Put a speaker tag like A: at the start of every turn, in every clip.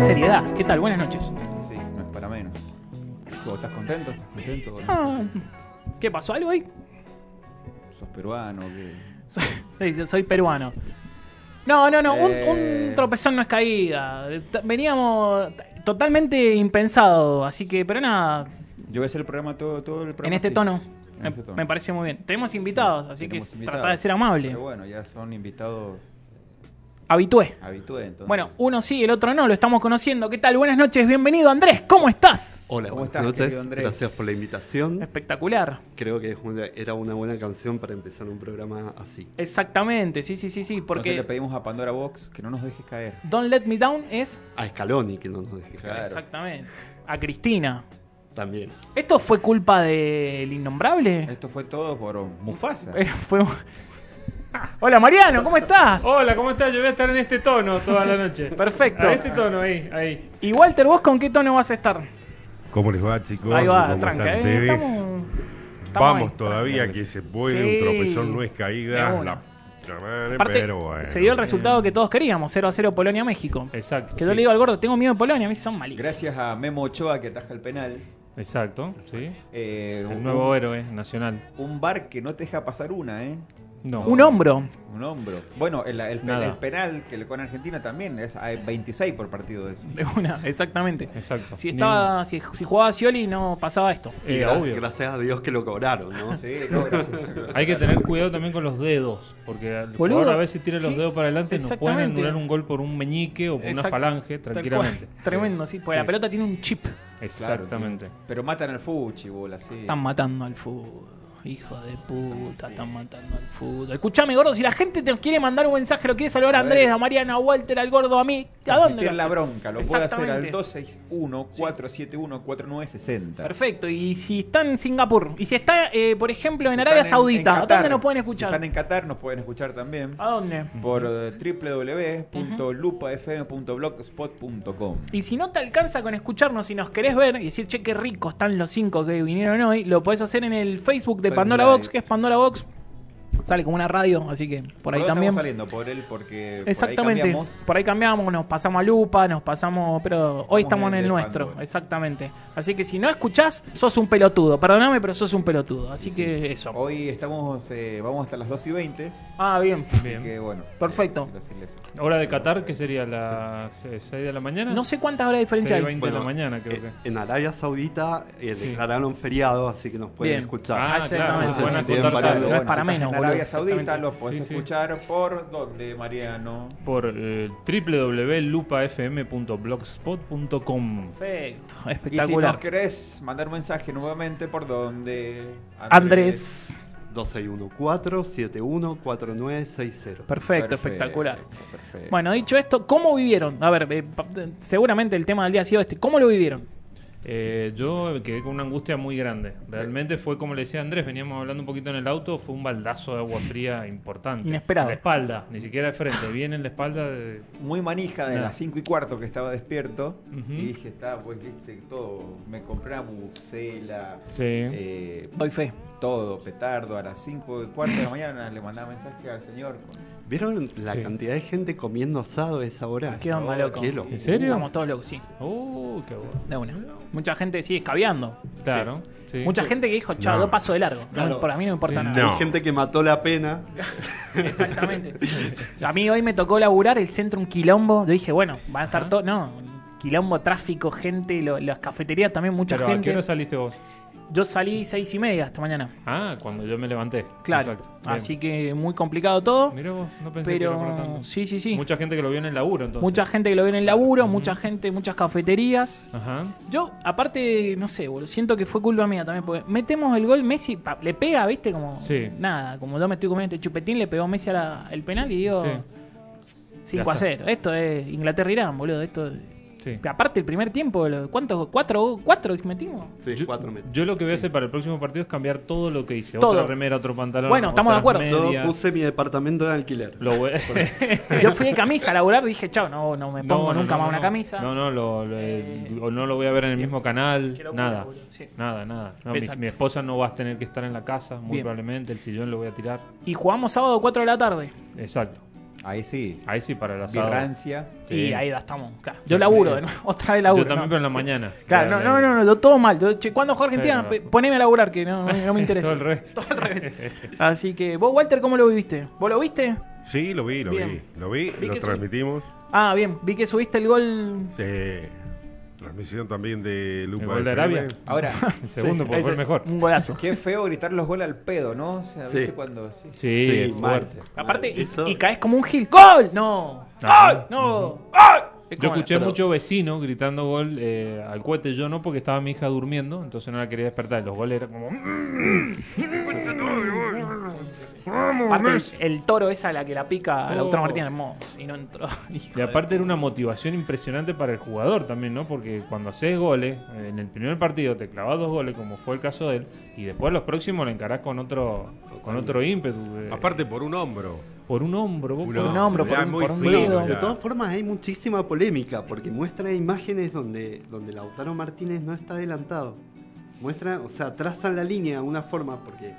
A: seriedad. ¿Qué tal? Buenas noches.
B: Sí, no es para menos. ¿Vos estás contento? ¿Estás contento?
A: Ah, ¿Qué pasó algo hoy?
B: ¿Sos peruano? ¿Qué?
A: Soy, soy- soy peruano. No, no, no, un,
B: Eh.
A: un tropezón no es caída. T- Veníamos t- totalmente impensado, así que, pero nada,
B: Yo voy a hacer el programa todo, todo el
A: en
B: programa.
A: este
B: así.
A: tono.
B: En
A: Me,
B: este tono.
A: me parece muy bien. Tenemos invitados, así
B: Tenemos
A: que
B: invitados.
A: trata de ser amable.
B: Pero bueno, ya son invitados
A: Habitué.
B: habituales. Entonces.
A: Bueno, uno sí, el otro no, lo estamos conociendo. ¿Qué tal? Buenas noches, bienvenido Andrés, ¿cómo estás?
C: Hola,
B: ¿Cómo
C: ¿Cómo
B: estás, querido Andrés?
C: Gracias por la invitación.
A: Espectacular.
C: Creo que es una- era una buena canción para empezar un programa así.
A: Exactamente, sí, sí, sí, sí,
B: Entonces le
A: porque
B: pedimos a Pandora Box que no nos dejes caer.
A: Don't Let Me Down es...
C: A Scaloni, que no nos deje
B: Claro.
C: caer.
A: Exactamente. A Cristina.
C: También.
A: ¿Esto fue culpa del innombrable?
B: Esto fue todo por Mufasa.
A: Eh, fue- Hola Mariano, ¿cómo estás?
D: Hola, ¿cómo estás? Yo voy a estar en este tono toda la noche.
A: Perfecto.
D: A este tono, ahí, ahí.
A: Y Walter, ¿vos con qué tono vas a estar?
E: ¿Cómo les va, chicos?
A: Ahí
E: ¿Cómo
A: va,
E: están
A: tranca. eh,
E: ustedes?
A: estamos- estamos
E: Vamos
A: ahí.
E: todavía, que se puede.
A: Sí.
E: Un tropezón no es
A: De
E: caída.
A: una.
E: La puta madre,
A: Aparte,
E: pero bueno.
A: se dio el resultado que todos queríamos, 0 a 0 Polonia-México.
D: Exacto.
A: Que yo
D: sí.
A: le digo al gordo, tengo miedo de Polonia, a mí son malísimos.
B: Gracias a Memo Ochoa que ataja el penal.
D: Exacto, sí.
B: Eh,
D: El
B: un-
D: nuevo héroe nacional.
B: un bar que no te deja pasar una, ¿eh?
D: No.
A: Un hombro.
B: Un hombro. Bueno, el, el-
D: Nada.
B: el penal que le con Argentina también es hay 26 por partido de eso.
A: De una, exactamente.
D: Exacto.
A: Si,
D: Ni
A: estaba, si, si jugaba Scioli no pasaba esto.
D: un-
C: Y
D: Eh,
C: gra-
D: obvio.
C: Gracias a Dios que lo cobraron, ¿no?
B: Sí, no, gracias.
D: Hay que tener cuidado también con los dedos, porque el
A: Boludo,
D: jugador a veces tira los
A: sí,
D: dedos para adelante y nos pueden
A: exactamente.
D: anular un gol por un meñique o por una
A: Exacto.
D: falange
A: Tal
D: tranquilamente.
A: cual. Tremendo, sí, porque
D: Sí.
A: la pelota tiene un chip.
B: Claro,
D: Exactamente.
B: tío. Pero matan al fuchi, bola, sí.
A: Están matando al fútbol. Hijo de puta, están matando al fútbol. Escuchame, gordo, si la gente te quiere mandar un mensaje, lo quiere saludar a
B: A ver.
A: Andrés, a Mariano, a Walter, al gordo, a mí, ¿a dónde?
B: Transmitir
A: lo
B: la
A: hace?
B: bronca, lo puede hacer al
A: Exactamente.
B: 261-471-4960.
A: Perfecto, y si está en Singapur, y si está, eh, por ejemplo, en
B: Si
A: Arabia
B: están
A: Saudita,
B: en
A: ¿a
B: Qatar,
A: dónde nos pueden
B: Si
A: escuchar? Ah.
B: están en Qatar, nos pueden escuchar también.
A: ¿A dónde?
B: Por eh, www.lupafm.blogspot.com.
A: Y si no te alcanza con escucharnos y nos querés ver y decir, che, qué rico están los cinco que vinieron hoy, lo podés hacer en el Facebook de
B: Facebook
A: Pandora
B: Live.
A: Box, que es Pandora Box. Sale como una radio, así que por ahí
B: dónde
A: también.
B: Estamos saliendo por él porque
A: Exactamente.
B: por ahí cambiamos.
A: Por ahí cambiamos, nos pasamos a Lupa, nos pasamos, pero hoy estamos en el,
B: del
A: nuestro,
B: Pandora.
A: exactamente. Así que si no escuchás, sos un pelotudo. Perdóname, pero sos un pelotudo. Así
B: Sí,
A: que
B: sí.
A: eso.
B: Hoy estamos, eh, vamos hasta las 2 y 20.
A: Ah, bien.
B: Así que bueno.
A: Perfecto.
B: eh, quiero decirles-
D: Hora de Qatar, que sería las 6 de la mañana.
A: No sé cuántas horas de diferencia hay.
D: 6:20. de la mañana,
B: eh,
D: creo que.
C: eh, En Arabia Saudita eh,
D: Sí.
C: declararon feriado, así que nos pueden
A: Bien.
C: escuchar.
A: Ah, exactamente.
D: claro, se pueden
C: Sí, sí,
D: acostar
A: no
C: para-
D: tarde.
B: Claro,
A: es para
B: bueno, si estás
A: menos,
B: En
A: boludo.
B: Arabia Saudita
D: Exactamente.
B: los podés
D: Sí, sí.
B: escuchar por donde, Mariano.
D: por eh, www.lupafm.blogspot.com.
A: Perfecto,
B: Y si
A: espectacular.
B: nos querés mandar un mensaje nuevamente por donde.
A: Andrés.
C: 2614-714960.
A: Perfecto, espectacular.
B: perfecto.
A: Bueno, dicho esto, ¿cómo vivieron? A ver, eh, pa- eh, seguramente el tema del día ha sido este. ¿Cómo lo vivieron?
D: Eh, yo quedé con una angustia muy grande. Realmente fue como le decía Andrés, veníamos hablando un poquito en el auto, fue un baldazo de agua fría importante.
A: Inesperado.
D: En la espalda, ni siquiera de frente, viene en la espalda de...
B: muy manija de
D: Nada.
B: las 5 y cuarto que estaba despierto
D: Ujú.
B: y dije, está, pues viste, todo, me compré una bucela,
D: Sí.
B: eh,
A: Doy fe.
B: todo, petardo, a las 5 y cuarto de la mañana le mandaba mensaje al señor. con-
C: ¿Vieron la
D: Sí.
C: cantidad de gente comiendo asado a esa hora?
A: ¿Qué onda, loco?
C: Qué loco.
D: ¿En serio?
A: Estamos todos locos, sí.
D: Uh, qué bueno.
A: De una. Mucha gente sigue escabeando.
D: Claro. sí.
A: Mucha gente que dijo, chao,
E: No.
A: yo paso de largo. No,
C: Claro.
A: Por a mí no me importa
D: Sí.
A: nada.
E: No.
C: Hay gente que mató la pena.
A: Exactamente. A mí hoy me tocó laburar el centro un quilombo. Yo dije, bueno, van a estar todos. No, quilombo, tráfico, gente, lo- las cafeterías también, mucha
D: Pero, ¿A qué
A: gente.
D: hora saliste vos?
A: Yo salí seis y media esta mañana.
D: Ah, cuando yo me levanté.
A: Claro.
D: Exacto. Bien.
A: Así que muy complicado todo.
D: Mirá vos, no pensé que era para
A: Pero
D: tanto.
A: sí, sí, sí.
D: Mucha gente que lo vio en el laburo, entonces.
A: Mucha gente que lo ve en el laburo, mucha gente, muchas cafeterías.
D: Ajá.
A: Yo, aparte, no sé, boludo, siento que fue culpa mía también, porque metemos el gol, Messi pa, le pega, ¿viste? Como
D: Sí.
A: nada, como yo me estoy comiendo este chupetín, le pegó Messi a la- al penal y digo
D: Sí.
A: 5 a
D: Ya está. 0.
A: 0. Esto es Inglaterra-Irán, boludo. Esto es-
D: Sí.
A: Aparte, el primer tiempo, lo- ¿cuántos? ¿Cuatro, cuatro metimos?
C: Sí,
D: Yo,
C: cuatro metros.
D: yo lo que voy a hacer para el próximo partido es cambiar todo lo que hice.
A: Todo.
D: Otra remera, otro pantalón.
A: Bueno, estamos de
D: otras
A: acuerdo.
C: Yo
D: medias.
C: puse mi departamento de alquiler.
D: Lo voy-
A: Yo fui de camisa a laburar, dije, chao, no, no me pongo nunca más
D: no,
A: una
D: no.
A: camisa.
D: No, no, lo, lo-
A: Eh,
D: eh, o no lo voy a ver en el mismo canal.
A: Qué locura,
D: nada,
A: boludo, sí.
D: nada, nada. No, mi,
A: Exacto.
D: mi esposa no va a tener que estar en la casa, muy
A: Bien.
D: probablemente. El sillón lo voy a tirar.
A: Y jugamos sábado 4 de la tarde.
D: Exacto.
B: Ahí sí.
D: Ahí sí, para el asado.
B: Birrancia.
D: Sí.
A: Y ahí estamos. claro. Yo
D: Sí,
A: laburo,
D: sí.
A: de nuevo, otra vez laburo.
D: Yo también,
A: ¿no?
D: pero en la mañana.
A: Claro, no, no, no, no, lo- todo mal. Yo, che, ¿Cuándo juega Argentina?
D: Claro.
A: Pe- Poneme a laburar, que no, no me interesa.
D: Todo al revés.
A: Todo al revés. Así que, vos, Walter, ¿cómo lo viviste? ¿Vos lo viste?
E: Sí, lo vi, lo
A: Bien.
E: vi. Lo vi,
A: Vi
E: lo
A: que sí.
E: transmitimos.
A: Ah, bien, vi que subiste el gol.
E: Sí. Transmisión también de Lupa.
D: El gol de
E: FM.
D: Arabia.
B: Ahora,
D: El segundo,
A: Sí,
D: porque
A: ahí
D: fue el
A: se-
D: mejor.
A: Un golazo.
B: qué feo gritar los goles al pedo, ¿no? O sea, ¿viste
C: Sí.
B: cuando sí?
D: Sí, es
C: mal,
D: fuerte.
C: mal.
A: Aparte, y,
C: Eso-
A: y caes como un gil. ¡Gol! ¡No! ¡Gol!
D: Ajá.
A: ¡No! ¡Gol! Es
D: Yo
A: como la-
D: escuché
C: pero-
D: mucho vecino gritando gol eh, al cohete, yo no, porque estaba mi hija durmiendo, entonces no la quería despertar. Los goles eran como. mm.
A: Aparte, el, el toro esa a la que la pica a Lautaro
D: Oh.
A: Martínez hermoso. Y no entró. Hijo
D: Y
A: de-
D: aparte era una motivación impresionante para el jugador también, ¿no? Porque cuando haces goles, eh, en el primer partido te clavas dos goles, como fue el caso de él, y después los próximos le encarás con otro, con otro ímpetu. eh,
A: Ah.
E: Aparte por un hombro.
D: por un hombro, vos
E: Un
D: podés-
A: un hombro, por
E: Era
A: un,
E: muy
A: por un
E: feo,
A: dedo.
E: ya.
C: De todas formas hay muchísima polémica porque muestra imágenes donde, donde Lautaro Martínez no está adelantado. Muestra, o sea, trazan la línea de alguna forma porque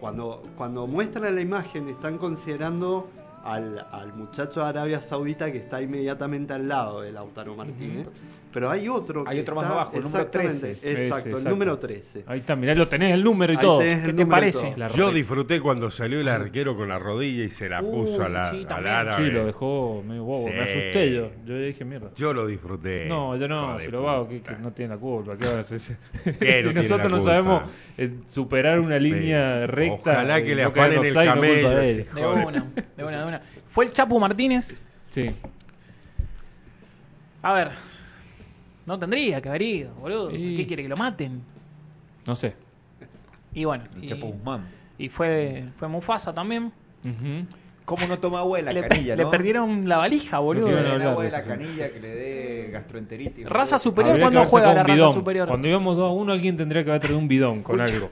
C: cuando, cuando muestran la imagen están considerando al, al muchacho de Arabia Saudita que está inmediatamente al lado de Lautaro Martínez. Pero hay otro que
B: Hay otro más
C: está-
B: abajo, el número
C: exactamente,
B: 13.
C: Exacto,
D: Ese,
C: el
D: exacto.
C: número 13.
D: Ahí está, mirá, lo tenés el número y
C: Ahí
D: todo.
C: tenés el
A: ¿Qué te
C: número y
A: parece?
C: todo.
D: La
E: Yo
D: ropa-
E: disfruté cuando salió el arquero con la rodilla y se la
A: Uh,
E: puso a la,
A: sí,
E: al
A: también.
E: árabe.
D: Sí, lo dejó medio bobo. Me
E: Sí.
D: asusté yo. Yo dije, mierda.
E: Yo lo disfruté.
D: No, yo no,
E: Hijo Eh, de
D: si lo vago,
E: puta.
D: que, que no tiene la culpa. ¿qué van a hacer? Si
E: tiene la
D: nosotros no
E: culpa?
D: sabemos eh, superar una línea
E: Sí.
D: recta.
E: Ojalá que
D: eh,
E: le
D: no caer
E: afanen
D: en
E: el
D: offside, no culpa
E: camello,
D: de él.
E: sí.
A: De una, de una, de una. Fue el Chapu Martínez.
D: Sí.
A: A ver. No tendría que haber ido, boludo.
D: Y-
A: ¿Qué quiere que lo maten?
D: No sé.
A: Y bueno.
B: El
A: y-
B: Chapo Guzmán.
A: Y fue, fue Mufasa también.
D: Ujú.
B: ¿Cómo no toma agua de la
A: le,
B: canilla,
A: le
B: no?
A: perdieron la valija, boludo.
D: quiero
B: Tienen
D: hablar
B: agua
D: de
B: de la
D: eso.
B: canilla que le dé gastroenteritis.
A: Raza
B: boludo.
A: superior,
D: Habría que
A: ¿cuándo
D: haberse
A: juega
D: con
A: la
D: un
A: raza
D: bidón.
A: superior?
D: Cuando íbamos 2 a 1, alguien tendría que haber traído un bidón con algo.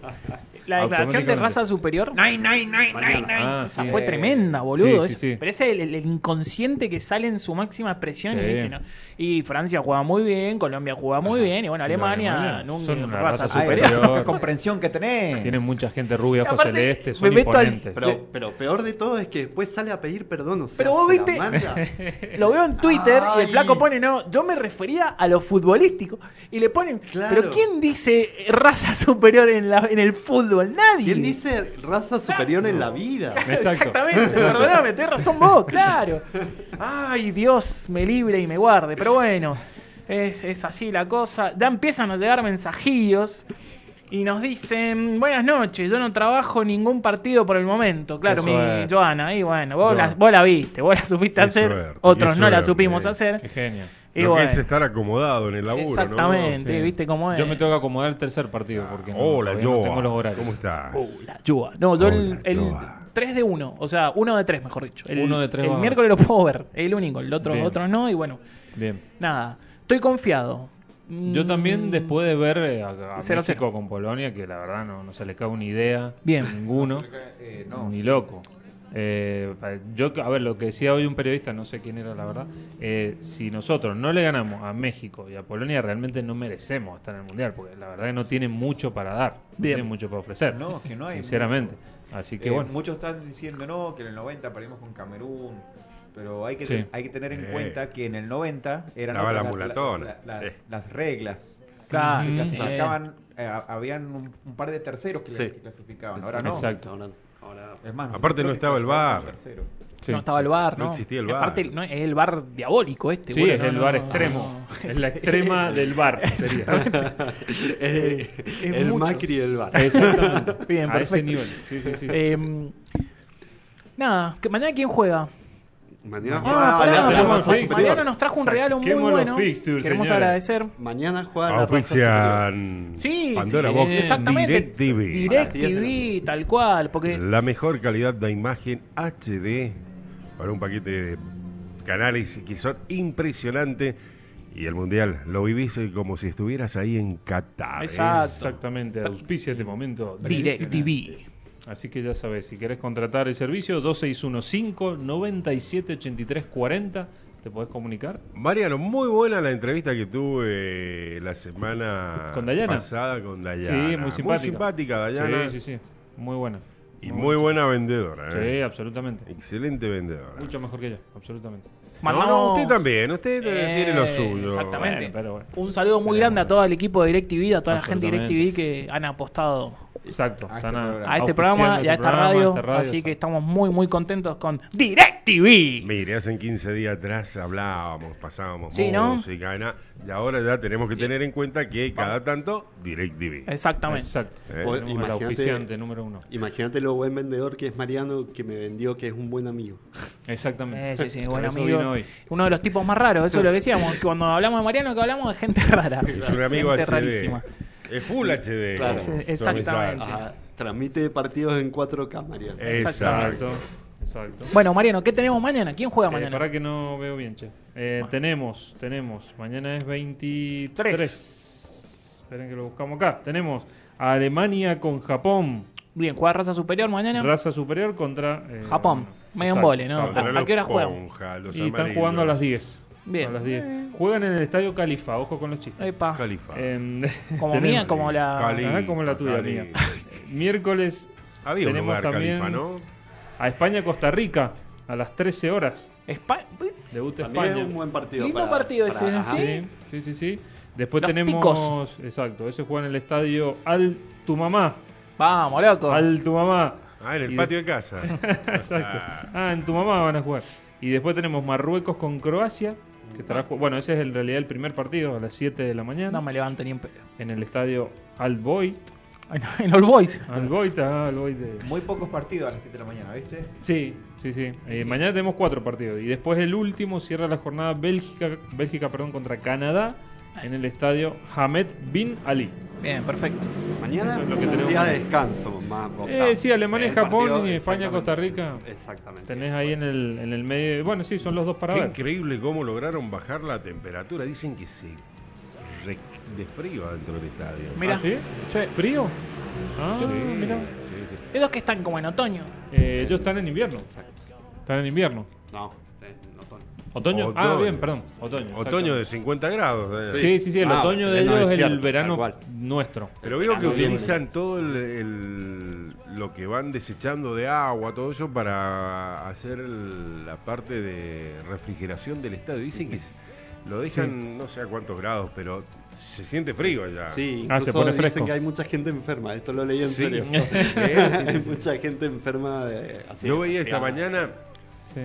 A: La declaración de
D: Automáticamente.
A: raza superior.
B: Nine, nine, nine, nine, nine.
D: Ah,
A: Esa
D: sí.
A: fue
B: Eh,
A: tremenda, boludo.
D: sí,
A: Es-
D: sí.
A: Pero ese es el, el- el inconsciente que sale en su máxima expresión. Y,
D: Sí. Ah,
A: dice, ¿no? Y Francia juega muy bien, Colombia juega muy bien, y bueno,
D: Y
A: Alemania,
D: Alemania
A: nunca-
D: son una
A: raza,
D: raza
B: Ay,
A: superior.
D: superior.
B: la comprensión que tenés.
D: Tienen mucha gente rubia, ojos
A: Aparte,
D: celestes,
A: me
D: son
A: meto al-
D: imponentes.
C: Pero, pero peor de todo es que después sale a pedir perdón, o sea,
A: Pero vos
C: se la
A: viste-
C: manda.
A: Lo veo en Twitter y el
C: Ay.
A: flaco pone, no, yo me refería a lo futbolístico. Y le ponen,
C: Claro.
A: pero ¿quién dice raza superior en, la- en el fútbol? Nadie.
C: ¿Quién dice raza superior en la vida?
D: Exacto.
A: Exactamente, perdóname, tenés razón vos, claro. Ay, Dios me libre y me guarde. Pero bueno, es, es así la cosa. Ya empiezan a llegar mensajillos y nos dicen, buenas noches, yo no trabajo ningún partido por el momento. Claro,
D: Eso
A: mi
D: es.
A: Joana, y bueno, vos,
D: Joana.
A: La, vos la viste, vos la supiste
E: Qué
A: hacer,
E: suerte,
A: otros
E: qué
A: no la
E: suerte.
A: supimos
D: Qué
A: hacer.
D: genio.
A: Y
E: Lo que
A: bueno,
E: es este- estar acomodado en el laburo, ¿no?
A: exactamente,
D: Sí.
A: viste cómo es.
D: Yo me tengo que acomodar el tercer partido porque no,
E: Hola,
D: todavía no
E: yo.
D: tengo los horarios.
E: ¿Cómo estás?
A: La Yua. No, yo el,
E: Hola,
A: el
E: Yua.
A: 3 de 1, o sea, 1 de 3, mejor dicho. El,
D: Uno de tres
A: el
D: va a haber.
A: miércoles lo puedo ver, el único, el otro,
D: Bien.
A: otros no, y bueno,
D: Bien.
A: nada, estoy confiado.
D: Yo
A: Mm,
D: también, después de ver eh, a, a
A: Cero,
D: México con Polonia, que la verdad no, no se le cae una idea
A: Bien.
D: a ninguno,
B: Eh, no,
D: ni loco. Eh, pa- yo, a ver, lo que decía hoy un periodista, no sé quién era la verdad, eh, si nosotros no le ganamos a México y a Polonia, realmente no merecemos estar en el Mundial, porque la verdad que no tienen mucho para dar, no
A: Bien.
D: tienen mucho para ofrecer,
B: No, es que no hay
D: sinceramente. Así que
B: Eh,
D: bueno,
B: Muchos están diciendo no, que en el 90 perdimos con Camerún. Pero hay que,
D: Sí.
B: hay que tener en
E: Eh.
B: cuenta que en el 90 eran
E: Estaba
B: otras
E: la mulatona.
B: las-
E: Eh.
B: las reglas.
A: Claro,
B: Que
D: Mm.
B: clasificaban, eh, habían un, un par de terceros que,
C: Sí.
B: que clasificaban. Ahora no.
D: Exacto. Eh,
C: Ahora, ahora-
B: Es más, nosotros
E: Aparte
B: creo
E: no
B: que
E: estaba el
B: clasificaban
E: VAR.
B: como tercero.
D: sí.
A: no estaba el bar, ¿no?
E: No existía el
A: Y
E: VAr.
A: Aparte, no, es el bar diabólico este,
D: Sí,
A: boludo,
D: es
A: no,
D: el
A: no,
D: bar
A: no,
D: extremo,
A: no.
D: es la extrema del bar, sería.
C: Eh,
A: es
C: el
A: mucho.
C: Macri del bar.
D: Eh, Exactamente.
A: Bien,
D: a ese
A: perfecto.
D: nivel. Sí, sí, sí.
A: Em, nada, que mañana quién juega.
C: Mañana
A: Ah,
C: juega
A: pará,
C: la
D: tenemos
C: raza
D: fixture.
C: superior.
A: Mariano nos trajo un regalo muy
D: Saquemos los
A: bueno.
D: fixtures,
A: Queremos
D: señores.
A: agradecer.
C: Mañana juega la raza superior.
E: Auspician
A: Sí,
E: Pandora
A: sí,
E: Box,
A: exactamente.
E: DirecTV.
A: DirecTV, tal cual, porque
E: La mejor calidad de imagen HD para un paquete de canales que son impresionantes. Y el mundial lo vivís como si estuvieras ahí en Qatar. ¿eh?
A: Exacto.
D: Exactamente, auspicia este momento.
A: DirecTV.
D: Así que ya sabes, si querés contratar el servicio, 2615-978340, te podés comunicar.
E: Mariano, muy buena la entrevista que tuve la semana
D: ¿Con Dayana?
E: pasada con Dayana.
D: Sí, muy simpática.
E: simpática, Dayana.
D: Sí, sí, sí, muy buena.
E: Y muy buena vendedora.
D: Sí,
E: ¿eh?
D: absolutamente.
E: Excelente vendedora.
D: Mucho mejor que yo, absolutamente.
E: No,
A: Mandamos-
E: usted también, usted eh, tiene lo
A: Eh,
E: suyo.
A: Exactamente.
D: Bueno, pero bueno.
A: Un saludo muy
D: Pero
A: grande a
D: bueno.
A: todo el equipo de DirecTV, a toda la gente de DirecTV
D: Absolutamente.
A: que han apostado
D: Exacto.
B: A este
D: están
B: programa.
A: a este
D: auspiciando
A: programa y a
D: este
A: esta,
D: programa, a
A: radio,
D: esta radio,
A: Así que
D: exacto.
A: estamos muy, muy contentos con DirecTV.
E: Mire, hace 15 días atrás hablábamos, pasábamos
A: Sí, ¿no?
E: música, na- y ahora ya tenemos que tener en cuenta que cada tanto DirecTV.
A: Exactamente.
D: Exacto.
E: Eh,
D: Tenemos el
C: imagínate-
D: auspiciante número uno.
C: Imagínate lo buen vendedor que es Mariano, que me vendió que es un buen amigo.
D: Exactamente.
A: Eh, sí, sí,
D: Por
A: buen
D: eso
A: amigo.
D: vino hoy.
A: Uno de los tipos más raros, eso es lo que decíamos. que Cuando hablamos de Mariano, que hablamos de gente rara.
E: Es un amigo
A: gente
E: HD.
A: rarísima.
E: Es Full HD.
C: Claro,
E: como
A: exactamente.
E: son
C: Ajá, Ah, transmite partidos en 4K, Mariano.
D: Eh,
E: mis padres.
A: Exactamente.
E: Exacto.
D: Exacto. Exacto.
A: Bueno, Mariano, ¿qué tenemos mañana? ¿Quién juega
D: Eh,
A: mañana?
D: para que no veo bien, che. Eh, Tenemos, tenemos. Mañana es 23. Esperen que lo buscamos acá. Tenemos a Alemania con Japón.
A: Bien, juega raza superior mañana.
D: Raza superior contra eh,
A: Japón. Medio
D: exacto.
A: embole, ¿no?
E: Contra
A: ¿A-
E: los
A: a qué hora juegan?
E: Ponja, los
D: Y están
E: amarillos.
D: jugando a las 10.
A: Bien. Eh.
D: A las 10. Juegan en el estadio Califa, ojo con los chistes.
A: Epa.
E: Califa.
D: Em,
A: Como
D: tenemos-
A: mía, como la.
E: Cali.
D: Ajá, como la tuya,
E: Cali.
D: mía. Miércoles
E: Había un
D: tenemos
E: lugar
D: también
E: Califa, ¿no?
D: a España-Costa Rica a las 13 horas.
A: Espa-
D: Debut
C: También
D: España.
C: es un buen partido.
A: Lindo partido ese,
C: ajá.
D: Sí, sí, sí, sí. Después
A: Los
D: tenemos.
A: picos.
D: Exacto, ese juega en el estadio Al Tu Mamá.
A: Vamos, loco.
D: Al Tu Mamá.
E: Ah, en el
D: Y
E: patio de casa.
D: Exacto. Ah, en tu mamá van a jugar. Y después tenemos Marruecos con Croacia. Que estará ju- bueno, ese es en realidad el primer partido a las 7 de la mañana
A: No me levanto ni en pedo.
D: en el estadio Al Boy.
A: En- En All Boys.
D: Al Boita, ah, Al Boy de-
B: Muy pocos partidos a las 7 de la mañana, ¿viste?
D: Sí, sí, sí. Eh, Mañana tenemos cuatro partidos. Y después el último cierra la jornada Bélgica, Bélgica perdón, contra Canadá en el estadio Hamed Bin Ali.
A: Bien, perfecto.
C: Mañana
D: Eso es lo que
C: un
D: tenemos
C: día de
D: mañana.
C: descanso. Más, o
D: Eh,
C: sea,
D: sí, Alemania,
C: el
D: Japón
C: partido-
D: y España,
C: exactamente.
D: Costa Rica.
C: Exactamente.
D: Tenés ahí en el, en el medio. Bueno, sí, son los dos para
E: Qué
D: ver.
E: increíble cómo lograron bajar la temperatura. Dicen que se re- de frío adentro del estadio.
A: Mirá.
D: ¿Ah, sí?
A: Che,
D: ¿Frío? Ah,
E: Sí,
D: mirá.
E: sí, sí.
A: Esos que están como en otoño.
D: Eh, ellos están en invierno. Están en invierno.
C: No, eh, no tono.
D: ¿Otoño? Ah,
E: Otoño.
D: bien, perdón. Otoño.
E: Otoño de 50 grados. eh.
D: Sí, sí, sí. El
C: Ah,
D: otoño de
C: no,
D: ellos
C: es
D: es el
C: cierto, tal
D: verano
C: cual.
D: nuestro.
E: Pero veo que
C: Verano bien.
E: utilizan todo el, el- lo que van desechando de agua, todo eso, para hacer el- la parte de refrigeración del estadio. Dicen que es- lo dejan no sé a cuántos grados, pero se siente frío allá.
C: Sí,
D: Ah, se
C: incluso
D: pone
C: dicen
D: fresco.
C: que hay mucha gente enferma. Esto lo leí en
E: Sí.
C: serio.
E: Sí, sí,
C: hay mucha gente enferma de. así,
E: Yo veía esta
C: resfriada.
E: mañana,
D: Sí.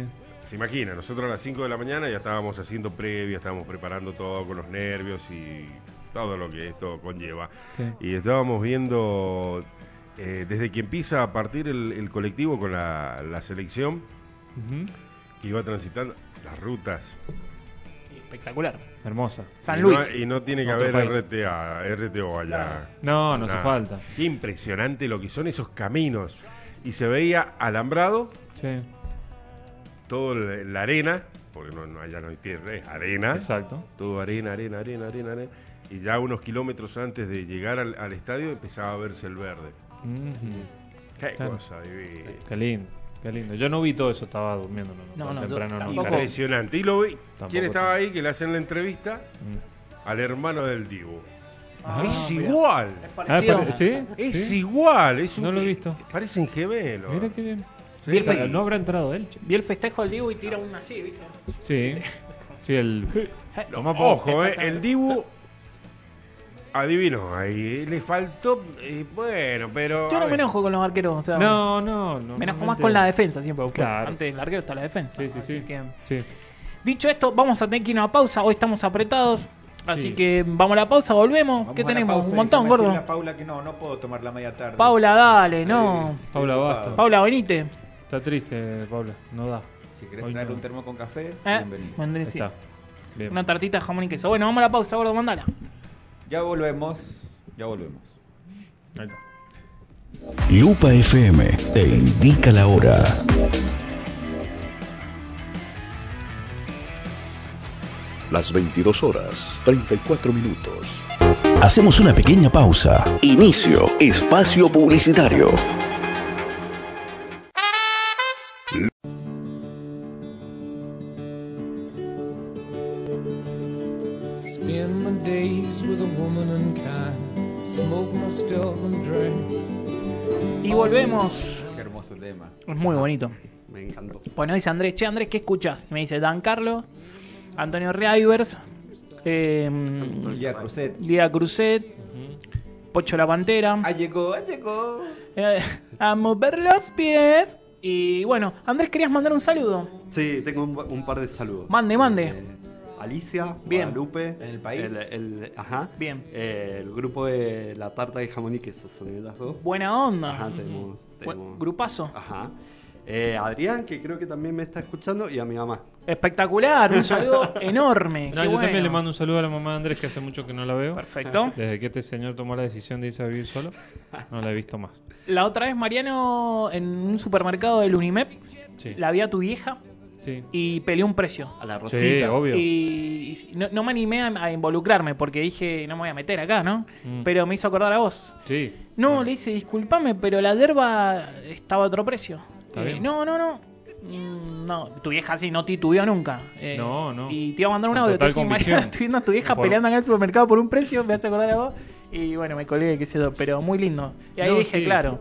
E: se imagina, nosotros a las 5 de la mañana ya estábamos haciendo previa, estábamos preparando todo con los nervios y todo lo que esto conlleva.
D: Sí.
E: Y estábamos viendo eh, desde que empieza a partir el, el colectivo con la, la selección
D: Ujú.
E: que iba transitando las rutas.
A: Espectacular.
D: Hermosa.
A: San
E: y
A: Luis.
E: No, y no tiene que
D: Otro
E: haber
D: país.
E: RTA, RTO allá.
D: No, no hace
E: Nada.
D: falta.
E: Qué impresionante lo que son esos caminos. Y se veía alambrado,
D: Sí.
E: todo el- la arena, porque no, no, allá no hay tierra, es arena.
D: Exacto.
E: Todo arena, arena, arena, arena, arena. Y ya unos kilómetros antes de llegar al, al estadio empezaba a verse el verde.
D: Ujú.
E: Qué
D: Claro.
E: cosa divina.
D: Qué lindo. Qué lindo. Yo no vi todo eso, estaba durmiendo. No, no,
A: No,
D: tan
A: no, yo
D: temprano no.
A: tampoco.
D: Parece.
E: Impresionante. Y lo vi.
D: Tampoco
E: ¿Quién estaba
D: tan-
E: ahí que le hacen la entrevista?
D: Mm.
E: Al hermano del Dibu.
A: Ah,
E: es
A: mirá.
E: igual.
D: Ah,
A: Parecido.
D: pare- ¿Sí?
E: Es
D: ¿Sí?
E: igual. Es
D: No lo he visto.
E: Parecen gemelos.
D: Mira qué bien.
E: Sí.
A: Bien,
D: Pero No habrá entrado él, che.
A: Vi el festejo del Diego y tira una así, ¿viste?
D: Sí. Sí, el.
E: No,
D: Tomá por-
E: Ojo, eh, el Dibu. Adivinó, ahí le faltó. eh, bueno, pero.
A: Yo
E: a
A: no me
E: ver.
A: enojo con los arqueros. O sea,
D: No, no, no.
A: Me enojo más con la
D: defensa.
A: defensa siempre. porque
D: Claro.
A: Antes del arquero está la defensa.
D: Sí, sí,
A: Así
D: sí.
A: que-
D: Sí.
A: Dicho esto, vamos a tener que ir a una pausa. Hoy estamos apretados. Así
D: Sí.
A: que vamos a la pausa, volvemos.
B: Vamos
A: ¿Qué
B: a la
A: tenemos?
B: pausa
A: Un
B: y
A: montón,
B: déjame
A: gordo.
B: decirle a Paula que no, no puedo tomar la media tarde.
A: Paula, dale, no.
B: Estoy
D: Paula,
B: ocupado.
D: basta.
A: Paula, ¿eh? venite.
D: Está triste, Paula. No da.
B: Si querés
D: Hoy
B: traer
D: no.
B: un termo con café,
A: Eh,
B: bienvenido.
A: vendré,
D: Ahí
A: sí.
D: Está. Bien.
A: Una tartita de jamón y queso. Bueno, vamos a la pausa, gordo, mandala.
B: Ya volvemos, ya volvemos.
D: Ahí está.
F: Lupa FM te indica la hora.
G: Las 22 horas, 34 minutos.
F: Hacemos una pequeña pausa.
G: Inicio, espacio publicitario.
H: Spend my days with a woman unkind. Smoke my stuff and drink.
A: Y volvemos.
B: hermoso tema.
A: Es muy bonito.
C: Me encantó.
A: Bueno, dice Andrés, che Andrés, ¿qué escuchás? Y me dice Dan Carlo, Antonio Reivers, eh,
B: Julia Cruzet.
A: Lía Cruzet, Pocho la Pantera.
B: Ah, llegó, ah, llegó.
A: Eh, a mover los pies. Y bueno, Andrés, querías mandar un saludo.
C: Sí, tengo un, un par de saludos. Eh,
A: Mande, mande.
C: Alicia,
A: Bien.
C: Guadalupe.
B: En el país.
C: El, el- ajá.
A: Bien.
C: Eh, el grupo de la tarta de jamón y queso son las dos.
A: Buena onda.
C: Ajá, tenemos.
A: Bu-
C: tenemos-
A: Grupazo.
C: Ajá. Eh, Adrián, que creo que también me está escuchando, y a mi mamá.
A: Espectacular, un saludo enorme.
D: No,
A: Qué
D: yo
A: bueno.
D: también le mando un saludo a la mamá de Andrés, que hace mucho que no la veo.
A: Perfecto.
D: Desde que este señor tomó la decisión de irse a vivir solo, no la he visto más.
A: La otra vez, Mariano, en un supermercado del Unimep,
D: Sí.
A: la vi a tu vieja
D: Sí.
A: y peleó un precio.
C: A la Rosita.
D: Sí, obvio.
A: Y, y no, no me animé a, a involucrarme porque dije, no me voy a meter acá, ¿no?
D: Mm.
A: Pero me hizo acordar a vos.
D: Sí.
A: No, le hice disculpame, pero la derba estaba a otro precio.
D: Está
A: Eh,
D: bien.
A: no, no, no. Mm, No, tu vieja así no titubeó nunca. Eh,
D: No, no.
A: Y te iba a mandar un
D: Con
A: audio.
D: total
A: Entonces,
D: convicción.
A: Mariano, estoy viendo a tu vieja
D: Por-
A: peleando acá en el supermercado por un precio, me hace acordar a vos. Y bueno, me colgué, qué sé yo, pero muy lindo. Y ahí
D: No,
A: dije,
D: sí.
A: claro,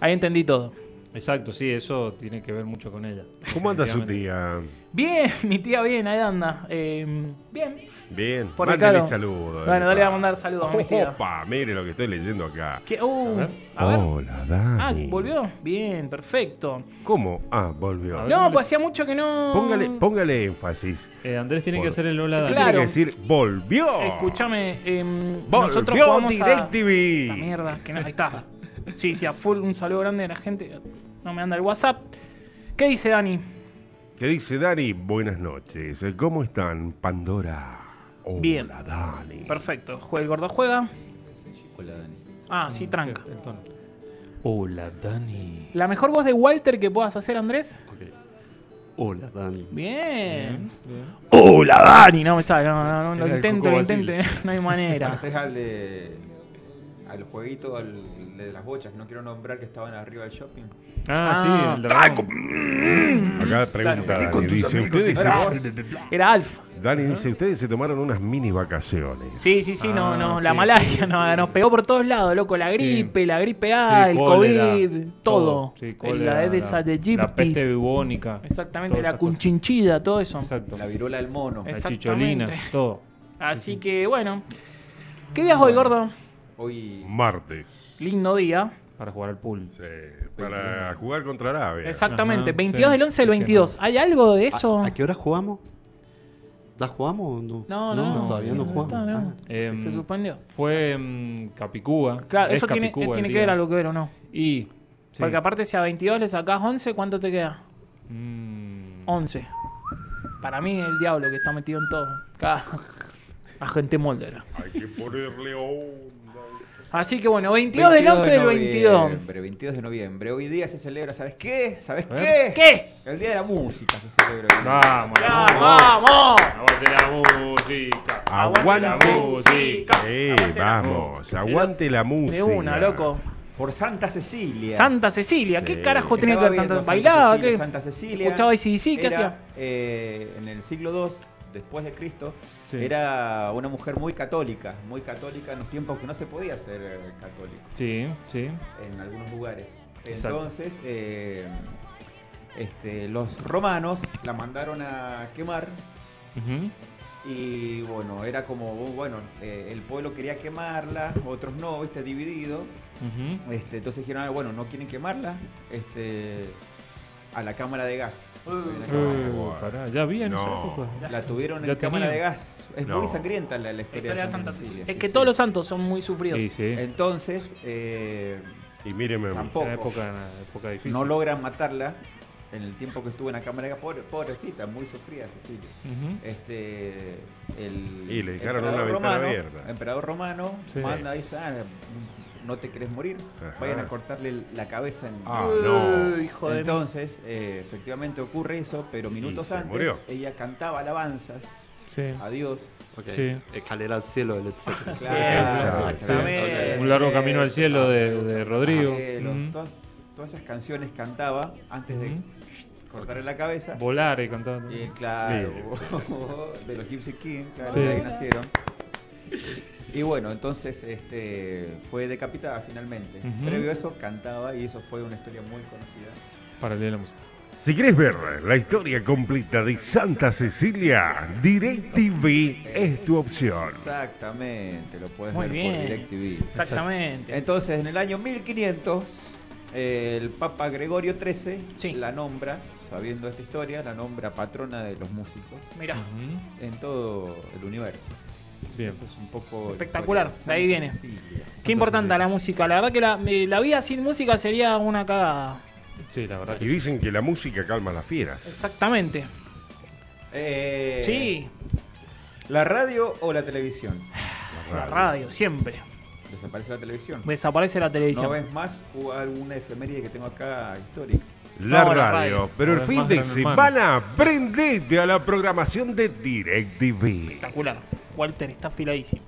A: ahí entendí todo.
D: Exacto, sí, eso tiene que ver mucho con ella.
E: ¿Cómo anda su
D: Definitivamente.
E: tía?
A: Bien, mi tía, bien, ahí anda. Eh, bien,
E: Bien.
A: por acá.
E: Mándale
A: lo-
E: saludos.
A: Bueno, dale,
E: pa.
A: voy a mandar saludos a mi tía.
E: Opa, mire lo que estoy leyendo acá.
A: ¿Qué? Uh,
D: A ver.
A: a ver.
E: Hola,
A: Ah,
E: Dani.
A: ¿volvió? Bien, perfecto.
E: ¿Cómo? Ah, volvió.
D: A ver.
A: No,
D: ¿cómo
A: pues
D: les-
A: hacía mucho que no.
E: Póngale, póngale énfasis.
D: Eh, Andrés tiene
E: Por-
D: que hacer el hola Dani.
A: Claro.
E: Tiene que decir, volvió.
A: Escúchame, eh,
E: Volvió
A: nosotros jugamos
E: DirecTV.
A: a... La mierda, que no, ahí está. Sí, sí, a full, un saludo grande a la gente. No me anda el WhatsApp. ¿Qué dice Dani?
E: Que dice Dani, buenas noches. ¿Cómo están, Pandora? Hola,
A: Bien.
E: Dani.
A: Perfecto. Juega el gordo juega.
B: Hola, Dani.
A: Ah,
D: Mm,
A: sí, tranca.
D: El tono. Hola Dani.
A: La mejor voz de Walter que puedas hacer, Andrés.
C: Ok. Hola, Dani.
A: Bien.
D: Bien.
A: Hola, Dani. No me sale, no, no, no,
D: Era
A: lo
D: el
A: intento,
D: Coco
A: lo
D: Basile.
A: intento. No hay manera.
B: ¿Conoces al de. al jueguito al, de las bochas? que No quiero nombrar que estaban arriba del shopping.
D: Ah,
A: Ah.
D: sí, el dragón.
E: Acá pregunta Dani. Dice, ustedes,
B: Era
E: se-
B: vos.
A: Era Alf.
E: Dani dice, ustedes se tomaron unas mini vacaciones.
A: Sí, sí, sí, no,
D: Ah,
A: no,
D: sí,
A: la
D: sí,
A: malaria
D: sí,
A: no,
D: sí.
A: nos pegó por todos lados, loco, la gripe, la gripe A,
D: Sí,
A: Ah, el
D: cólera,
A: COVID, todo.
D: Sí,
A: la
D: cólera,
A: Edesa de
D: La peste bubónica.
A: Exactamente,
D: todas
A: la
D: esas cosas.
A: cunchinchilla, todo eso.
D: Exacto.
B: La virola del mono.
A: Eh.
D: La
A: Exactamente.
D: chicholina, todo.
A: Así que bueno. ¿Qué día es hoy, gordo?
B: Hoy.
E: Martes.
A: Lindo día.
D: Para jugar al pool.
E: Sí, para jugar contra Arabia.
A: Exactamente,
D: Ajá,
A: 22
D: sí, Ah,
A: del 11 del
D: es que
A: 22. ¿Hay algo de eso?
C: ¿A, a qué hora jugamos? ¿Ya jugamos o no?
A: No, no,
C: todavía
A: no
C: no, jugamos.
A: está, no.
C: Ah,
D: Em,
A: Se suspendió.
D: Fue mm, Capicúa.
A: Claro,
D: Es
A: eso tiene,
D: Capicúa
A: tiene
D: el
A: que ver
D: día.
A: algo que ver o no.
D: Y. sí.
A: Porque aparte si a 22 le sacás 11, ¿cuánto te queda?
D: Mm,
A: 11. Para mí el diablo que está metido en todo. Cada agente Molder.
E: Hay que ponerle onda.
A: Así que bueno, 22 del 11 del 22.
B: noviembre, 22 de noviembre. Hoy día se celebra, ¿sabes qué? ¿Sabes
D: A ver.
B: qué?
A: ¿Qué?
B: El día de la música se celebra. hoy.
D: Vamos,
A: Ah, ¡Vamos!
D: Aguante la música.
E: Aguante
D: la música.
E: Sí,
A: Aguante la
E: vamos. Aguante la música.
A: De una, loco.
B: Por Santa Cecilia.
A: Santa Cecilia, ¿qué
E: Sí.
A: carajo tenía que
B: Estaba
A: ver Santa
B: viendo Santa
A: ¿Bailaba?
B: Cecilia,
A: ¿Qué?
B: Santa Cecilia.
A: Escuchaba ICDC, ¿qué
B: era,
A: hacía?
B: eh, en el siglo II, después de Cristo,
D: Sí.
B: era una mujer muy católica, muy católica en los tiempos que no se podía ser eh, católico
D: Sí, sí.
B: en algunos lugares.
D: Exacto.
B: Entonces, eh, este, los romanos la mandaron a quemar
D: Ujú.
B: y bueno, era como, uh, bueno, eh, el pueblo quería quemarla, otros no, viste, dividido.
D: Ujú.
B: Este, entonces dijeron, ah, bueno, no quieren quemarla, este, a la cámara de gas.
A: Uh.
B: En
E: Uh.
B: la cámara.
D: Eh, pará, ya vi en
E: No.
D: esa época.
B: La tuvieron en
D: Ya
B: cámara
D: tenía.
B: de gas. Es
E: No.
B: muy sangrienta la, la historia de Santa Cecilia.
A: Es
B: Sí,
A: que
B: sí.
A: todos los santos son muy sufridos.
D: Sí, sí. Era
B: Entonces, eh,
E: Y míreme. a mí.
B: Tampoco.
D: época, una época difícil.
B: no logran matarla en el tiempo que estuvo en la cámara de gas. Pobre- pobrecita, muy sufrida Cecilia.
D: Ujú.
B: Este, el
E: Y le dejaron
B: emperador
E: una ventana
B: romano-
E: abierta.
B: Emperador romano
D: Sí.
B: manda y dice, "Ah, no te querés morir,
E: Ajá.
B: vayan a cortarle la cabeza. En...
E: Ah, no.
A: Eh, hijo de
B: Entonces, eh, efectivamente ocurre eso, pero minutos
E: se
B: antes
E: murió.
B: ella cantaba alabanzas
D: Sí.
B: a Dios
C: ok.
D: Sí.
C: Escalera al cielo, del etcétera.
B: Claro,
A: exactamente.
D: Un largo camino al cielo de, de Rodrigo.
B: Eh, los-
D: Ujú.
B: todas, todas esas canciones cantaba antes de
D: Ujú.
B: cortarle la cabeza.
D: Volar y cantar.
B: Y claro, de los Gypsy King, claro, de ahí nacieron. Y bueno, entonces este, fue decapitada finalmente.
D: Ujú.
B: Previo a eso cantaba y eso fue una historia muy conocida.
D: Para leer la música.
E: Si quieres ver la historia completa de Santa Cecilia, DirecTV es tu opción.
B: Exactamente, lo puedes
A: Muy
B: ver por
A: bien.
B: DirecTV.
A: Exactamente.
B: Entonces, en el año 1500, eh, el Papa Gregorio XIII
A: Sí.
B: la nombra, sabiendo esta historia, la nombra patrona de los músicos
A: Mirá,
D: Ujú.
B: en todo el universo.
D: Bien.
B: Eso es un poco...
A: Espectacular,
B: historia
A: de ahí
B: Santa
A: viene.
B: Cecilia.
A: qué importante la música. La verdad que la, eh, la vida sin música sería una cagada.
D: Sí, la verdad
E: Y
D: que sí.
E: dicen que la música calma las fieras.
A: Exactamente.
B: Eh,
A: Sí,
B: ¿La radio o la televisión?
A: la radio, siempre.
B: Desaparece la televisión.
A: Desaparece la
B: ¿No
A: televisión.
B: ves más o alguna efeméride que tengo acá histórica?
E: La
A: No, la
E: radio.
A: radio.
E: Pero el
D: Ahora es
E: fin
D: más
E: de
D: Gran Hermano.
E: semana, prendete a la programación de DirecTV.
A: Espectacular. Walter está afiladísimo.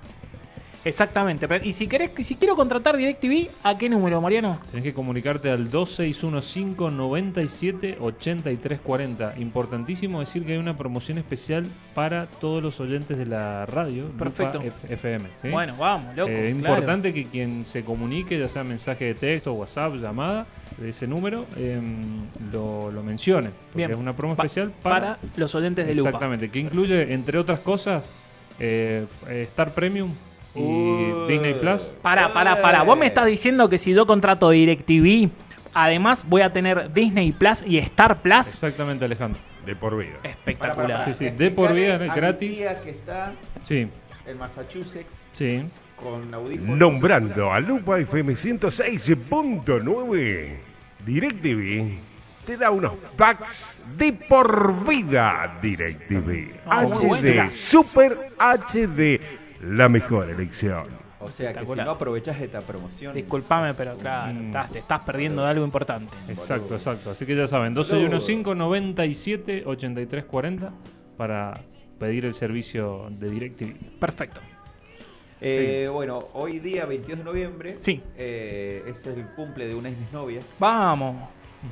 A: Exactamente. Pero- y si querés, si quiero contratar DirecTV, ¿a qué número, Mariano?
D: Tenés que comunicarte al 2615 97 83 40. Importantísimo decir que hay una promoción especial para todos los oyentes de la radio. Lupa
A: Perfecto.
D: F- FM. ¿sí?
A: Bueno, vamos, loco.
D: Eh, es
A: claro.
D: importante que quien se comunique, ya sea mensaje de texto, WhatsApp, llamada, de ese número, eh, lo, lo mencione. Porque
A: Bien.
D: es una promo
A: Pa-
D: especial para.
A: para, los oyentes de Lupa.
D: Exactamente, que incluye, entre otras cosas, eh, f- eh, Star Premium y
B: Uh.
D: Disney Plus.
A: Pará, pará, pará. Vos me estás diciendo que si yo contrato DirecTV, además voy a tener Disney Plus y Star Plus.
D: Exactamente, Alejandro.
E: De por vida.
A: Espectacular.
D: Sí, sí, de por vida,
B: Explicarle a
D: gratis.
B: mi tía que está
D: Sí,
B: en Massachusetts
D: sí.
B: con audífonos.
E: Nombrando a Lupa FM 106.9, DirecTV te da unos packs de por vida. DirecTV
A: Ah,
E: HD,
A: muy bueno.
E: Super HD, la mejor elección.
B: O sea que si
A: Espectacular.
B: no aprovechás esta promoción.
A: Disculpame, pero claro,
D: Mm.
A: estás- te estás perdiendo de algo importante.
D: Exacto, exacto. Así que ya saben, 2615 97 83 40 para pedir el servicio de DirecTV.
A: Perfecto.
B: Eh, Bueno, hoy día, 22 de noviembre,
A: Sí.
B: eh, es el cumple de una de mis novias,
A: Vamos.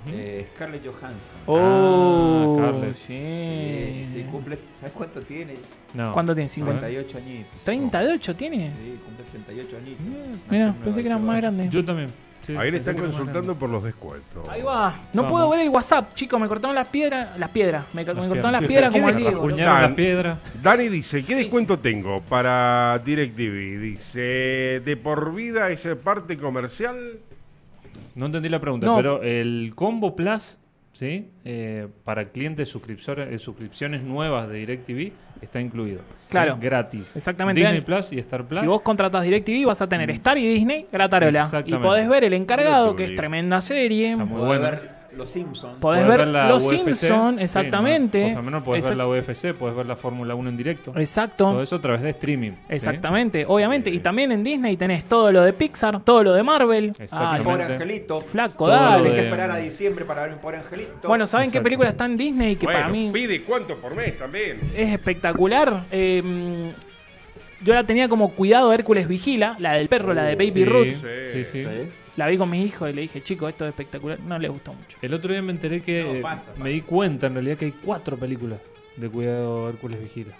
B: eh, Scarlett Johansson.
A: Oh,
D: Scarlett.
B: Sí,
A: sí.
B: sí, sí, cumple, ¿Sabes cuánto tiene?
D: No.
A: ¿Cuánto tiene? 50.
B: 58 añitos.
A: 38 tiene.
B: Sí, cumple 38 añitos.
A: Mira,
B: Nació en
A: pensé que
B: Nueva
A: eran más
B: York.
A: grandes.
D: Yo también. Sí,
E: Ahí
D: pensé
E: le están
D: que era más
E: consultando
D: grande.
E: por los descuentos.
A: Ahí va. No
D: Vamos.
A: puedo ver el WhatsApp, chicos. Me cortaron las piedras. Las piedras. Me, ca- me
D: Las
A: cortaron
D: piedras.
A: las piedras como el
E: ¿Quién
A: Diego.
E: rasguñó?
D: Acuñaron
E: Tan.
D: la piedra.
E: Dani dice, ¿qué descuento tengo para DirecTV? Dice, de por vida esa parte comercial.
D: No entendí la pregunta,
A: No.
D: pero el Combo Plus, ¿sí? Eh, para clientes suscriptores, eh, suscripciones nuevas de DirecTV está incluido.
A: Claro.
D: Es Gratis.
A: Exactamente.
D: Disney
A: Dan-
D: Plus y Star Plus.
A: Si vos contratás DirecTV vas a tener Star y Disney gratarola. Y
D: Mm. Exactamente.
A: podés ver El Encargado, que es
E: Está
A: tremenda serie.
D: Está muy
B: Podés
D: bueno.
B: ver Los Simpsons.
A: Podés ver Los Simpson, exactamente.
D: o sea, menos podés
A: Exact-
D: ver la UFC, podés ver la Fórmula 1 en directo. Todo
A: Exacto.
D: eso a través de streaming. ¿sí?
A: Exactamente, obviamente. Y también en Disney tenés todo lo de Pixar, todo lo de Marvel.
D: Exactamente.
A: Ah,
B: Pobre Angelito.
A: flaco,
D: Todo lo
A: dale.
B: Hay que
D: de-
B: esperar a diciembre para ver mi pobre Angelito.
A: Bueno, ¿saben qué
D: Exacto.
A: película está en Disney? Que
E: bueno,
A: para mí
E: pide cuánto por mes también.
A: es espectacular. Eh, yo la tenía como cuidado Hércules Vigila, la del perro, la de Baby
D: Sí,
A: Ruth.
D: Sí, sí.
C: ¿Sí?
A: La vi con mis hijos y le dije, chico, esto es espectacular. No les gustó mucho.
D: El otro día me enteré que
B: No,
D: eh,
B: pasa, pasa.
D: me di cuenta en realidad que hay cuatro películas de Cuidado Hércules Vigila.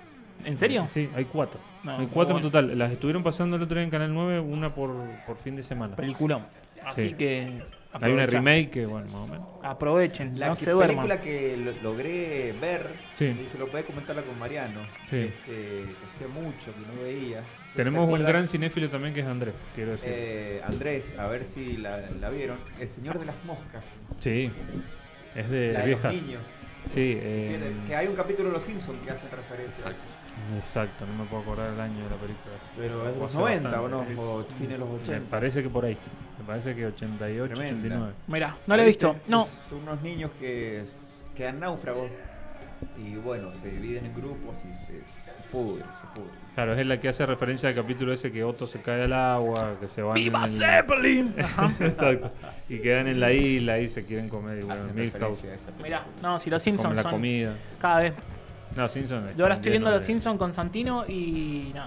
A: ¿En serio?
D: Sí, hay cuatro.
A: No,
D: hay cuatro
A: muy
D: en total. Las estuvieron pasando el otro día en Canal 9, una por, por fin de semana.
A: Peliculón. Así
D: Sí.
A: que.
D: Hay una
A: aprovecha-
D: remake que, bueno, más o menos.
A: Aprovechen,
B: La
A: no
B: que-
A: se duerman.
B: película que lo- logré ver,
D: Sí.
B: y dije, lo podés comentarla con Mariano,
D: Sí.
B: este, que hacía mucho que no veía. ¿Se- se
D: Tenemos un
B: acuerda?
D: gran cinéfilo también que es Andrés, quiero decir.
B: Eh, Andrés, a ver si la, la vieron. El Señor de las Moscas,
D: sí. Es de
B: la de
D: Eh, vieja.
B: los niños.
D: Sí,
B: Si
D: eh,
B: quieren, que hay un capítulo de Los Simpsons que hace referencia a eso.
D: Exacto, no me puedo acordar el año de la película.
B: Pero es de
D: Fue
B: los
D: hace
B: 90 o no,
D: bastante.
B: o fines de los
D: Me
B: 80.
D: parece que por ahí. Me parece que 88,
B: Tremenda.
D: 89.
A: Mirá, no la he visto. No.
B: Son unos niños que s- quedan náufragos y bueno, se dividen en grupos y se, se pudren, se pudren.
D: Claro, es la que hace referencia al capítulo ese que Otto se cae al agua, que se van.
A: ¡Viva
D: en el-
A: Zeppelin! Ajá.
D: Exacto. Y quedan en la isla y se quieren comer. Y bueno,
B: Hacen
D: Milhouse
B: referencia a esa película.
A: Mirá, no, si los
D: come
A: Simpsons
D: la
A: son
D: comida.
A: cada vez.
D: No, Simpson.
A: Yo ahora estoy viendo Los
D: Simpsons
A: Simpsons con Santino y. No.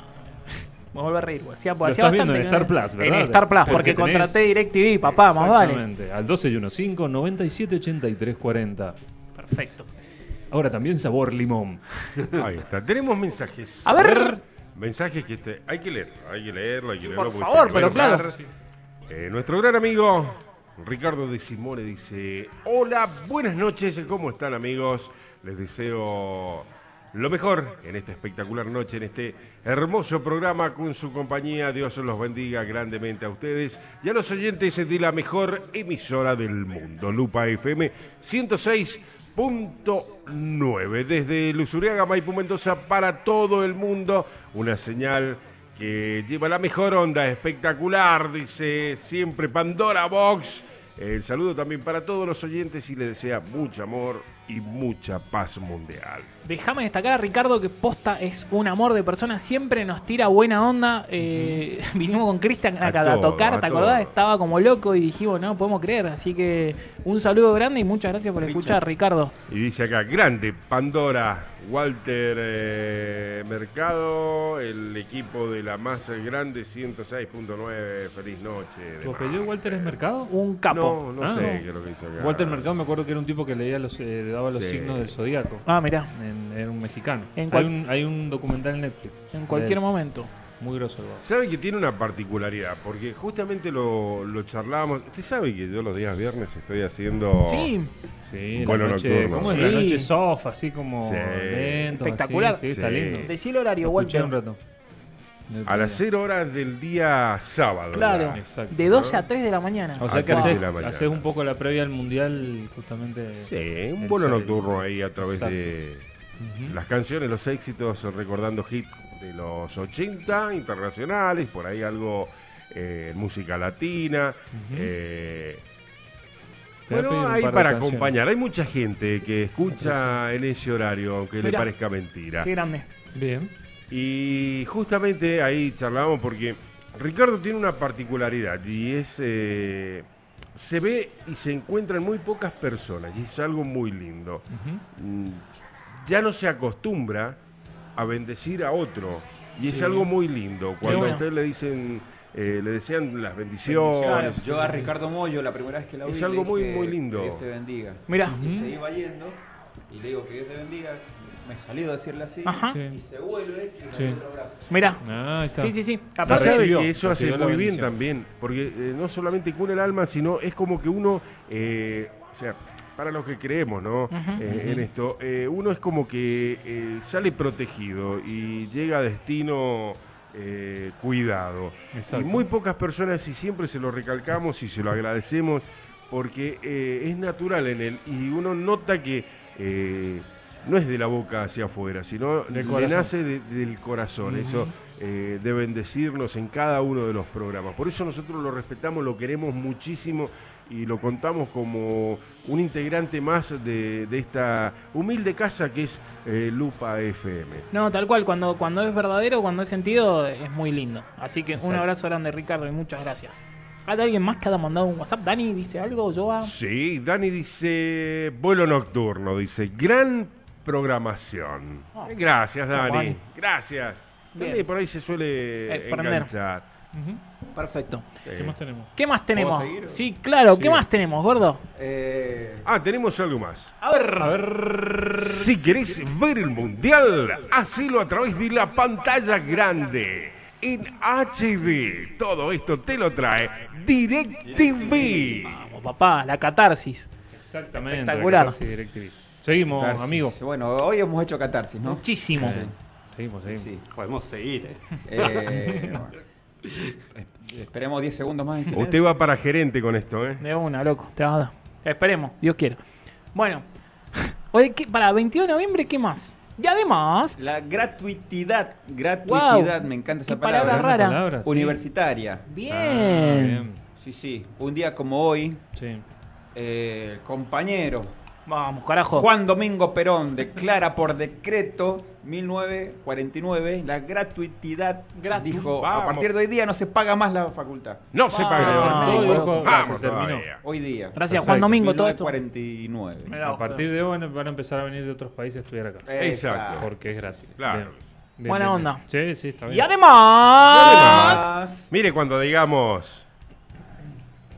A: Me vuelvo a reír, güey. Hacía,
D: Lo
A: hacía
D: estás viendo
A: bastante
D: en
A: que no-
D: Star Plus, ¿verdad?
A: En Star Plus,
D: Porque
A: porque,
D: tenés-
A: contraté DirecTV, papá, más vale.
D: Exactamente. Al 1215 97 83 40.
A: Perfecto.
D: Ahora también sabor limón.
E: Ahí está, tenemos mensajes.
A: A ver.
E: Mensajes que este- hay que leer, hay que leerlo, hay que leerlo.
A: por
E: porque
A: favor,
E: se
A: pero
E: le va a
A: claro.
E: enojar. Eh, nuestro gran amigo Ricardo de Simone dice: Hola, buenas noches, ¿cómo están, amigos? Les deseo lo mejor en esta espectacular noche, en este hermoso programa con su compañía. Dios los bendiga grandemente a ustedes y a los oyentes de la mejor emisora del mundo, Lupa FM 106.9, desde Luzuriaga, Maipú, Mendoza, para todo el mundo, una señal que lleva la mejor onda, espectacular, dice siempre Pandora Box. El saludo también para todos los oyentes y les desea mucho amor y mucha paz mundial.
A: Déjame destacar a Ricardo que Posta es un amor de persona, siempre nos tira buena onda. Eh, vinimos con Cristian
E: A
A: acá a,
E: todo,
A: tocar,
E: a
A: ¿te acordás?
E: todo.
A: Estaba como loco y dijimos, no, podemos creer. Así que un saludo grande y muchas gracias por escuchar, Ricardo.
E: Y dice acá, grande Pandora, Walter eh, Mercado, el equipo de la más grande 106.9, feliz noche.
D: ¿Tu
E: demás.
D: apellido Walter es Mercado?
A: Un capo.
E: No, no
D: Ah,
E: sé
D: no.
E: qué es lo que hizo acá.
D: Walter Mercado me acuerdo que era un tipo que leía los, eh, le daba los
E: Sí.
D: signos del zodiaco.
A: Ah, mirá,
D: En- Era un mexicano.
A: En
D: hay,
A: cual-
D: un, hay un documental en Netflix.
A: en cualquier
D: de él.
A: momento.
D: Muy grosso. el vago.
E: Sabe que tiene una particularidad, porque justamente lo, lo charlábamos. Usted sabe que yo los días viernes estoy haciendo.
D: Oh.
A: Sí,
D: Sí,
E: Vuelo
D: la noche,
E: nocturno.
D: ¿Cómo es
A: Sí.
D: la noche soft? Así como
E: Sí.
D: lento,
A: Espectacular.
D: así, sí, está
E: Sí.
D: lindo.
E: Lo
A: decí el horario,
D: Lo escuché un
A: Walter.
D: rato.
E: A las 0 horas del día sábado.
A: Claro,
E: ya.
D: Exacto.
A: de 12 a 3 de la mañana.
D: O
E: a
D: sea que
E: las
D: haces,
E: de la mañana.
D: haces un poco la previa al mundial justamente.
E: Sí, un
D: El
E: vuelo
D: sábado.
E: nocturno ahí a través de las canciones, los éxitos, recordando hits de los 80 internacionales, por ahí algo eh, música latina. eh,
D: Te voy a pedir
E: bueno,
D: un
E: ahí
D: par de
E: para
D: canciones.
E: acompañar. Hay mucha gente que escucha en ese horario, aunque le
A: Mirá.
E: parezca mentira.
A: Qué grande.
D: Bien.
E: Y justamente ahí charlábamos porque Ricardo tiene una particularidad y es. eh, se ve y se encuentran muy pocas personas y es algo muy lindo. Mm, Ya no se acostumbra a bendecir a otro y es
D: Sí.
E: algo muy lindo. Cuando
A: bueno.
E: a usted le dicen. eh, le desean las bendiciones.
A: Claro.
B: Yo a Ricardo Mollo, la primera vez que la vi,
E: Es
B: le
E: algo muy,
B: dije,
E: muy lindo.
B: Que Dios te bendiga.
A: Mirá,
B: Y se iba yendo y le digo que Dios te bendiga. Me salió a decirle así.
A: Ajá.
D: Sí.
B: Y se vuelve y me
D: Sí.
B: da otro abrazo.
A: mirá.
D: Ah, ahí está.
A: Sí, sí, sí.
E: Pero
A: Aparte,
E: sabe
D: recibió,
E: que eso hace
D: recibió la
E: muy bien
D: bendición.
E: también, porque eh, no solamente cura el alma, sino es como que uno, eh, o sea, para los que creemos, ¿no? Eh, En esto, eh, uno es como que eh, sale protegido y llega a destino eh, cuidado.
D: Exacto.
E: Y muy pocas personas, y siempre se lo recalcamos y se lo agradecemos, porque eh, es natural en él y uno nota que. eh, no es de la boca hacia afuera, sino
D: Del
E: le
D: corazón.
E: nace nace de- del corazón, eso eh, de bendecirnos en cada uno de los programas. Por eso nosotros lo respetamos, lo queremos muchísimo y lo contamos como un integrante más de, de esta humilde casa que es eh, Lupa FM.
A: No, tal cual, cuando, cuando es verdadero, cuando es sentido, es muy lindo. Así que un
D: Exacto.
A: abrazo grande, Ricardo, y muchas gracias. ¿Hay alguien más que ha mandado un WhatsApp? ¿Dani dice algo? ¿Yo a...
E: Sí, Dani dice, vuelo nocturno, dice, gran programación.
A: Ah.
E: Gracias,
A: Dani.
E: Dani. Gracias.
A: Bien.
E: Dani por ahí se suele
A: Eh, prender.
E: enganchar.
D: Ujú.
A: Perfecto.
E: Sí.
D: ¿Qué más tenemos?
A: ¿Qué más tenemos?
B: seguir?
A: Sí, claro, ¿qué
D: Sí.
A: más tenemos, gordo?
B: Eh,
E: Ah, tenemos algo más.
A: A ver,
D: A ver.
E: Si querés ver el mundial, hacelo a través de la pantalla grande. En HD. Todo esto te lo trae DirecTV.
A: vamos, papá, la catarsis.
D: Exactamente.
A: Espectacular.
D: la clase de DirecTV. Seguimos,
B: catarsis.
D: amigo.
B: Bueno, hoy hemos hecho catarsis, ¿no?
A: Muchísimo.
D: Seguimos, seguimos.
B: Sí.
C: Podemos seguir. eh.
B: Eh, bueno. Es- Esperemos 10 segundos más en silencio.
E: Usted va para gerente con esto, ¿eh?
A: De una, loco, te vas a dar. Esperemos, Dios quiera. Bueno, hoy, ¿qué- para 22 de noviembre, ¿qué más? Y además,
B: La gratuidad, gratuidad,
A: Wow.
B: me encanta esa
A: Qué palabra
B: palabra.
A: rara.
D: Palabras, sí.
B: Universitaria.
A: bien.
D: Ah, bien.
B: Sí, sí. Un día como hoy,
D: Sí.
B: eh, el compañero
A: Vamos, carajo.
B: Juan Domingo Perón declara por decreto 1949 la gratuidad.
A: Gratu-
B: Dijo, a
E: Vamos.
B: partir de hoy día no se paga más la facultad.
E: No se
A: Ah,
E: paga.
A: se terminó.
E: Vamos
D: Se terminó.
E: todavía.
B: Hoy día.
A: Gracias, Juan
D: Perfecto.
A: Domingo, todo esto.
B: 1949.
A: Mirá
D: A
A: vos.
D: partir de hoy van a- van a empezar a venir de otros países a estudiar acá.
E: Exacto.
D: Porque es gratis.
E: Claro.
D: Bien.
A: Buena onda.
D: Sí, sí, está bien.
A: Y además,
B: Más.
E: Mire cuando digamos.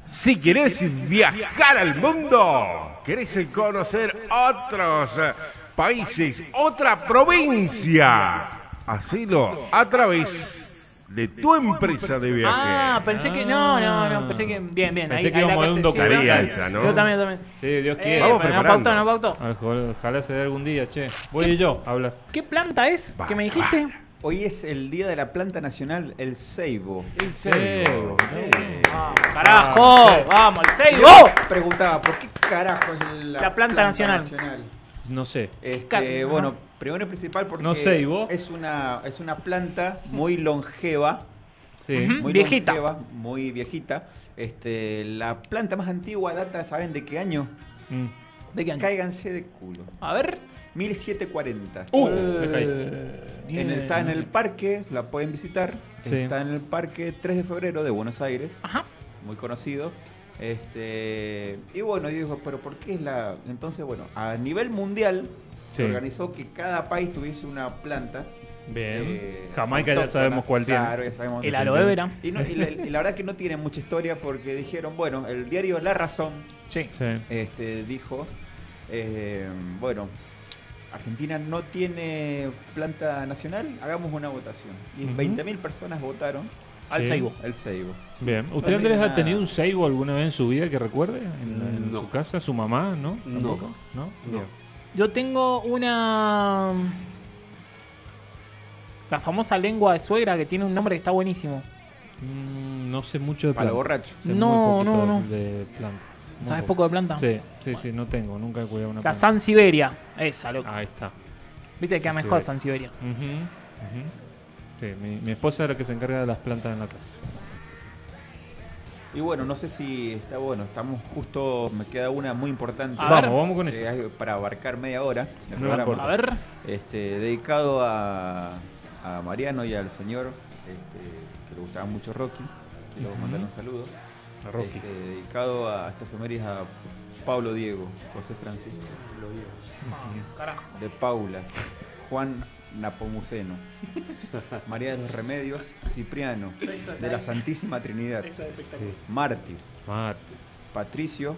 E: Si querés viajar al mundo, querés conocer otros eh, países, otra provincia, Hacelo a través de tu empresa de viaje.
A: Ah, pensé que. No, no, no. Pensé que. Bien, bien.
D: Ah. Pensé
A: ahí-
D: que
A: ahí la
D: íbamos a un
A: cosa- sí,
E: documental.
A: yo también,
E: Alianza, ¿no?
A: Yo también, yo también.
D: Sí, Dios
A: Eh,
D: quiere.
E: Vamos
A: pero no
E: preparando.
A: pautó, no pautó.
D: Ojalá- Ojalá se dé algún día, che. Voy yo a hablar.
A: ¿Qué planta es que me dijiste?
B: Hoy es el día de la planta nacional, el ceibo.
D: Ah.
A: Vamos, Ah, carajo. Vamos, el Seibo.
B: Preguntaba, ¿por qué carajo es la,
A: planta nacional.
D: No sé.
B: Este,
A: Cal-
B: bueno,
A: Ajá.
B: primero y principal porque
D: No sé, ¿y vos?
B: es una es una planta muy longeva,
D: Sí.
A: Ujú.
B: muy
A: Viejita.
B: longeva, muy viejita. Este, la planta más antigua data, ¿saben de qué año?
D: Mm.
A: ¿De qué año?
B: Cáiganse de culo.
A: A ver.
B: 1740.
D: Uh,
A: Eh,
D: me caí.
B: En el- está en el parque, la pueden visitar.
D: Sí.
B: Está en el parque 3 de febrero de Buenos Aires.
A: Ajá.
B: muy conocido. Este, y bueno, yo digo, pero ¿por qué es la...? Entonces, bueno, a nivel mundial
D: Sí.
B: se organizó que cada país tuviese una planta.
D: Bien.
B: eh,
D: Jamaica ya
B: autóctona.
D: sabemos cuál tiene.
B: Claro, ya sabemos.
A: El aloe vera.
B: Y, no- y la, y la verdad que no tiene mucha historia porque dijeron, bueno, el diario La Razón
A: Sí.
D: Sí.
B: este, dijo, eh, bueno, Argentina no tiene planta nacional, hagamos una votación. Y
D: Ujú.
B: 20.000 personas votaron
A: Al
D: Sí.
A: Seibo.
B: el Seibo.
D: Bien. ¿Usted,
B: No
D: Andrés,
B: tiene
D: ha
B: nada. Mm,
D: tenido un seibo alguna vez en su vida que recuerde? ¿En, la- en
C: No.
D: su casa? ¿Su mamá? ¿No?
C: No.
D: ¿Tampoco? ¿No?
C: No.
A: Yo tengo una. La famosa lengua de suegra que tiene un nombre que está buenísimo.
D: Mm, no sé mucho de
B: Para
D: planta.
B: borracho.
D: Sé muy
A: No,
D: poquito
A: no, no.
D: De planta. Muy
A: ¿Sabes poco de planta?
D: Sí, sí, sí, no Ah, tengo. Nunca he cuidado una
A: La
D: planta.
A: San Siberia. Esa, loco.
D: Ahí está.
A: Viste que queda mejor San Siberia.
D: Ujú, ujú. Sí, mi, mi esposa es la que se encarga de las plantas en la casa.
B: Y bueno, no sé si está bueno, estamos justo, me queda una muy importante
A: A
D: vamos,
A: ver.
D: vamos con
B: eh,
D: eso.
B: algo para abarcar media hora. de
D: No
B: programa.
D: importa.
A: A ver.
B: Este, dedicado a, a Mariano y al señor, este, que le gustaba mucho Rocky. Quiero mandar un saludo. Este, dedicado a esta efeméride a Pablo Diego, José Francisco,
A: Carajo.
B: de Paula, Juan Napomuceno, María de los Remedios, Cipriano, de la Santísima Trinidad, Mártir,
D: Mate,
B: Patricio,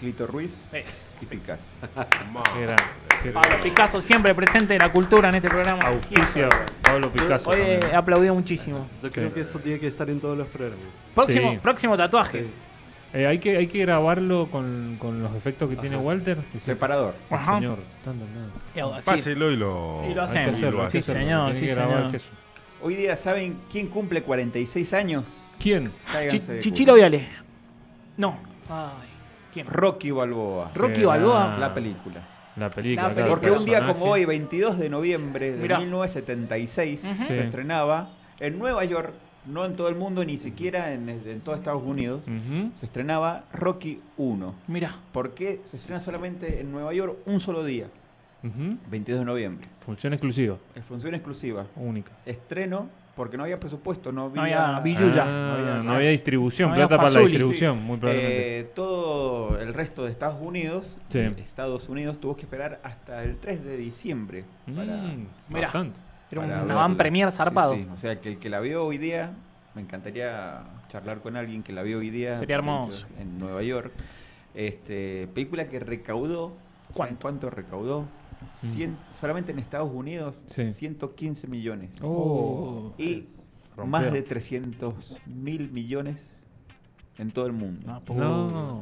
B: Clito Ruiz
A: Es.
B: y Picasso.
D: qué grande, qué grande.
A: Pablo Picasso siempre presente en la cultura en este programa.
D: Auspicia
A: Siempre.
D: Pablo Picasso.
A: Hoy eh,
D: también.
A: he aplaudido muchísimo.
C: Yo creo que eso tiene que estar en todos los programas.
A: Próximo,
D: Sí.
A: próximo tatuaje.
D: Eh, hay, que, hay que grabarlo con, con los efectos que tiene Walter. Dice,
B: Separador.
D: "El
A: Ajá.
D: señor. tan, tan, tan".
A: Y algo así.
E: Páselo
A: Y
E: y lo,
A: lo
D: Hay que
A: hacemos.
D: hacerlo, hay
E: Sí,
D: que hacerlo,
A: señor,
D: tiene
A: sí,
D: que grabar
A: señor.
D: Jesús.
B: Hoy día, ¿saben quién cumple 46 años?
D: ¿Quién?
B: Cáiganse
A: Chi-
B: de culo.
A: Chichilo Viale. No. Ay, ¿Quién?
B: Rocky Balboa.
A: Rocky
D: Era-
A: Balboa.
B: La película.
D: La película.
A: La
D: claro,
A: película.
D: el
B: Porque un día
D: personaje.
B: como hoy, 22 de noviembre de
A: Mirá.
B: 1976,
A: Ujú.
D: Sí.
B: se estrenaba en Nueva York, no en todo el mundo, ni siquiera en, en todo Estados Unidos,
D: Ujú.
B: se estrenaba Rocky 1.
A: Mira.
B: ¿Por qué se estrena solamente en Nueva York un solo día?
D: Ujú.
B: 22 de noviembre.
D: Función exclusiva,
B: Es función exclusiva.
D: única.
B: Estreno porque no había presupuesto, no
A: No
B: había...
A: había billulla.
D: Ah,
B: había-
D: no había distribución,
A: no había
D: plata para la
A: fazuli.
D: distribución, muy probablemente.
B: Eh, todo el resto de Estados Unidos,
D: Sí.
B: Estados Unidos tuvo que esperar hasta el 3 de diciembre para,
D: Mm,
A: Mirá.
D: bastante.
A: Era
B: para
A: un
B: verla.
A: van premier
B: Sí,
A: zarpado.
B: sí. O sea, que el que la vio hoy día, me encantaría charlar con alguien que la vio hoy día
A: Sería hermoso.
B: en Nueva York. Este, película que recaudó,
A: ¿Cuánto?
B: ¿cuánto, cuánto recaudó? Cien- solamente en Estados Unidos,
D: Mm. Sí.
B: 115 millones.
D: Oh.
B: Y
D: Rompió.
B: más de 300 mil millones en todo el mundo.
A: Ah, puta.
D: No.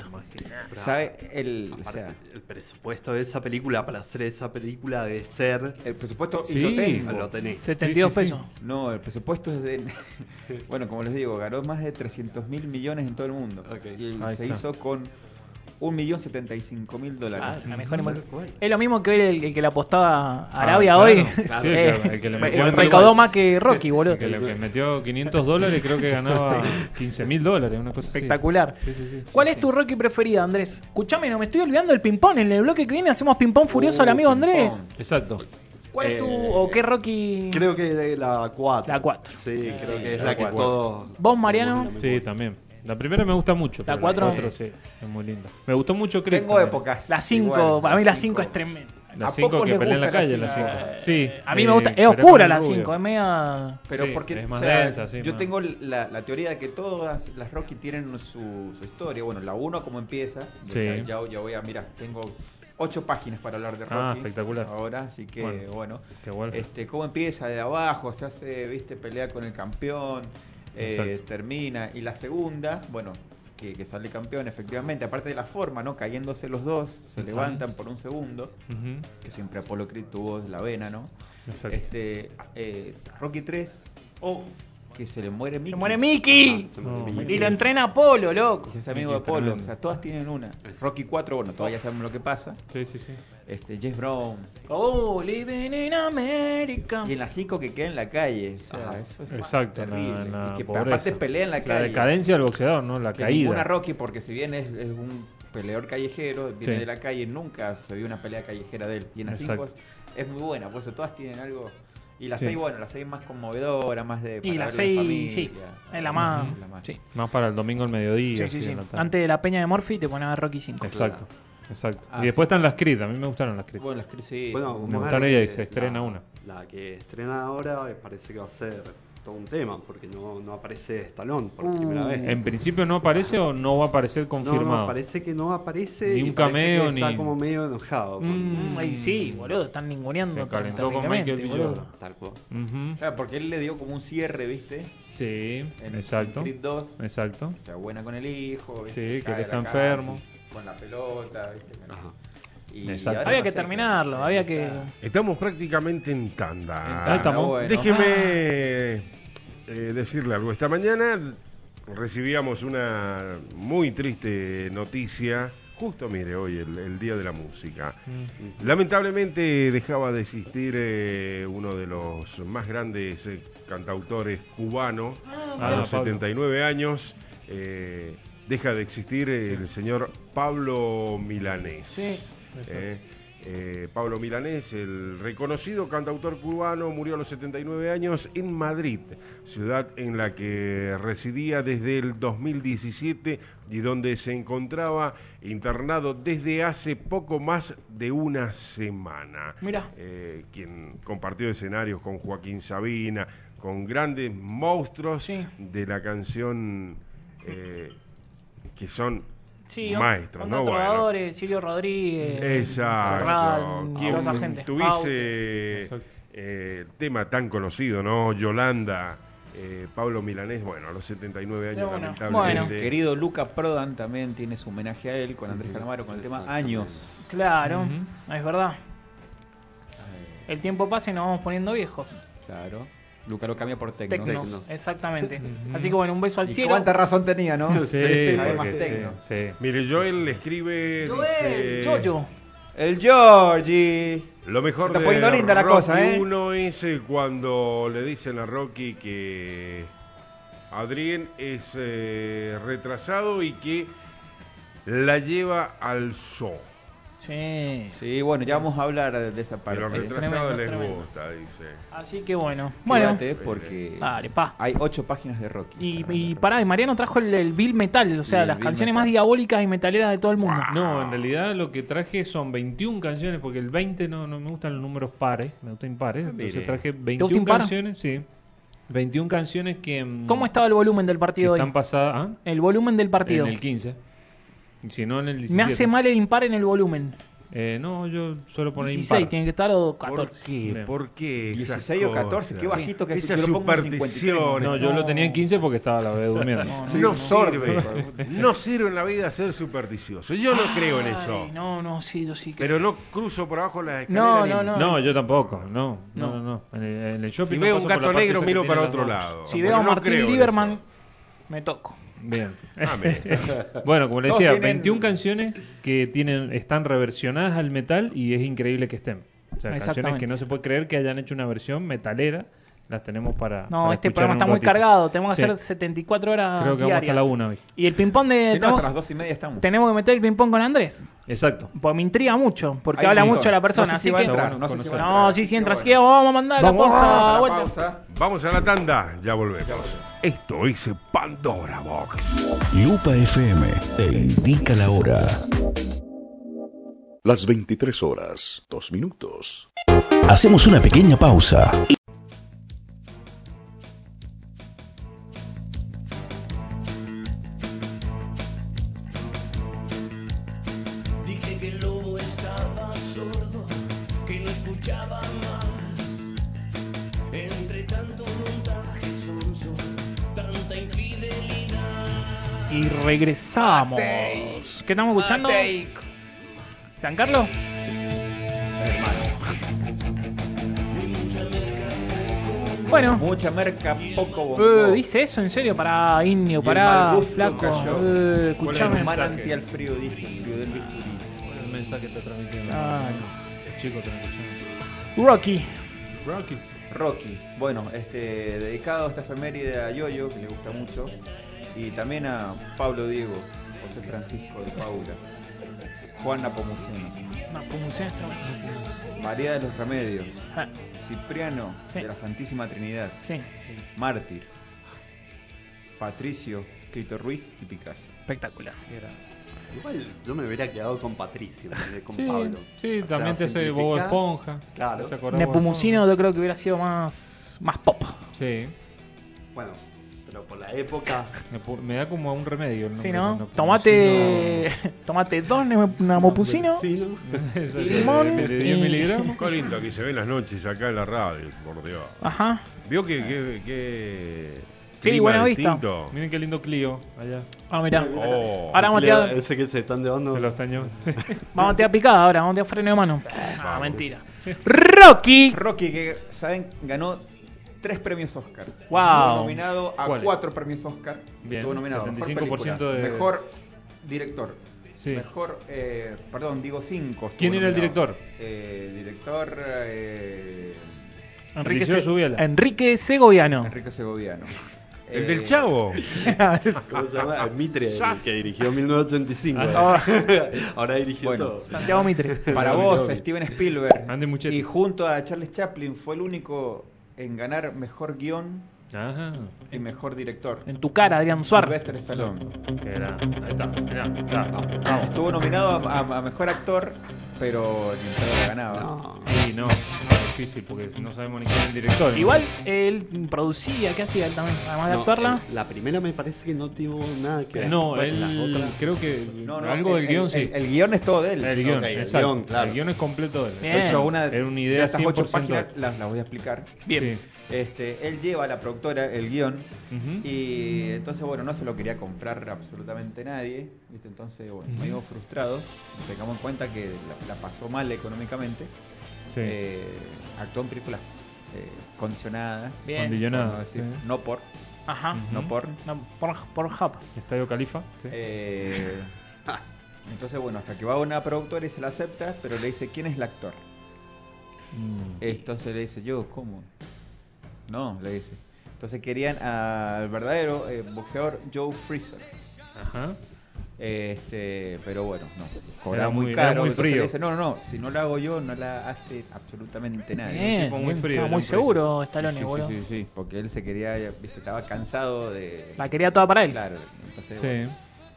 B: ¿Sabe? El, o
C: Aparte,
B: sea,
C: el presupuesto de esa película para hacer esa película de ser.
B: el presupuesto y
D: Sí.
B: lo tengo.
C: Lo tenés.
A: 72
D: Sí, sí, sí.
A: pesos.
B: No, el presupuesto es de. bueno, como les digo, ganó más de 300 mil millones en todo el mundo.
C: Ok.
B: Y él
D: Ahí
B: se
D: está.
B: hizo con 1.075.000
A: Ah,
B: dólares.
A: la mejor
C: Tal
A: inver-
C: cual.
A: Es lo mismo que hoy el, el que le apostaba a Arabia
D: Ah, claro,
A: hoy.
D: claro,
A: Eh,
D: claro, el que le
A: eh,
D: metió en
A: recaudó
D: rival.
A: más que Rocky, boludo.
D: Que le que metió 500 dólares, creo que ganaba 15 mil dólares, una cosa así.
A: Espectacular.
D: Sí, sí, sí.
A: ¿Cuál es tu Rocky preferida, Andrés? Escuchame, no me estoy olvidando del ping-pong. En el bloque que viene hacemos ping-pong furioso
B: Uh,
A: al amigo
B: ping pong.
A: Andrés.
D: Exacto.
A: ¿Cuál es tu o qué Rocky?
C: Creo que la 4.
A: La cuatro.
C: Sí, creo
B: Sí,
C: que es
B: la
C: la que
B: cuatro.
C: todos.
A: ¿Vos, Mariano?
D: Sí, también. La primera me gusta mucho. pero
A: cuatro?
D: La 4 sí, es muy linda. Me gustó mucho Chris.
B: Tengo
D: también.
B: épocas.
A: La 5,
B: igual,
A: para mí la 5
B: cinco.
A: es tremenda.
D: La
B: ¿A
D: 5
B: pocos
D: que
B: les
D: pelea en la
B: gusta la
D: calle, la
B: cinco?
D: 5. Sí.
A: A mí me
D: eh,
A: gusta, es
D: pero
A: oscura
D: con
A: la
D: rubio.
A: 5, es media...
B: Pero
D: Sí,
B: porque
D: es más
B: o sea,
D: densa, sí,
B: yo
D: más-
B: tengo la, la teoría de que todas las Rocky tienen su, su historia. Bueno, la 1 como empieza.
D: Sí.
B: Ya, ya voy a, mira, tengo ocho páginas para hablar de Rocky.
D: Ah, espectacular.
B: Ahora, así que
D: Bueno.
B: bueno.
D: Qué bueno.
B: Este, ¿Cómo empieza? De abajo, se hace, viste, pelea con el campeón, eh,
D: Exacto.
B: termina. Y la segunda, bueno, que, que sale campeón, efectivamente. Aparte de la forma, ¿no? Cayéndose los dos, se levantan por un segundo.
D: Ujú,
B: Que siempre Apolo Creed tuvo la vena, ¿no?
D: Exacto.
B: Este, eh, Rocky 3 o que se le muere Mickey.
A: Se muere Mickey.
D: No,
A: Y lo entrena Apolo, loco.
B: Es amigo de
D: Mickey,
B: Apolo. O
D: tremendo.
B: sea, todas tienen una. Rocky 4, bueno, todavía sabemos lo que pasa.
D: Sí, sí, sí.
B: Este, Jess Brown.
A: Oh, living in America.
B: Y en la 5 que queda en la calle. O sea, eso es
D: Exacto, en la-
B: terrible.
D: en la
B: y que
D: pobreza.
B: aparte pelea en la
D: La
B: calle.
D: decadencia del boxeador, ¿no? La
B: Que
D: caída.
B: Ninguna Rocky, porque si bien es, es un peleador callejero, viene
D: Sí.
B: de la calle, nunca se vio una pelea callejera de él. Y en la 5 es,
D: Exacto.
B: es muy buena, por eso todas tienen algo. Y la
D: Sí.
B: 6, bueno, la 6 más conmovedora, más de. para
A: la
B: verla en
A: seis,
B: familia.
A: sí, es la más-
B: Ujú, la más.
A: Sí.
D: Más para el domingo al mediodía.
A: Sí,
D: así
A: sí, sí.
D: en la tarde.
A: Antes de la peña de Murphy te ponía Rocky 5.
D: Exacto, exacto.
B: Ah,
D: y después están las Creed, a mí me gustaron las Creed.
B: Bueno, las crisis.
C: Bueno,
D: Me
C: vamos a
D: gustaron
C: ver
D: ellas y
C: que
D: se estrena
C: la-
D: una.
C: La que estrena ahora eh, parece que va a ser todo un tema, porque no, no aparece Stallone por primera vez.
D: Uh. En principio no aparece o no va a aparecer
C: No,
D: confirmado.
C: no, parece que no aparece.
D: Ni un
C: y parece que
D: cameo,
C: Está
D: ni-
C: como medio enojado. con-
D: Mm.
A: Ay, sí, boludo, están ninguneando.
D: Se calentó con Michael B.
A: boludo.
D: Jordan.
C: Tal cual.
D: Ujú.
B: Claro, porque él le dio como un cierre, ¿viste?
D: Sí,
B: En
D: exacto.
B: en Creed 2.
D: Exacto.
B: O sea, buena con el hijo.
D: Sí,
B: ¿viste?
D: que
B: Cae
D: él está
B: la casa,
D: enfermo.
B: Con la pelota, ¿viste?
C: Ajá.
B: Y
D: Exacto.
B: ahora
A: Había
B: no
A: que
B: sé,
A: terminarlo,
B: no sé,
A: había
B: está-
A: que.
B: en
E: Estamos prácticamente en tanda.
B: tanda,
D: estamos.
B: bueno.
E: Déjeme eh, decirle algo. Esta mañana recibíamos una muy triste noticia. Justo, mire, hoy, el, el Día de la Música.
D: Mm.
E: Lamentablemente dejaba de existir eh, uno de los más grandes eh, cantautores cubanos a
D: Ah,
E: los
D: Pablo.
E: 79 años. eh, deja de existir eh, el señor Pablo Milanés. Eh, eh, Pablo Milanés, el reconocido cantautor cubano, murió a los 79 años en Madrid, ciudad en la que residía desde el 2017 y donde se encontraba internado desde hace poco más de una semana.
A: Mirá.
E: Eh, quien compartió escenarios con Joaquín Sabina, con grandes monstruos
A: Sí.
E: de la canción eh, que son
A: Sí,
E: maestros,
A: onda
E: ¿no? Bueno.
A: trovadores, Silvio Rodríguez.
E: Exacto.
A: Serrat, toda esa
E: Quien
A: gente. Paute.
E: tuviese
D: Exacto.
E: eh, el tema tan conocido, ¿no? Yolanda, eh, Pablo Milanés, bueno, a los 79 años,
A: De una.
E: lamentablemente.
B: El querido Luca Prodan también tiene su homenaje a él con Andrés Calamaro con el tema
C: Exactamente.
B: Años.
A: Claro,
D: Ujú.
A: es verdad. El tiempo pasa y nos vamos poniendo viejos.
B: Claro. Luca lo cambia por Tecnos.
A: Tecnos,
C: Tecnos.
A: exactamente. Así que bueno, un beso al
B: Y
A: cielo.
B: cuánta razón tenía, ¿no?
D: Sí,
B: Además,
D: porque sí,
B: tecno.
D: sí.
E: Mire, Joel le escribe.
A: Joel,
E: dice,
A: Joyo.
B: El Georgie.
E: Lo mejor
B: Se está
E: de
B: poniendo linda la
E: Rocky
B: cosa, ¿eh?
E: Uno es eh, cuando le dicen a Rocky que Adrien es eh, retrasado y que la lleva al zoo.
A: Sí.
B: Sí, bueno, ya vamos a hablar de esa
E: Pero
B: parte.
A: retra-
E: retrasado
A: tremendo,
E: les
A: tremendo.
E: gusta, dice.
A: Así que bueno. Bueno,
B: Quédate, porque
A: dale, pa.
B: hay ocho páginas de Rocky.
A: Y, y pará, y Mariano trajo el, el Bill Metal, o sea,
B: El
A: las
B: Bill
A: canciones
B: Metal.
A: más diabólicas y metaleras de todo el mundo.
D: No, en realidad lo que traje son 21 canciones, porque el 20 no, no me gustan los números pares, me gustan impares.
E: mire.
D: Entonces traje
A: gusta
D: 21
A: impar?
D: canciones, sí. 21 canciones que, mm,
A: ¿Cómo estaba el volumen del
D: que
A: partido hoy?
D: están pasadas ¿ah?
A: El volumen del partido.
D: en el 15. Y si no, en el 17.
A: Me hace mal el impar en el volumen.
D: Eh, no, yo suelo poner
A: 16
D: impar.
A: tiene que estar o
E: ¿Por
A: 14.
E: qué?
D: Bien.
E: ¿Por qué? esas
B: 16 o 14, qué
E: cosas?
B: bajito que
E: Esas
B: yo lo pongo en 53.
E: supersticiones.
D: No, yo lo tenía en 15 porque estaba la vez durmiendo.
E: Sí, no sirve. No sirve en la vida ser supersticioso. Yo no creo en eso.
A: Ay, no, no, sí, yo sí que.
E: Pero no cruzo por abajo las
A: No,
E: escaleras. ni-
A: no, no.
D: No, yo tampoco. No, no,
A: No.
D: no. no. En, el, en el shopping
E: Si
D: no
E: veo
D: paso
E: un
D: por la
E: gato
D: parte
E: negro,
D: esa que
E: miro
D: tiene
E: para
D: las
E: otro
D: dos.
E: lado.
A: si
E: Porque
A: veo a
E: no creo
A: Martín
E: en
A: Lieberman,
E: eso.
A: me toco.
D: Bien.
E: Amén.
D: Bueno, como le
B: Todos
D: decía,
B: tienen-
D: 21 canciones que tienen están reversionadas al metal y es increíble que estén. O sea, canciones
A: Exactamente.
D: que no se puede creer que hayan hecho una versión metalera. Las tenemos para.
A: No,
D: para
A: este
D: escuchar
A: programa
D: un
A: está muy
D: ratito.
A: cargado. Tenemos que
D: Sí.
A: hacer 74 horas.
D: Creo que vamos hasta
A: diarias.
D: la una hoy.
A: Y el ping-pong de.
B: Si no,
A: tenemos,
B: hasta las dos y media estamos.
A: tenemos que meter el ping-pong con Andrés.
D: Exacto.
A: Pues me intriga mucho, porque
B: Ahí
A: habla
B: sí.
A: mucho la persona.
B: No sé si
A: así
B: va a
A: que.
B: entrar,
D: Bueno,
B: no sé si
D: con
B: va a
A: No,
B: entrar.
A: sí, sí entra. Así
B: Bueno,
A: que vamos a mandar la
D: Vamos a
A: pausa.
B: vamos a la
A: vuelta.
B: pausa.
E: Vamos a la tanda, ya volvemos. Esto es Pandora Box.
F: Lupa FM te indica la hora.
G: Las 23 horas, 2 minutos.
F: Hacemos una pequeña pausa. y-
I: Dije que el lobo estaba
A: y regresamos. ¿Qué estamos escuchando? ¿San Carlos? Bueno,
B: Mucha merca, poco
A: eh,
B: bombón.
A: dice eso en serio para Indio,
B: el
A: para
B: mal gusto
A: Flaco.
B: cayó.
A: Eh,
B: ¿Cuál es el
A: escuchame.
B: manantial al frío dijo, frío del bisturí.
D: El mensaje está transmitiendo.
A: Ah, no.
D: Los chicos están escuchando.
A: Rocky.
D: Rocky.
B: Rocky, bueno, este, dedicado a esta efeméride a Yoyo, que le gusta mucho, y también a Pablo Diego, José Francisco de Paula, Juana Pomuceno,
A: No, como sea, está-
B: María de los Remedios,
A: Ah,
B: Cipriano
A: Sí.
B: de la Santísima Trinidad,
A: sí,
B: Mártir, Patricio, Quito Ruiz y Picasso.
A: espectacular.
C: Igual yo me hubiera quedado con Patricio, en vez de con
D: Sí,
C: Pablo.
D: sí
C: O
D: también
C: sea,
D: te hace Bobo
C: simplifica.
D: Esponja.
C: Claro.
D: te hace acordar Bobo
A: Nepomucino yo creo que hubiera sido más, más pop.
D: Esponja. Sí.
C: Bueno, pero por la época.
D: Nepo- Me da como un remedio el
A: Sí,
D: nombre de
A: ¿no?
D: Nepomucino.
A: Tomate, tomate dos nemo- nemopucino.
C: Sí, ¿no?
D: Eso,
A: Limón
D: de- de
A: y-
D: 10 miligramos.
E: Qué lindo que se ven las noches acá en la radio, por Dios.
A: Ajá.
E: Vio que. que, que
A: Sí,
E: clima
A: buena vista.
E: distinto?
D: Miren qué lindo Clio allá.
A: Ah, mirá.
E: Oh,
A: Ahora vamos a
C: Leo,
A: tirar,
C: Ese que se están
D: Se
C: llevando.
D: los tañó.
A: vamos a tirar picada ahora, vamos a tirar freno de mano. Ah, mentira. Rocky.
B: Rocky, que saben, ganó tres premios Oscar.
A: Wow.
B: Estuvo nominado a
D: ¿Cuáles?
B: cuatro premios Oscar.
D: Bien,
B: Estuvo nominado a mejor
D: 75%
B: película,
D: de-
B: Mejor director.
D: Sí.
B: Mejor, eh, perdón, digo cinco. estuvo
D: ¿Quién era el
B: nominado.
D: director?
B: Eh, director eh,
A: Enrique,
D: Eliseo
A: Se-
D: Subiela.
A: Enrique Segoviano.
B: Enrique Segoviano.
E: el
B: Eh,
E: del Chavo.
C: ¿Cómo se llama? El Mitre, el que dirigió 1985.
D: Ah,
C: Ahora dirigió
B: Bueno.
C: todo.
A: Santiago Mitre.
B: Para
C: Robin,
B: vos,
C: Robin.
B: Steven Spielberg.
D: Andy Muschietti.
B: y junto a Charles Chaplin fue el único en ganar mejor guión
D: Ajá.
B: y mejor director.
A: En tu cara, Adrián Suárez.
B: Sylvester Stallone.
D: Qué grande. Ahí está. Mirá, está. Vamos.
B: Estuvo nominado a, a- a mejor actor, pero ni siquiera ganaba.
D: Sí, no. Es difícil porque no sabemos ni quién es el director. ¿no?
A: Igual él producía, ¿qué hacía él también? Además de
C: No,
A: actuarla.
C: eh, la primera me parece que no tuvo nada que ver.
D: Eh, No,
C: Bueno,
D: él.
C: las otras-
D: Creo que.
B: No, no,
D: algo
B: el-
D: del guión,
B: el,
D: sí.
B: El, el guión es todo de él.
D: El guión,
C: Ok, el
D: exacto.
C: guión, claro.
D: El guión es completo de él.
A: Bien.
B: De hecho, una,
D: Era una idea
B: de estas ocho
D: 100%
B: páginas las, las voy a explicar.
D: Bien.
B: Este, él lleva a la productora el guión
D: Ujú.
B: y entonces, bueno, no se lo quería comprar absolutamente nadie. ¿viste? Entonces, bueno, medio frustrado. Tengamos en cuenta que la, la pasó mal económicamente.
D: Sí.
B: Eh, actuó en películas eh, condicionadas.
A: Bien.
D: Condillonado,
B: por no decir,
D: sí.
B: no por,
A: Ajá.
D: Ujú.
B: no por.
A: No, por, por Hub.
D: Estadio Califa. sí.
B: Eh, entonces, bueno, hasta que va una productora y se la acepta, pero le dice, ¿quién es el actor?
D: Mm.
B: Entonces le dice, yo, ¿cómo? No, le dice. Entonces querían al verdadero eh, boxeador Joe Freezer.
D: Ajá.
B: Este, pero bueno, no. Cobraba
D: Era
B: muy,
D: muy- era
B: caro.
D: muy
B: entonces
D: frío.
B: Le dice, no, no, no, si no la hago yo, no la hace absolutamente nadie.
A: Bien,
D: tipo muy
A: bien,
D: frío,
A: estaba
D: era
A: muy
D: un
A: seguro
B: Sí,
A: Stallone,
B: sí,
A: boludo.
B: sí, sí, porque él se quería, viste, estaba cansado de...
A: La quería toda para él.
B: Claro, entonces... bueno,
D: Sí.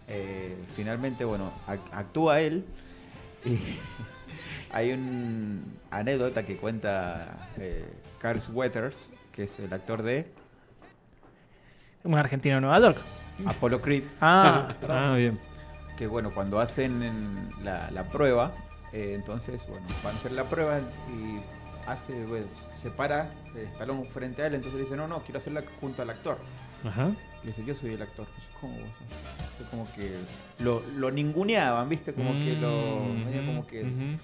B: eh, finalmente, bueno, ac- actúa él. Y hay una anécdota que cuenta eh, Carl Weathers, que es el actor de
A: Un argentino de Nueva York.
B: Apollo Creed,
A: Ah,
D: Ah, bien.
B: que bueno, cuando hacen en la, la prueba, eh, entonces, bueno, van a hacer la prueba y hace, pues, se para eh, Stallone frente a él, entonces le dice, no, no, quiero hacerla junto al actor.
D: Ajá.
B: Le dice, yo soy el actor. ¿Cómo vos sos? Entonces, como que lo, lo ninguneaban, ¿viste? Como que lo... medio como que...
D: Mm, Ujú.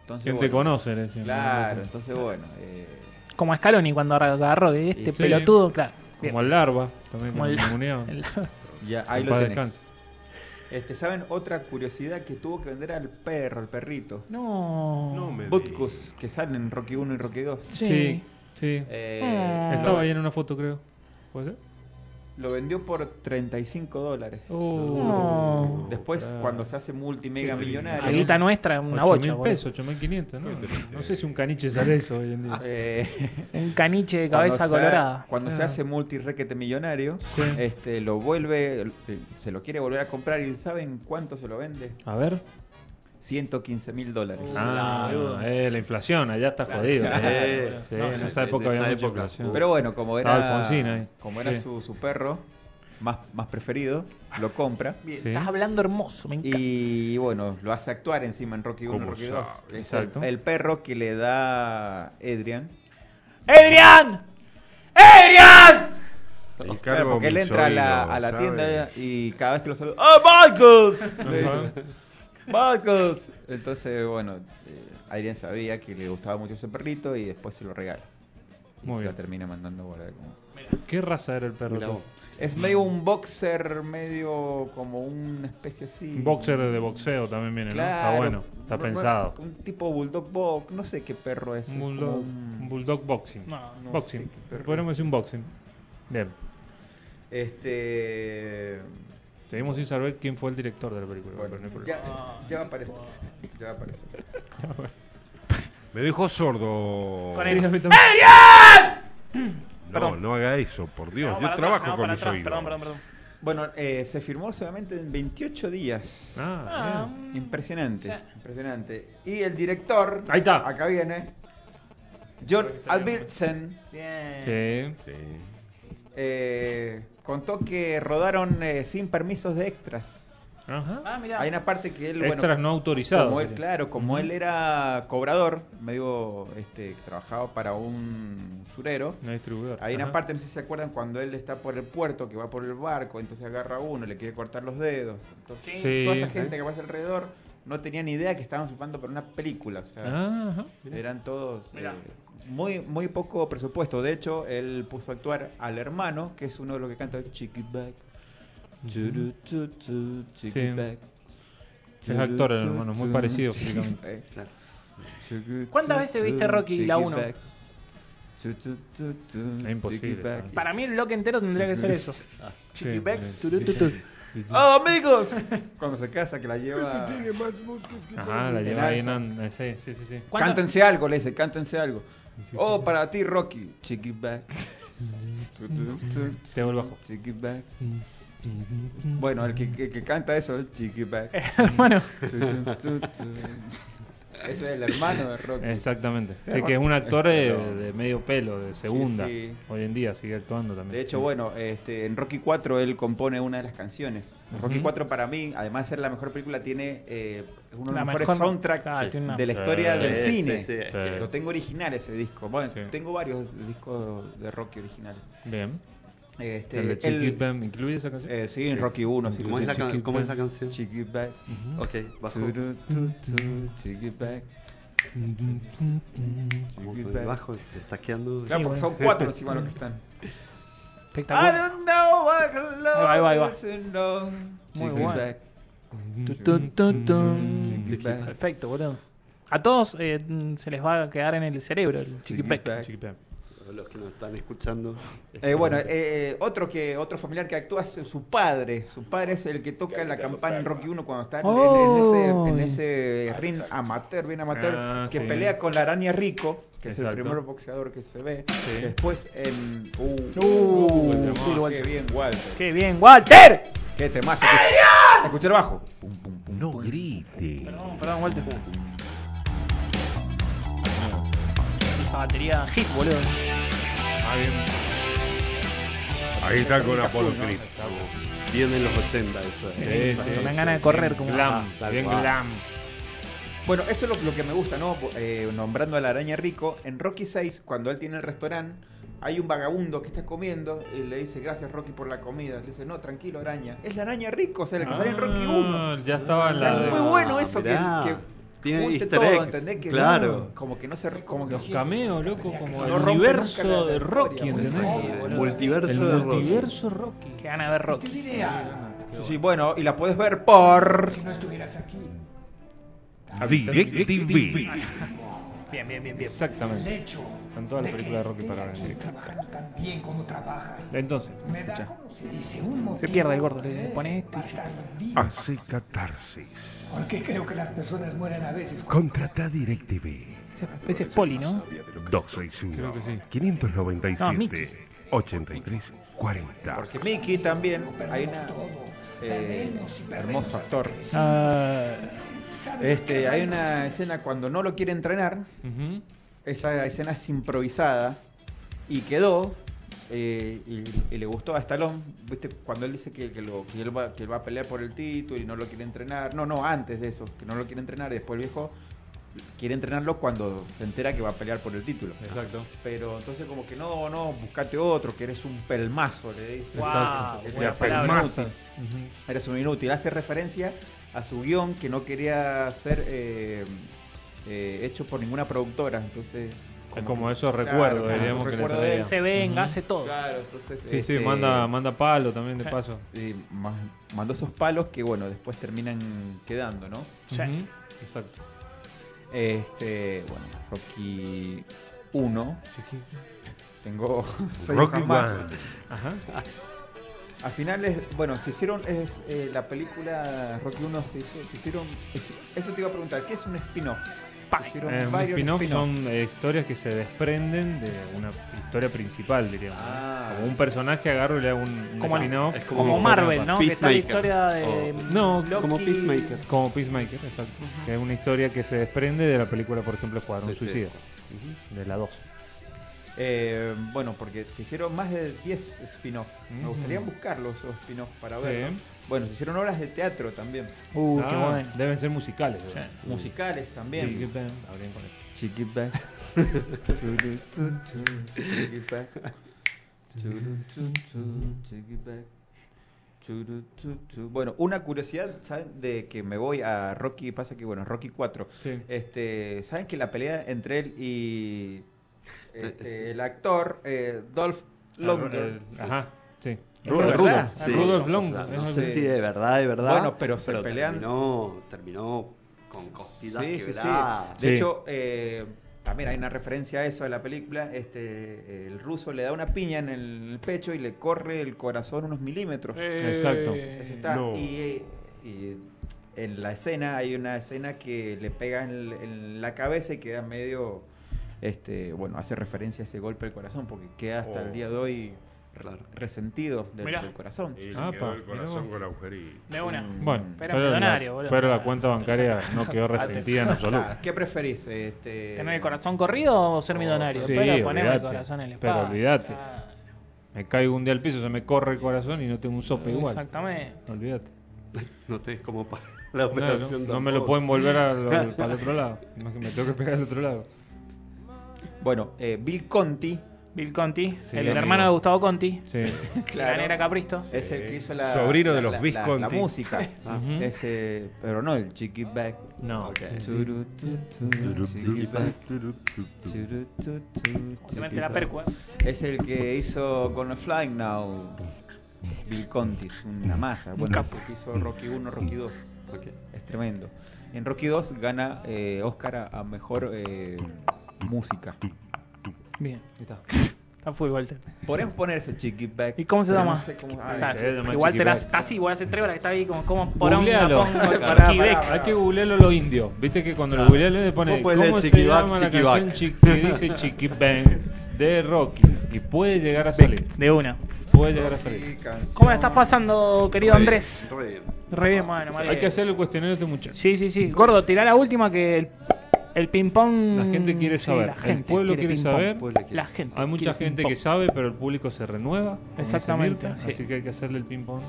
B: Entonces,
D: ¿Quién te
B: bueno,
D: conoce? le decían.
B: Claro, entonces bueno. eh,
A: como Scaloni cuando agarró eh, este
B: Y sí.
A: pelotudo, claro. Bien.
D: Como al larva. También
A: Como
D: como
A: el-
D: el
A: el-
B: ya ahí
D: En
B: lo
D: paz
B: tenés.
D: descanse.
B: Este, ¿Saben otra curiosidad que tuvo que vender al perro, al perrito?
A: No.
E: No me
B: Butkus, que salen en Rocky 1 y Rocky 2.
A: Sí.
D: Sí. Sí.
B: Eh,
A: Ah.
D: Estaba ahí en una foto, creo. ¿Puede ser?
B: Lo vendió por 35 dólares.
A: Uh, No.
B: Después,
D: claro.
B: cuando se hace multimega
A: La
B: millonario.
A: guita nuestra, una bocha,
D: 8.000
A: boludo.
D: pesos, 8.500, ¿no? No sé si un caniche sale eso hoy en día.
B: eh,
A: Un caniche de
B: cuando
A: cabeza
B: se ha-
A: colorada.
B: cuando se
D: Claro.
B: hace multi-requete millonario,
D: Sí.
B: este, lo vuelve, se lo quiere volver a comprar y ¿saben cuánto se lo vende?
D: A ver.
B: 115 mil dólares.
D: Ah, no, eh, la inflación allá está jodida.
C: Eh,
D: Sí,
C: no,
D: en
C: en
D: esa
C: esa
D: época había mucha
C: época.
D: inflación.
B: Pero bueno, como era,
D: Estaba Alfonsín ahí.
B: Como era
D: Sí.
B: su, su perro más, más preferido, lo compra.
A: Bien,
D: Sí.
A: Estás hablando hermoso, me encanta.
B: Y bueno, lo hace actuar encima en Rocky 1
E: Como
B: Rocky
E: sabe.
B: 2. Es el,
D: Exacto.
B: el perro que le da Adrian.
A: ¡Eh, ¡Adrián! ¡Adrián!
C: Ahí
E: cargo
B: porque él
E: mi
B: entra a la,
E: sobrino,
B: a la
E: ¿sabe?
B: tienda y cada vez que lo saluda, ¡Ah, Michaels! Le dice, ¡Michaels! Entonces, bueno, eh, Adrián sabía que le gustaba mucho ese perrito y después se lo regala. Y
D: Muy
B: se
D: bien.
B: lo termina mandando a guardar como-
D: ¿Qué raza era el perro?
C: Mirá vos.
B: Es medio un boxer, medio como una especie así.
D: Un boxer de boxeo también viene,
B: Claro.
D: ¿no? Está bueno, está
B: Ro- ro-
D: pensado.
B: Un tipo bulldog box, no sé qué perro es. es
D: Un
B: como
D: bulldog,
B: un-
D: un bulldog boxing.
A: No,
B: no
D: boxing.
B: sé qué perro.
D: Podemos decir un boxing. Bien.
B: Este.
D: Seguimos sin saber quién fue el director de la película.
B: Bueno,
D: pero no hay problema.
B: ya, ya va a aparecer. Ya va a aparecer.
E: Me dejó sordo.
A: Con
D: Sí,
A: el-
D: a mí también.
E: No,
A: Perdón.
E: no haga eso, por Dios.
A: No, para
E: Yo
A: atrás,
E: trabajo
A: no,
E: con
A: para
E: mis
A: atrás,
E: oídos.
A: Perdón, perdón, perdón.
B: Bueno, eh, se firmó solamente en 28 días.
D: Ah, bien.
A: mm,
B: Impresionante, impresionante. Y el director,
D: Ahí está.
B: acá viene, John Advilsen,
A: Bien.
D: Sí.
E: Sí.
B: eh, contó que rodaron eh, sin permisos de extras.
D: Ajá.
A: Ah, mirá.
B: Hay una parte que él, bueno,
D: Extras no autorizados.
B: Como él,
D: sería.
B: claro, como él era cobrador, medio este, trabajaba para un usurero.
D: No hay distribuidor.
B: Hay una
D: Ajá.
B: parte, no sé si se acuerdan, cuando él está por el puerto, que va por el barco, entonces agarra uno, le quiere cortar los dedos. Entonces,
D: Sí.
B: toda esa gente que pasa alrededor no tenía ni idea que estaban filmando por una película. O sea,
D: Ah, Ajá.
B: eran todos
A: Mirá.
B: eh, muy, muy poco presupuesto. De hecho, él puso a actuar al hermano, que es uno de los que canta Chicky Back. Churu, tu, tu, Chiqui
D: Sí.
B: Back.
D: Es actor, el hermano, muy parecido físicamente.
B: Eh,
C: Claro.
B: Chiqui,
A: ¿Cuántas
B: tu,
A: veces
B: tu,
A: viste Rocky la
B: Chiqui
A: uno?
B: Back. Tu, tu, tu, tu, Chiqui
D: imposible,
B: Back.
D: ¿sabes?
A: Para mí el bloque entero tendría que ser eso. Chiqui
D: Sí,
A: Beck,
D: bien.
A: turu, tu, tu. ¡Ah,
B: ¡Oh, amigos! Cuando se casa, que la lleva.
D: Ajá, la
B: En
D: lleva ahí en
B: alzas.
D: and- eh, Sí, sí, sí. sí.
A: ¿Cuántas-
B: Cántense algo, le dice, cántense algo. Oh, para ti, Rocky. Chiqui back.
D: Te vuelvo bajo.
B: Chiqui back. Bueno, el que, que- que canta eso es Chiqui back.
A: Hermano,
B: Ese es el hermano de Rocky.
D: Exactamente. Sí, que es un actor eh, de medio pelo, de segunda.
B: sí.
D: Hoy en día sigue actuando también.
B: De hecho,
D: Sí.
B: bueno, este, en Rocky 4 él compone una de las canciones. Rocky
D: Ujú.
B: 4 para mí, además de ser la mejor película, tiene eh, uno de
A: La
B: los mejores
A: mejor-
B: soundtracks
A: Ah, tiene una-
B: de la historia
D: Sí,
B: del
D: sí,
B: cine.
D: Sí.
B: Lo tengo original ese disco. Bueno,
D: Sí.
B: tengo varios discos de Rocky original.
D: Bien.
B: Este,
D: el de
B: él-
D: Chiqui Bam, ¿incluye esa canción?
B: eh, sí, en Rocky 1. Sí,
C: ¿Cómo es la, can- cómo es la canción?
B: Chiqui Back.
C: Ok, bajo.
B: Turu, tu, tu,
A: Mm.
B: Chiqui Back.
C: Como
B: Chiqui
C: con el
B: Back.
C: bajo, te estás quedando.
B: Claro, porque son cuatro encima los que están. I
A: espectacular.
B: don't know what love
A: Ahí va, ahí va.
B: is and no.
A: Muy
B: Chiqui
A: bueno.
B: Back.
A: Tu, tu, tu, tu.
B: Chiqui Back.
A: Perfecto, boludo. A todos eh, mm, se les va a quedar en el cerebro el
B: Chiqui
A: Chiqui Beck.
B: Back.
D: Chiqui Bam.
C: Los que nos están escuchando.
B: Eh, bueno, eh, eh, otro que otro familiar que actúa es su padre. Su padre es el que toca la campana en Rocky 1 cuando está en, en- en ese, en ese ring amateur, bien amateur,
D: Ah,
B: que
D: sí.
B: pelea con la araña Rico, que es
D: Exacto.
B: el primer boxeador que se ve.
D: Sí.
B: Después en. ¡Uh!
A: Uh,
B: qué bien, Walter!
A: ¡Qué bien, Walter!
B: ¡Qué temazo! Escucha- Escucha el bajo.
E: No grite.
A: Perdón, perdón, Walter. Esa batería hit, boludo.
D: Ah, bien.
E: Ahí está con Apolo
B: ¿no?
E: Creed.
C: Vienen los 80, eso.
D: Sí,
A: Sí,
D: sí,
A: me dan
D: sí.
A: ganas de correr como
D: Glam,
C: Ah,
D: bien
C: tal cual.
D: glam.
B: Bueno, eso es lo, lo que me gusta, ¿no? Eh, nombrando a la araña rico, en Rocky 6, cuando él tiene el restaurante, hay un vagabundo que está comiendo y le dice, gracias Rocky por la comida. Le dice, no, tranquilo araña. Es la araña rico, o sea, la que sale en Rocky 1.
D: Ah, Ya estaba
B: O
D: en
B: sea,
D: la
B: es
D: de
B: muy bueno eso
C: Ah, mirá.
B: que, que
C: Tiene
B: junte
C: easter
B: todo,
C: eggs,
B: ¿entendés? Que
C: claro.
B: no, como que no se... Como que
D: los cameos, loco, como
B: No
D: el
B: rompe nunca la-
D: universo
B: la
D: de Rocky,
B: historia,
D: ¿entendés?
B: boludo.
C: El Ah, multiverso
D: El
C: de Rocky.
D: multiverso Rocky.
A: Qué ganas de ver Rocky.
B: Sí, sí, bueno, y la puedes ver por...
E: DirecTV.
A: Bien, bien, bien, bien.
D: Exactamente. Están todas las películas de Rocky para ver. Entonces,
A: Se pierde el gordo, le pone esto y se-
E: Hace catarsis. Porque creo que las personas mueren a veces? Contrata DirecTV.
A: ese, ese es poli, ¿no?
E: 261.
D: Creo que sí.
E: 597.
A: No, Mickey.
E: 83. 40.
B: Porque Mickey también, hay una... eh, hermoso actor.
A: Ah,
B: Este, hay una escena cuando no lo quiere entrenar,
D: ujú.
B: esa escena es improvisada y quedó eh, y, y le gustó a Stallone, ¿viste? cuando él dice que, que lo- que él va, que él va a pelear por el título y no lo quiere entrenar, no, no, antes de eso, que no lo quiere entrenar y después el viejo quiere entrenarlo cuando se entera que va a pelear por el título.
I: Exacto.
B: Pero entonces como que no, no, buscate otro, que eres un pelmazo, le dice.
A: Wow,
B: Exacto.
A: buena
B: Eres un
A: palabra.
B: inútil. Eres un inútil. Hace referencia a su guión que no quería ser eh, eh, hecho por ninguna productora. Entonces...
D: Es como
B: que-
D: esos
B: claro,
D: recuerdos,
B: como
D: diríamos,
B: esos
D: que le
B: recuerdos
D: traía.
B: de ese-
A: Se venga, hace todo.
B: Claro, entonces...
D: Sí, sí,
B: este,
D: manda, manda palo también de paso.
B: eh, ma- mandó esos palos que, bueno, después terminan quedando, ¿no?
A: Sí.
D: Ujú, Exacto.
B: Este, bueno, Rocky 1. Tengo seis
E: Rocky
B: hojas más.
E: One.
D: Ajá.
B: Al final, es, bueno, se hicieron, es, eh, la película Rocky 1 se, hizo- se hicieron, es- eso te iba a preguntar, ¿qué es un spin-off? Se
A: Spy.
B: hicieron
D: Eh, un
B: varios
D: spin-off
B: spin-off.
D: son eh, historias que se desprenden de una historia principal, diríamos. ¿no?
B: Ah.
D: Como un personaje agarro y le hago un, un
A: Como-
D: spin-off.
I: es
A: Como Marvel, ¿no? Que está la
I: Peacemaker.
A: historia de.
D: No,
A: Loki.
C: Como Peacemaker.
D: Como Peacemaker, exacto. Que es una historia que se desprende de la película, por ejemplo, Escuadrón
I: Sí, sí.
D: Suicida. De la 2.
B: Eh, bueno, porque se hicieron más de 10 spin-off. Me gustaría buscarlos esos spin-off para
D: Sí.
B: verlos. Bueno, se hicieron obras de teatro también,
A: Uh, qué
D: Ah,
A: bueno.
D: Deben ser musicales.
B: musicales también.
D: Bien. Abrían con eso.
B: Chiquita. Chiquita. Bueno, una curiosidad, ¿saben? De que me voy a Rocky, pasa que bueno, Rocky 4.
D: Sí.
B: Este, ¿saben que la pelea entre él y este, el actor eh, Dolph Lundgren?
D: Ah, el- Ajá, sí.
B: Rudolf, ¿verdad?
D: Rudolf, Rudolf
C: O
D: Long.
C: sea,
D: es
C: no
D: el-
C: sé si de verdad, de verdad.
B: Bueno, pero se pelean-
C: Terminó, terminó con costillas
B: Sí, sí, sí.
C: quebradas.
D: Sí.
B: De hecho, eh, también hay una referencia a eso de la película. Este, el ruso le da una piña en el pecho y le corre el corazón unos milímetros.
A: Eh,
D: Exacto.
B: Eso está.
E: Eh, No.
B: Y, y en la escena hay una escena que le pega en, l- en la cabeza y queda medio, este, bueno, hace referencia a ese golpe al corazón porque queda hasta
E: Oh.
B: el día de hoy re-
C: Claro.
B: resentido del,
A: Mirá.
B: del corazón.
E: Y
D: Apa,
E: se quedó el
D: mirá
E: corazón
D: vos.
E: con agujerito.
A: De una.
D: Bueno,
A: Pero
D: pero,
A: millonario,
D: la,
A: boludo.
D: pero la cuenta bancaria no quedó
B: Ah, te-
D: resentida en absoluto.
B: Claro, ¿Qué preferís? Este,
A: ¿Tener el corazón corrido o ser millonario?
D: Oh, sí,
A: pero ponemos el
D: olvidate.
A: corazón en el
D: Pero
A: espalda.
D: olvidate.
A: Ah,
D: Me caigo un día al piso, se me corre el corazón y no tengo un sope igual.
A: Exactamente.
D: Olvídate.
C: No tenés como para la
D: Claro,
C: operación
D: no me lo
C: tampoco.
D: pueden volver al, al- para el otro lado. Más que me tengo que pegar al otro lado.
B: Bueno, eh, Bill Conti
A: Bill Conti,
D: Sí,
A: el
D: amigo.
A: hermano de Gustavo Conti,
D: Sí.
A: la negra Capristo.
B: Es el que hizo la.
E: Sobrino
B: la-
E: de los
B: la-
E: Viz
B: la-
E: Conti.
B: La música.
C: Ah.
D: Ujú.
B: Ese, pero no, el Chiqui Back.
D: No.
B: Churu, tu, tu, Chiqui Back. Churu, tu, tu,
A: Se
B: Chiqui
A: mete la
B: Back.
A: percua.
B: Es el que hizo con Flying Now. Bill Conti, es una masa. Bueno, es el que hizo Rocky 1, Rocky 2.
C: Ok.
B: Es tremendo. En Rocky 2 gana eh, Oscar a, a mejor eh, música.
A: Bien,
D: Ahí está.
A: está full Walter.
B: Podemos ponerse Chiqui Back.
A: ¿Y cómo se
B: pero
A: llama?
B: no sé cómo- ah,
A: Claro,
D: se llama
A: si Walter
D: Chiqui
A: hace- está así, igual hace tres horas que está ahí como, como por un
D: Googlealo.
A: Chiqui Beck.
D: Hay que googlearlo a los indios. Viste que cuando lo googleas le pone
C: Vos ponés
D: cómo se
C: Chiqui
D: llama
C: Back,
D: la
C: Chiqui
D: canción
C: Back".
D: Chiqui- que dice Chiqui Bang de Rocky. Y puede llegar a salir.
A: De una.
D: Puede llegar a salir.
A: ¿Cómo la estás pasando, querido
C: Re-
A: Andrés?
C: re bien.
A: Re bien, mano, vale.
D: Hay que hacerle el cuestionario a este muchacho.
A: Sí, sí, sí. Gordo, tirá la última que el, el ping-pong.
D: La gente quiere
A: Sí,
D: saber.
A: la
D: El
A: gente
D: pueblo quiere
A: ping-pong.
D: saber.
C: Pueblo que-
A: La gente.
D: Hay mucha
A: quiere
D: gente
A: ping-pong.
D: que sabe, pero el público se renueva. como dice
A: Exactamente,
D: Mirta,
A: sí.
D: Así que hay que hacerle el ping-pong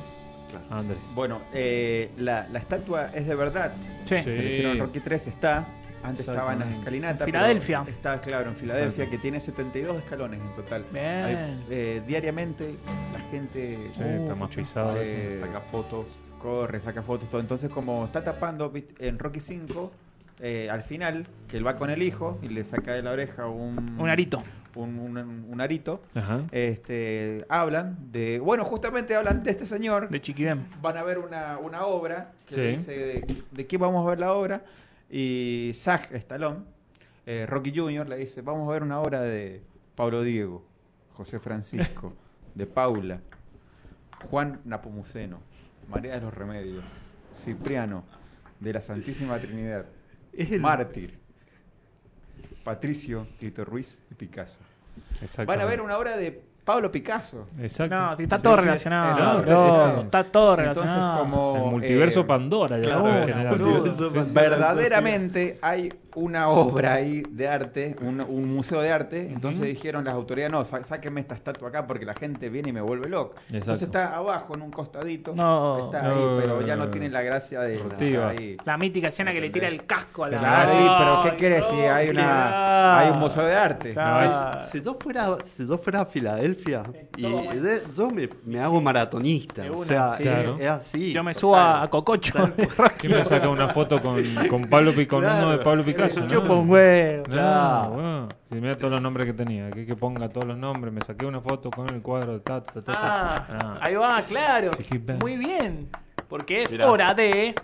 D: a Andrés.
B: Bueno, eh, la, la estatua es de verdad.
A: Sí.
D: Sí.
B: Se le hicieron en Rocky 3, está. Antes estaba en las
D: Exactamente.
B: escalinatas.
A: En
B: pero
A: Filadelfia.
B: Está, claro, en Filadelfia,
D: Exacto.
B: que tiene 72 escalones en total.
A: Bien.
B: eh, diariamente la gente
D: Sí,
A: Uh,
D: está más pisado. eso.
B: eh,
C: Saca fotos.
B: corre, saca fotos, todo. Entonces, como está tapando ¿viste? en Rocky 5, al final, que él va con el hijo y le saca de la oreja un,
A: Un arito.
B: Un, un- un arito.
D: Ajá.
B: Este, hablan de. Bueno, justamente hablan de este señor
A: De Chiquibem.
B: van a ver una, una obra que
D: Sí.
B: dice de, de qué vamos a ver la obra y Zach Stallone, eh, Rocky Jr. le dice, vamos a ver una obra de Pablo Diego, José Francisco, de Paula, Juan Napomuceno, María de los Remedios, Cipriano, de la Santísima Trinidad, Mártir, Patricio, Tito Ruiz y Picasso. Van a ver una obra de Pablo Picasso.
D: Exacto.
A: No, sí, está todo
B: Entonces,
A: relacionado.
D: no,
B: eh,
A: todo,
D: entonces-
A: está todo
B: Entonces,
A: relacionado.
B: como
D: el multiverso
B: eh,
D: Pandora ya
A: claro,
D: se
A: boludo.
D: genera.
A: Multiverso
D: Sí, sí, sí.
B: verdaderamente hay una obra ahí de arte, un, un museo de arte. Entonces dijeron las autoridades, no, sa- sáquenme esta estatua acá porque la gente viene y me vuelve loco. Entonces
D: Exacto.
B: está abajo en un costadito.
A: No.
B: Está ahí,
D: No.
B: pero ya no tiene la gracia de estar
D: Rotiva.
B: ahí.
A: La mítica escena que le tira el casco a la
B: Claro, sí, pero
A: Ay,
B: ¿qué querés si hay,
A: claro.
B: una, hay un museo de arte?
A: Claro.
C: Si yo fuera, si yo fuera a Filadelfia, y
A: Todo bueno.
C: de- yo me, me hago maratonista.
A: De
C: O
A: una,
C: sea,
A: sí.
C: es,
D: Claro.
C: es así.
A: Yo me subo a, a Cococho.
D: ¿Quién me saca una foto con, con Pablo Picasso?
C: Claro.
D: de Pablo Picasso. ¿no?
A: Chupa un huevo.
D: No,
C: Claro.
D: bueno. Si mira todos los nombres que tenía, que, que ponga todos los nombres. Me saqué una foto con el cuadro de ta, ta, ta, ta.
A: Ah,
D: Ah.
A: ahí va, claro.
D: Chiquita.
A: Muy bien. Porque es
C: Mirá.
A: hora de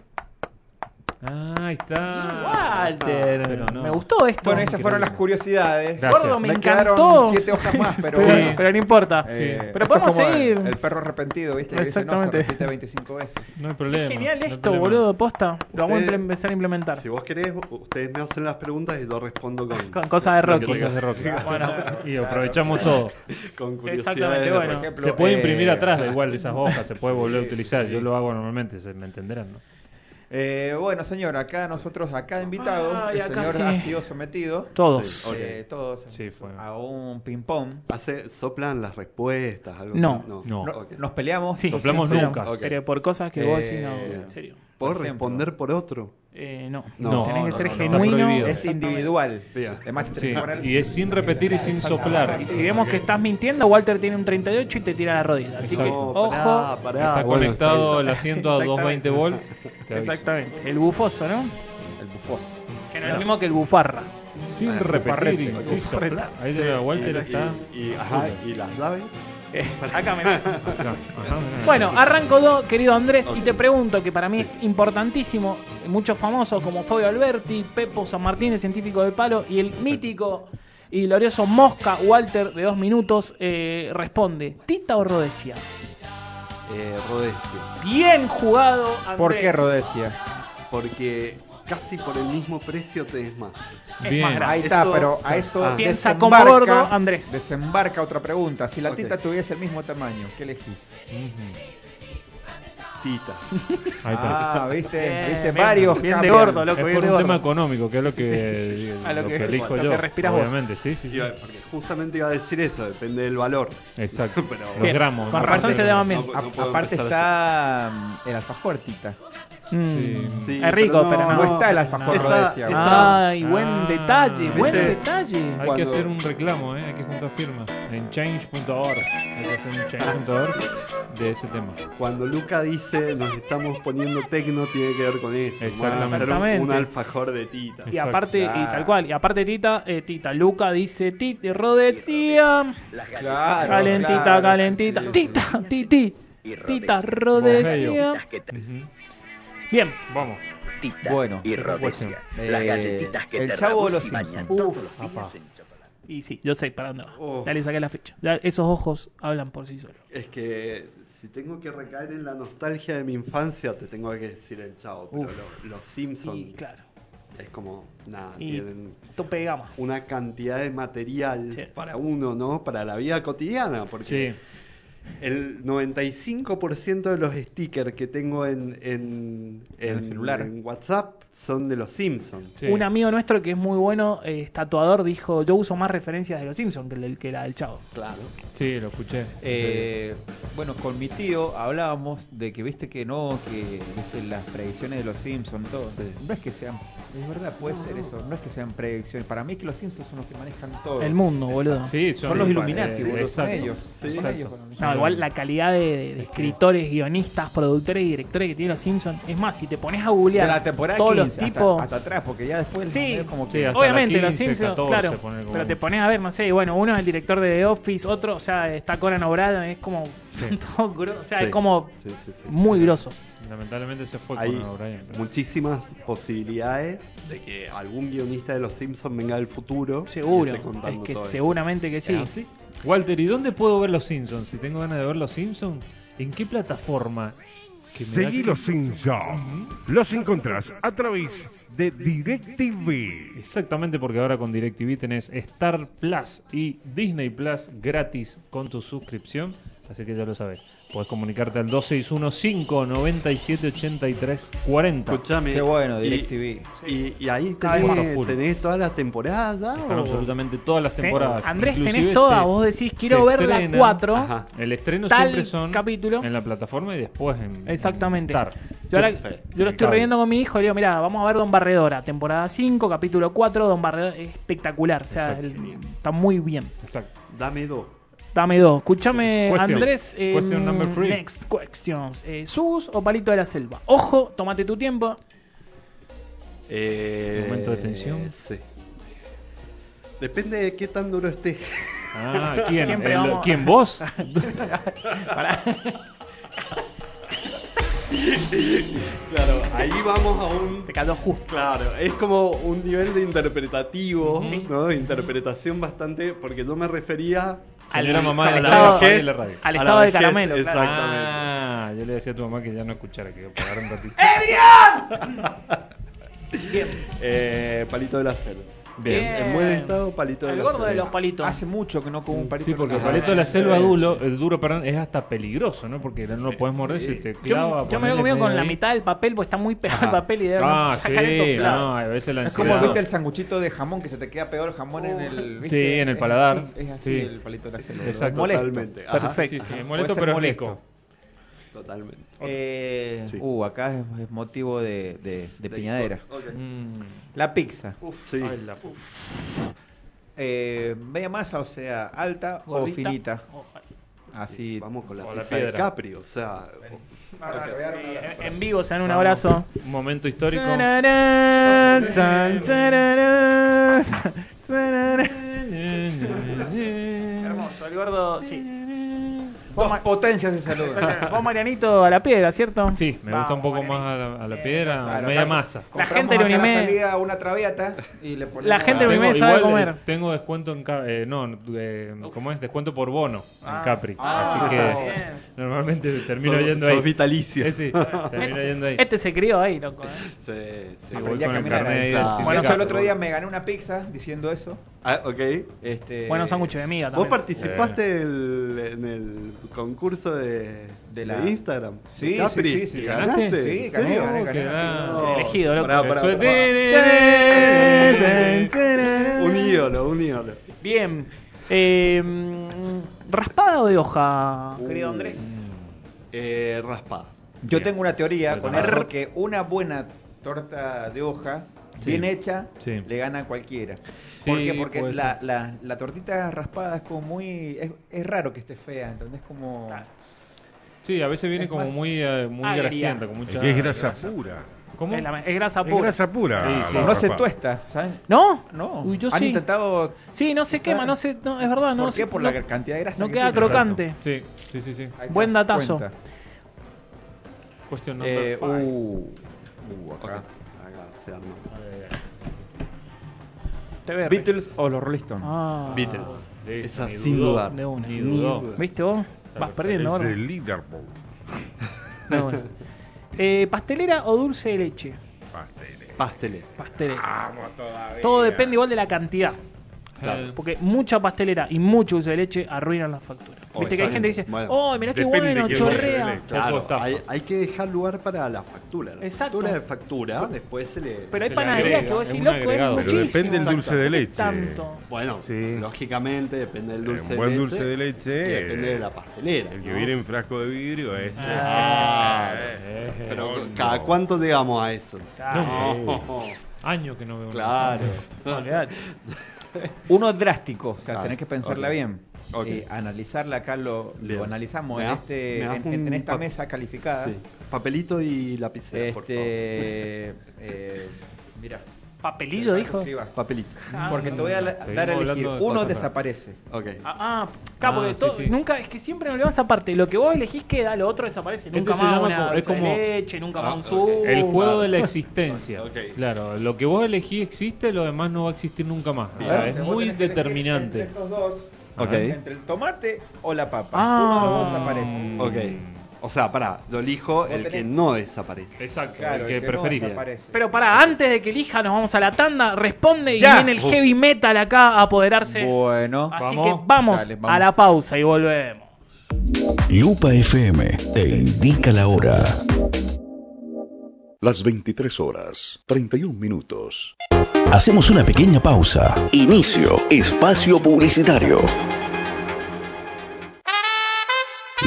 D: Ah, ahí está.
A: Walter.
D: Pero no.
A: Me gustó esto.
B: Bueno, esas fueron las curiosidades.
D: Gracias.
A: Gordo, me
B: quedaron
A: encantó.
B: siete hojas más, pero
A: Pero,
B: bueno.
A: pero no importa.
B: Eh,
D: Sí.
A: Pero
B: esto es
A: podemos
B: como el-
A: seguir.
B: El, perro arrepentido, ¿viste? Que dice,
A: Exactamente.
B: no, se repite 25 veces.
D: No hay problema.
A: Genial
D: no hay
A: esto,
D: problema.
A: boludo, posta. Lo vamos a
C: Ustedes-
A: imple- empezar a implementar.
C: Si vos querés, ustedes me hacen las preguntas y yo respondo con,
A: Con cosas de Rocky.
D: Cosas de Rocky.
A: Bueno,
D: Y aprovechamos todo.
C: con curiosidades.
A: exactamente,
C: de-
B: Por
A: bueno.
B: ejemplo,
D: Se puede
B: eh,
D: imprimir atrás, da igual esas hojas, se puede volver a
B: Sí,
D: utilizar. Yo
B: sí.
D: lo hago normalmente, se me entenderán, ¿no?
B: eh, bueno, señor, acá nosotros, acá invitado,
A: Ay,
B: el
A: acá
B: señor
A: sí.
B: ha sido sometido.
A: Todos.
C: Sí, ok.
B: eh, todos
D: Sí, fue.
B: a un ping-pong.
C: Hace- ¿Soplan las respuestas? Algo
A: No.
C: así.
D: No.
B: No-
C: Ok.
B: Nos peleamos.
A: Sí,
D: Soplamos
A: pero-
D: nunca.
C: Ok.
A: Pero por cosas que vos
B: Eh,
A: decís, no, en
C: bien.
A: serio.
C: ¿Puedo
B: Por ejemplo.
C: responder por otro?
A: Eh, no.
C: No,
D: No,
A: tenés que ser
D: no, no, está
A: genuino. Eh,
D: prohibido.
B: Es individual.
C: Bien.
B: Además, te
D: Sí.
B: tenés que poner-
D: Y es sin repetir y sin soplar.
A: Y si vemos que estás mintiendo, Walter tiene un 38 y te tira la rodilla. Así que,
D: Exacto.
A: ojo.
C: pará, pará,
D: Está
C: Ah, bueno,
D: conectado
C: está
D: el asiento a
A: Exactamente.
D: 220 volts. te aviso.
A: Exactamente. El bufoso, ¿no?
B: el bufoso.
A: Que no es lo mismo que el bufarra.
D: Sin repetir y
A: Farrete.
D: sin soplar. Ah, Ahí la Walter está.
C: bien. Y, ajá, ¿y las llaves?
A: Eh, acá me-
D: Ajá, ajá.
A: Bueno, arranco yo, querido Andrés, y te pregunto que para mí es importantísimo. Muchos famosos como Fabio Alberti, Pepo San Martín, el científico del palo, y el mítico y glorioso Mosca Walter de dos minutos eh, responde: ¿Tita o Rodesia?
C: Eh, Rodesia.
A: Bien jugado, Andrés.
B: ¿Por qué Rodesia?
C: Porque casi por el mismo precio te es más.
A: Es
D: Bien.
A: más grande.
B: Ahí está,
C: Eso-
B: pero a esto
C: Ah.
A: Piensa como gordo, Andrés.
B: Desembarca otra pregunta. Si la
C: Ok.
B: tita tuviese el mismo tamaño, ¿qué elegís?
D: Ujú.
C: Tita.
D: Ahí está.
B: Ah, viste,
A: Bien,
B: viste
A: bien,
B: varios
A: bien de
B: cambian.
A: gordo, loco.
D: es
A: bien
D: por
A: de
D: un tema
A: gordo.
D: económico, que es lo que,
A: A lo
D: lo
A: que-
D: que elijo
A: lo
D: yo.
A: que respiras vos.
D: obviamente, sí, sí, sí.
C: Sí, porque justamente iba a decir eso, depende del valor.
D: Exacto.
C: Pero-
D: Los
A: Bien,
D: gramos.
A: Con
D: ¿no?
A: razón se llaman bien.
C: No,
B: A-
C: puedo
B: aparte
C: empezar
B: está mm, el alfajor tita.
A: Mm.
C: Sí,
A: Es rico, pero no.
B: No está el alfajor
C: Esa-
B: Rodesia.
C: esa-
B: ¿verdad?
A: Ay, buen
D: Ah,
A: detalle, buen
C: ¿viste?
A: detalle.
D: Hay que
C: Cuando-
D: hacer un reclamo, ¿eh? hay que juntar firmas en change.org. Hay que hacer un change.org de ese tema.
C: Cuando Luca dice nos estamos poniendo tecno, tiene que ver con eso. Vamos a hacer un-
A: Exactamente.
C: un alfajor de tita.
A: Y
D: Exacto.
A: aparte, y
B: Claro.
A: tal cual, y aparte Tita, eh, Tita Luca dice Tita, Rodecía,
B: Claro,
A: calentita,
B: claro, sí,
A: calentita,
B: sí, sí.
A: Tita, Titi, Tita, Rodecía. Bien,
D: Vamos.
B: Bueno, eh, el chavo de los Simpsons.
A: uff,
D: Apa.
A: y sí, yo sé para dónde va.
C: Oh.
A: Ya le saqué la fecha. Ya esos ojos hablan por sí solos.
C: Es que si tengo que recaer en la nostalgia de mi infancia, te tengo que decir el chavo. Pero
A: Uf.
C: lo- los Simpsons
A: Y claro,
C: es como, nada,
A: Y-
C: tienen
A: tope de gama.
C: una cantidad de material
A: Sí.
C: para uno, ¿no? Para la vida cotidiana. Porque
D: Sí,
C: el 95% de los stickers que tengo en, en,
B: En el celular.
C: en WhatsApp son de los Simpsons.
D: sí.
A: Un amigo nuestro que es muy bueno, eh, es tatuador, dijo, yo uso más referencias de los Simpsons que, el- que la del chavo.
C: Claro.
D: Sí, lo escuché.
B: Eh, bueno, con mi tío hablábamos de que viste que no, que viste, las predicciones de los Simpsons, todo. No es que sean, es verdad, puede ser eso, no es que sean predicciones. Para mí es que los Simpsons son los que manejan todo.
A: El mundo, boludo.
D: Sí,
B: Son los Illuminati,
D: eh,
B: boludo, son
D: exacto.
B: ellos.
C: Sí.
B: Son
D: Exacto.
B: ellos para mí.
A: No, igual la calidad de, de- de escritores, guionistas, productores y directores que tiene los Simpsons. Es más, si te pones a
B: De
A: googlear
B: la temporada
A: todos
B: 15
A: los
B: hasta-
A: tipos.
B: hasta, atrás, porque ya después
A: Sí,
B: es como
D: Sí,
B: que...
D: hasta
A: obviamente,
D: la
A: los
D: 15,
A: Simpsons,
D: 14
A: claro.
D: pone como-
A: Pero te pones a ver, no sé, y bueno, uno es el director de The Office, otro, o sea, está Conan O'Brien, es como. son todos gro- o sea,
C: Sí.
A: es como
C: Sí, sí, sí.
A: muy grosso.
D: Lamentablemente se fue
C: Hay
D: con O'Brien. pero-
C: muchísimas posibilidades de que algún guionista de los Simpsons venga del futuro. y
A: Seguro.
C: esté contando
A: Es que
C: todo esto.
A: seguramente que sí.
C: ¿Es así?
D: Walter, ¿y dónde puedo ver los Simpsons? Si tengo ganas de ver los Simpsons, ¿en qué plataforma? Que me da
E: Seguí
D: que-
E: los Simpsons. Los encontrás a través de DirecTV.
D: Exactamente, porque ahora con DirecTV tenés Star Plus y Disney Plus gratis con tu suscripción. Así que ya lo sabes. Podés comunicarte al 261-597-8340.
C: Escuchame.
B: Qué bueno,
C: y-
B: DirecTV.
C: Y, y ahí
D: Ahí está
C: tenés,
D: full.
C: tenés todas las temporadas, ¿da?
D: Están
C: ¿O?
D: absolutamente todas las
A: Ten-
D: temporadas.
A: Andrés,
D: Inclusive
A: tenés toda.
D: se-
A: Vos decís,
D: se
A: quiero ver la
D: estrena-
A: 4.
C: Ajá.
D: El estreno
A: Tal
D: siempre son
A: capítulo.
D: en la plataforma y después en
A: Exactamente.
D: en Star.
A: Yo, ahora-
C: Sí.
A: yo lo estoy
D: Cable.
A: riendo con mi hijo. Le digo, mira, vamos a ver Don Barredora, temporada 5, capítulo 4. Don Barredora es espectacular. O sea,
D: Exacto.
A: el- está muy bien.
D: Exacto.
C: Dame dos.
A: Dame dos. Escúchame,
D: Question.
A: Andrés. eh,
D: Question number three.
A: Next questions. Eh, ¿Sus o palito de la selva? Ojo, tomate tu tiempo.
C: Eh,
D: Momento de tensión.
C: Sí. Depende de qué tan duro esté.
D: Ah, ¿quién?
A: Siempre
D: El-
A: vamos-
D: ¿Quién vos?
C: Claro, ahí vamos a un.
A: Te quedó justo.
C: Claro, es como un nivel de interpretativo,
A: Sí.
C: ¿no? De interpretación bastante. Porque yo me refería.
A: Al-
D: Señora mamá
A: al
D: de la
A: estado-
D: radio, de la radio.
A: Al
C: a la
A: estado de
C: vejez,
A: caramelo, claro.
C: Exactamente.
D: Ah, yo le decía a tu mamá que ya no escuchara, que iba a pagar un ratito.
C: Eh, palito de la selva.
D: Bien.
A: Bien.
C: En
B: Eh,
C: buen estado, palito de
A: El
C: la
A: gordo de
C: selva.
A: los palitos.
D: Ah,
B: Hace mucho que no como un palito.
D: Sí, porque el
B: Ah,
D: palito de la
B: sí.
D: selva duro, el duro perdón, es hasta peligroso, ¿no? Porque no lo podés morder si te
A: Yo,
D: clava.
A: yo me lo he
D: ponele
A: comido con
D: medio
A: la
D: ahí.
A: mitad del papel porque está muy pegado el
D: Ajá.
A: papel y de
D: Ah,
A: no
D: sí,
A: sacar esto, claro.
D: no, a veces la
B: Es como
D: ansiedad.
B: viste el sanguchito de jamón que se te queda pegado el jamón en el. ¿viste?
D: Sí, en el
B: Es
D: paladar.
B: así, Es así
D: Sí.
B: el palito de la selva.
D: Exacto.
B: Molesto.
C: Totalmente. Ajá,
D: Perfecto. Sí, sí,
B: Ajá.
D: es molesto,
B: Puede ser
D: pero es
B: molesto.
D: rico.
C: Totalmente.
B: Eh,
C: Sí.
B: Uh, acá es, es motivo de, de- de piñadera.
C: Ok.
D: Mm,
B: La pizza.
C: Sí.
B: Eh, media masa, o sea, alta
A: Gordita.
B: o finita. Así.
C: Vamos con la
D: O la
C: pizza de
D: piedra.
C: Capri, o sea.
A: En- En vivo se dan un abrazo.
D: Un momento histórico.
A: Tararán, tan, tararán, tararán. Hermoso, el gordo, sí.
B: Dos potencias se saludan.
A: Vos, Marianito, a la piedra, ¿cierto?
D: Sí, me gusta un poco más a la, a la piedra,
B: Claro,
D: media
B: claro.
D: masa.
B: Compramos
A: gente de
B: acá a
A: Unimed.
B: La salida una traviata y le ponemos
A: La gente
B: a-
A: de Unimed.
D: Tengo,
A: sabe
D: igual,
A: comer.
D: eh, tengo descuento en Capri. no, eh, ¿cómo es? Descuento por bono en Capri.
B: ah,
D: Así que
B: bien.
D: normalmente termino yendo
C: sos
D: ahí.
C: vitalicio.
D: Eh, sí, termino yendo ahí.
A: Este se crió ahí, loco. ¿eh?
C: Sí, sí.
D: voy
B: Aprendí a
D: con el
B: caminar
D: carnet
B: ahí.
D: ahí
C: Claro.
D: del sindicato.
B: Bueno, yo el otro día me gané una pizza diciendo eso.
C: Ah, ok.
D: Eh,
B: Este,
A: Bueno, sándwiches de miga
C: ¿Vos
A: también.
C: participaste el- en el concurso de,
B: De
C: de,
B: la-
C: Instagram?
B: Sí,
C: de Capri?
B: sí, sí, sí,
C: ¿Y
B: ganaste? Sí,
C: ¿En
B: gané,
C: serio?
B: gané, gané.
D: No,
A: El elegido, loco.
C: Pará, pará,
D: Eso es-
C: pará.
A: Tararán, tararán.
C: Un ídolo, un ídolo.
A: Bien. Eh, mm, raspada o de hoja,
B: Uh.
A: querido Andrés.
C: Eh, raspa.
B: Yo
D: Bien.
B: tengo una teoría con
D: Perfecto.
B: eso que una buena torta de hoja,
D: Sí.
B: bien hecha,
D: Sí.
B: le gana a cualquiera.
D: Sí,
B: ¿Por qué? Porque
D: puede
B: la, la- la tortita raspada es como muy... Es, es raro que esté fea, ¿entendés? Como...
A: Claro.
D: Sí, a veces viene
B: Es
D: como
B: más
D: muy, eh, muy
A: agria.
D: grasienta, con
E: Es
D: mucha.
E: que es grasa pura.
D: ¿Cómo?
A: Es, la- es grasa
E: Es
A: pura.
E: grasa pura.
D: Sí, sí.
E: la
B: No se
E: raspa.
B: tuesta, ¿saben?
A: ¿No?
B: No.
A: Uy, yo
D: Ah,
B: Han
A: sí.
B: intentado...
A: Sí, no se quema, no se. No, es verdad, no
B: ¿Por
A: se-
B: qué? Por
A: no-
B: la cantidad de grasa
A: no
B: que
A: queda
B: tiene.
A: crocante.
D: Sí, sí, sí, sí.
B: Ahí te
A: Buen
B: das
A: datazo.
B: cuenta.
D: Cuestión number
B: Eh,
D: five.
B: uh, uh,
C: Ok.
B: acá.
C: Acá se arma.
A: TBR.
B: Beatles o los Rolling Stones.
A: Ah,
C: Beatles.
D: De-
C: Esa
D: ni
C: sin
D: dudó,
C: dudar.
A: De una.
D: Ni dudó.
A: ¿Viste vos? Vas perdiendo,
E: Es
A: gordo.
E: de Liverpool.
A: De una. Eh, ¿Pastelera o dulce de leche?
E: Pasteles.
C: Pasteles.
A: Pastelera.
E: Vamos todavía.
A: Todo depende igual de la cantidad.
D: Claro.
A: Porque mucha pastelera y mucho dulce de leche arruinan la factura.
C: Oh,
A: Viste que hay
C: exacto.
A: gente que dice,
C: Bueno.
A: ¡oh, mirá qué
E: Depende
A: bueno,
E: qué dulce de
A: chorrea!
E: leche.
C: Claro,
D: estafa.
C: hay, hay que dejar lugar para la factura. La
A: Exacto.
C: factura de factura, después se le.
A: Pero hay
D: Se le
A: panaderías
D: agrega,
A: que vos
D: es
A: decís,
D: un
A: loco,
D: agregado.
A: es
E: Pero
A: muchísimo.
E: depende el dulce de leche.
A: Tanto.
C: Bueno,
E: Sí. Eh,
C: lógicamente depende del dulce
E: Un buen
C: de leche.
E: dulce de leche,
C: y Depende
E: eh,
C: de la pastelera.
E: El que
C: ¿no?
E: viene en frasco de vidrio es.
C: Claro. Ah, Pero ¿cada cuánto llegamos a eso? Oh, No.
D: Años que no veo una.
C: Claro.
B: Uno drástico, o sea,
C: Claro.
B: tenés que pensarla
C: Ah, Ok.
B: bien.
C: Ok.
B: Eh, analizarla acá lo, lo
C: Bien.
B: analizamos
C: Me
B: en,
C: das-
B: este,
C: me das
B: en, en- en
C: un
B: esta
C: pa-
B: mesa calificada.
C: Sí. Papelito y lapicera, por favor.
B: Este, eh, mira,
A: ¿Papelillo, dijo?
B: escribas.
C: Papelito.
B: Porque te voy
C: Ah.
B: a la-
D: Seguimos
B: dar a elegir.
D: hablando de
B: Uno
D: cosas
B: desaparece.
C: Ok.
A: Ah, ah, claro, porque
D: Ah, sí,
A: todo-
D: sí.
A: nunca, es que siempre no le vas a parte. Lo que vos elegís queda, lo otro desaparece. Nunca
D: Esto Este se
A: más
D: llama
A: una
D: como- es
A: dulce de
D: como-
A: leche, nunca
C: Ah,
A: más un
C: ok.
A: zumo.
D: El juego
C: Claro.
D: de la existencia.
C: Ok.
D: Claro, lo que vos elegís existe, lo demás no va a existir nunca más. O sea,
B: Claro,
D: es
B: vos
D: muy
B: tenés que elegir Entre
D: determinante.
B: estos dos,
C: Ok.
B: entre el tomate o la papa.
A: Ah.
B: Uno de los dos desaparece.
C: Ok. O sea, pará, yo elijo el
B: tenés-
C: que no desaparece.
D: Exacto,
B: Claro,
D: el que,
B: el que no
D: preferís.
B: desaparece.
A: Pero para antes de que elija, nos vamos a la tanda. Responde y
B: Ya.
A: viene el heavy metal acá a apoderarse.
B: Bueno,
A: Así
D: vamos.
A: que vamos,
B: Dale,
A: a
B: vamos.
A: la pausa y volvemos.
J: Lupa FM te indica la hora.
G: Las 23 horas, 31 minutos.
J: Hacemos una pequeña pausa. Inicio espacio publicitario.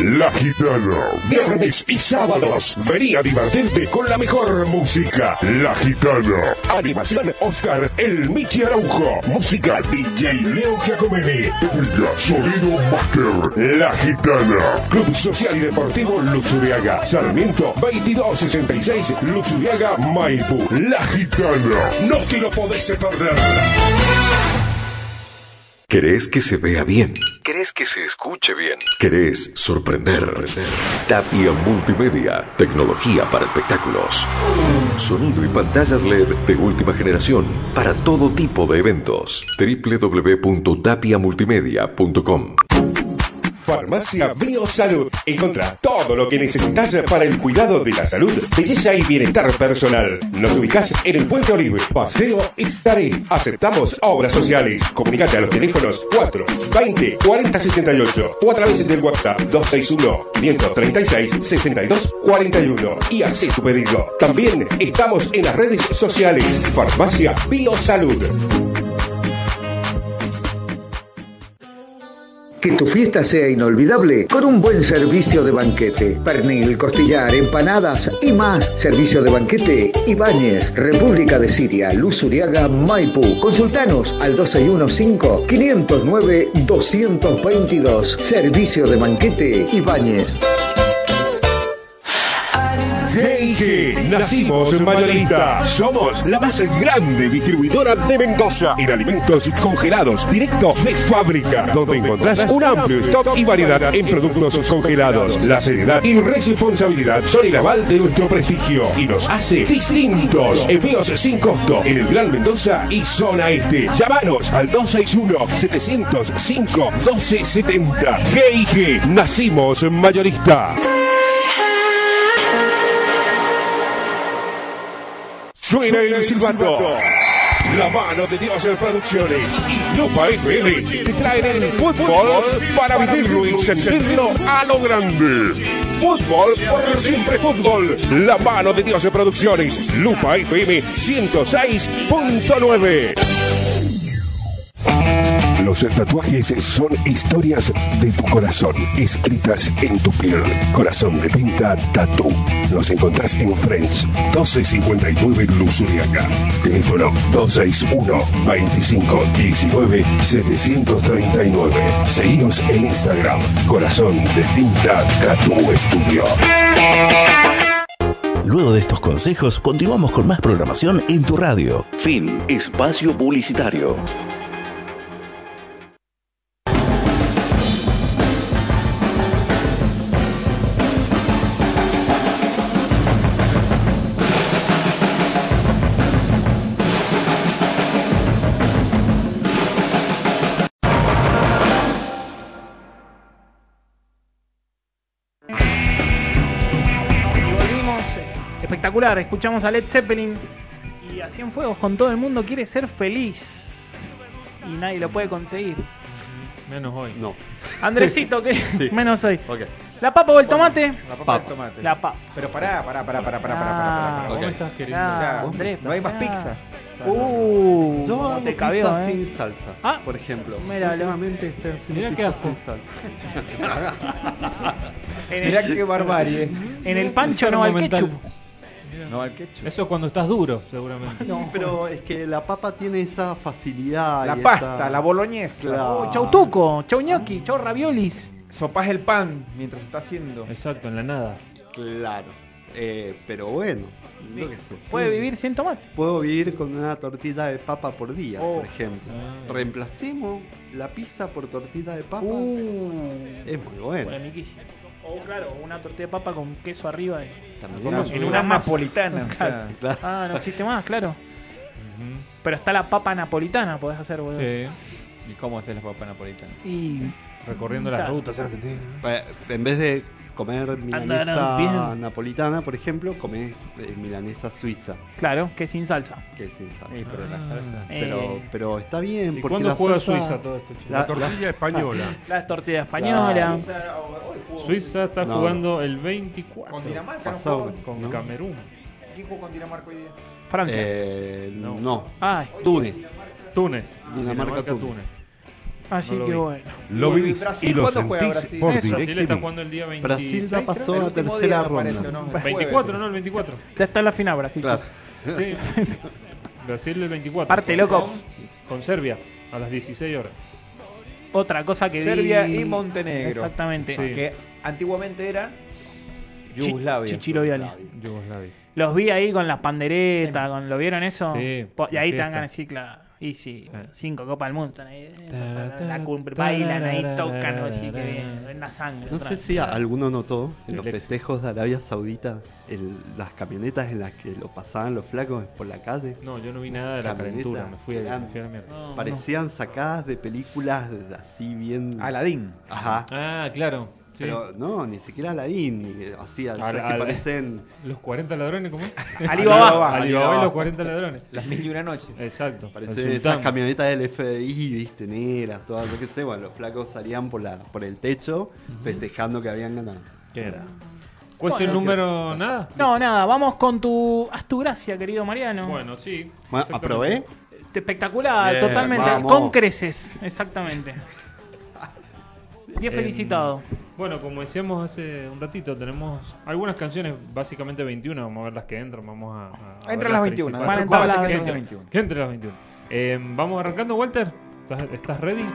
E: La Gitana. Viernes y sábados. Vení a divertirte con la mejor música. La Gitana. Animación Oscar El Michi Araujo. Música DJ Leo Giacomelli. Técnica Sonido Master. La Gitana. Club Social y Deportivo Luzuriaga. Sarmiento 2266. Luzuriaga Maipú. La Gitana. No te lo podés perder.
G: ¿Querés que se vea bien? ¿Querés que se escuche bien? ¿Querés sorprender? Tapia Multimedia, tecnología para espectáculos. Sonido y pantallas LED de última generación para todo tipo de eventos. www.tapiamultimedia.com
E: Farmacia Biosalud. Encontra todo lo que necesitas para el cuidado de la salud, belleza y bienestar personal. Nos ubicás en el Puente Oribe, Paseo Estaré. Aceptamos obras sociales. Comunicate a los teléfonos 4 20 40 68 o a través del WhatsApp 261 536 62 41 y hacé tu pedido. También estamos en las redes sociales. Farmacia Biosalud.
F: Que tu fiesta sea inolvidable con un buen servicio de banquete. Pernil, costillar, empanadas y más. Servicio de banquete Ibáñez, República de Siria, Luz Uriaga, Maipú. Consultanos al 2615-509-222. Servicio de banquete Ibáñez.
E: G&G, nacimos mayorista. Somos la más grande distribuidora de Mendoza en alimentos congelados directo de fábrica, donde encontrás un amplio stock y variedad en productos congelados. La seriedad y responsabilidad son el aval de nuestro prestigio y nos hace distintos. Envíos sin costo en el Gran Mendoza y zona este. Llámanos al 261-705-1270. G&G, nacimos mayorista. Suena el silbato. La mano de Dios en Producciones y Lupa FM te traen el fútbol para vivirlo y sentirlo a lo grande. Fútbol por siempre fútbol. La mano de Dios en Producciones. Lupa FM 106.9. Los tatuajes son historias de tu corazón, escritas en tu piel. Corazón de tinta Tatu. Los encontrás en French, 1259 Luzuriaca. Teléfono 261-2519-739. Seguimos en Instagram, Corazón de tinta Tatu Estudio.
J: Luego de estos consejos, continuamos con más programación en tu radio. Fin. Espacio publicitario.
A: Volvimos eh, espectacular. Escuchamos a Led Zeppelin y a Cienfuegos con todo el mundo quiere ser feliz. Y nadie lo puede conseguir.
D: Menos hoy.
C: No.
A: Andresito, que
C: Sí.
A: menos hoy.
C: Ok.
A: La papa o el tomate.
B: La papa,
C: Papa.
B: del tomate.
A: La papa.
B: Pero pará, pará, pará, pará, pará,
A: Ah,
B: pará, pará,
D: ¿Cómo
B: pará.
C: Ok.
D: estás queriendo?
B: O sea,
A: Ah, Andrés,
B: no hay más
A: pará.
B: pizza.
A: Uh,
C: Yo
A: cómo
C: hago
A: te
C: pizza
A: cabió, eh.
C: sin salsa,
A: Ah,
C: por ejemplo.
A: míralo.
C: Últimamente estoy haciendo
D: Mirá qué
C: pizza
D: asco.
C: sin salsa.
A: En
B: Mirá
A: el,
B: qué barbarie.
A: en el pancho no va el
D: Mental.
A: ketchup.
B: No, al ketchup.
D: Eso es cuando estás duro, seguramente.
A: No.
C: Pero es que la papa tiene esa facilidad.
B: La
C: y
B: pasta,
C: esa-
B: la boloñesa.
C: Claro.
A: Oh, chau tuco, chau ñoqui, chau raviolis.
B: Sopás el pan mientras está haciendo.
D: Exacto, en la nada.
C: Claro. Eh, pero bueno, yo qué sé.
A: Puede vivir sin tomate.
C: Puedo vivir con una tortita de papa por día,
A: Oh.
C: por ejemplo. Reemplacemos la pizza por tortita de papa.
A: Uh,
C: Es muy bueno.
A: polemiquísimo. O claro, una tortilla de papa con queso arriba. de-
C: También.
B: Como
C: es
A: en
B: una
A: una masa.
B: napolitana. o sea,
A: Ah, no existe más, claro. Pero está la papa napolitana, podés hacer, boludo.
D: Sí.
B: ¿Y cómo haces la papa napolitana?
A: Y
D: Recorriendo las rutas argentinas.
C: Eh, En vez de comer milanesa
A: Andarás bien.
C: napolitana, por ejemplo, comes eh, milanesa suiza,
A: claro, que sin salsa.
C: que es sin salsa.
B: Ey, pero la salsa.
A: Eh,
C: Pero, pero está bien,
D: ¿Y
C: porque
D: cuándo
C: la
D: juega
C: salsa-
D: Suiza todo esto? chico?
C: La-
K: La tortilla española.
A: La tortilla española.
B: Hoy
D: Suiza está
C: No,
D: jugando el 24.
B: Con Dinamarca, ¿no
C: Pasado,
B: jugó?
D: Con
C: ¿no?
D: Camerún.
B: ¿Quién jugó con Dinamarca hoy día?
A: Francia.
C: Eh, no.
A: Ay.
C: Túnez.
D: Túnez.
C: Dinamarca, Túnez.
A: Así
D: No lo
A: que
D: vi.
A: bueno.
E: Lo
B: Uy,
E: vivís
B: Brasil,
E: y lo
B: ¿cuándo juega
E: sentís
B: Brasil?
E: por
A: Eso,
D: Brasil está
E: DirecTV.
D: jugando el día 26.
C: Brasil ya pasó
B: El
C: a
B: último
C: tercera
B: día me
C: ronda.
B: parece, ¿no? El jueves.
D: 24, no, el 24.
A: Ya está en la final, Brasil.
C: Claro.
D: Sí. Brasil el 24.
A: Parte, loco.
D: Con Serbia a las 16 horas.
A: Otra cosa que vi-
B: Serbia y Montenegro.
A: Exactamente.
D: Sí.
B: Que antiguamente era
A: Chi-
B: Yugoslavia.
A: Chichilovioli.
D: Yugoslavia.
A: Los vi ahí con las panderetas, con, ¿lo vieron eso?
D: Sí,
A: Po- y ahí
D: la
A: están ganas
D: fiesta.
A: sí, claro. Y sí,
D: Claro.
A: cinco Copas del Mundo. están ahí, eh,
D: Tarara,
A: la cum-
D: tarara,
A: bailan ahí,
D: tarara,
A: tocan,
D: tarara,
A: así que
D: tarara.
A: bien, en la sangre.
C: No sé
A: atrás.
C: si alguno notó en
D: El
C: los
D: éxito.
C: festejos de Arabia Saudita el- las camionetas en las que lo pasaban los flacos por la calle.
D: No, yo no vi nada de la
C: Camioneta,
D: calentura. Me fui a la,
C: grande.
D: me fui a la mierda.
A: No,
C: Parecían sacadas de películas así bien.
B: Aladín.
C: Ajá.
D: Ah, claro. Sí.
C: Pero no, ni siquiera Aladdin, ni- así, o sea,
D: Al-
C: que
D: al-
C: parecen.
D: Los 40 ladrones, ¿cómo? es?
A: Alibaba.
D: Alibaba y los 40 ladrones.
B: Las mil y una noches.
A: Eh.
D: Exacto.
C: Parecen
D: el
C: esas
D: sultán.
C: camionetas del FDI, viste, negras, todas, yo qué sé, bueno, los flacos salían por la, por el techo festejando que habían ganado.
D: ¿Qué era? ¿Cuestión
A: Bueno,
D: número nada?
A: No, nada, vamos con tu. Haz tu gracia, querido Mariano. Este,
D: Bueno, sí.
C: Bueno,
D: exactamente.
C: aprobé.
A: Espectacular,
C: Bien,
A: totalmente.
C: vamos.
A: Con creces, exactamente. Bien
D: Em,
A: felicitado.
D: Bueno, como decíamos hace un ratito, tenemos algunas canciones, básicamente 21. Vamos a ver las que entran. Vamos a. a- a
B: Entran
D: ver
B: las 21,
D: principales.
A: van a entrar
D: Vamos
A: las
D: que
A: 21.
D: entren, Que entren las 21. Eh, vamos arrancando, Walter. ¿Estás, estás ready?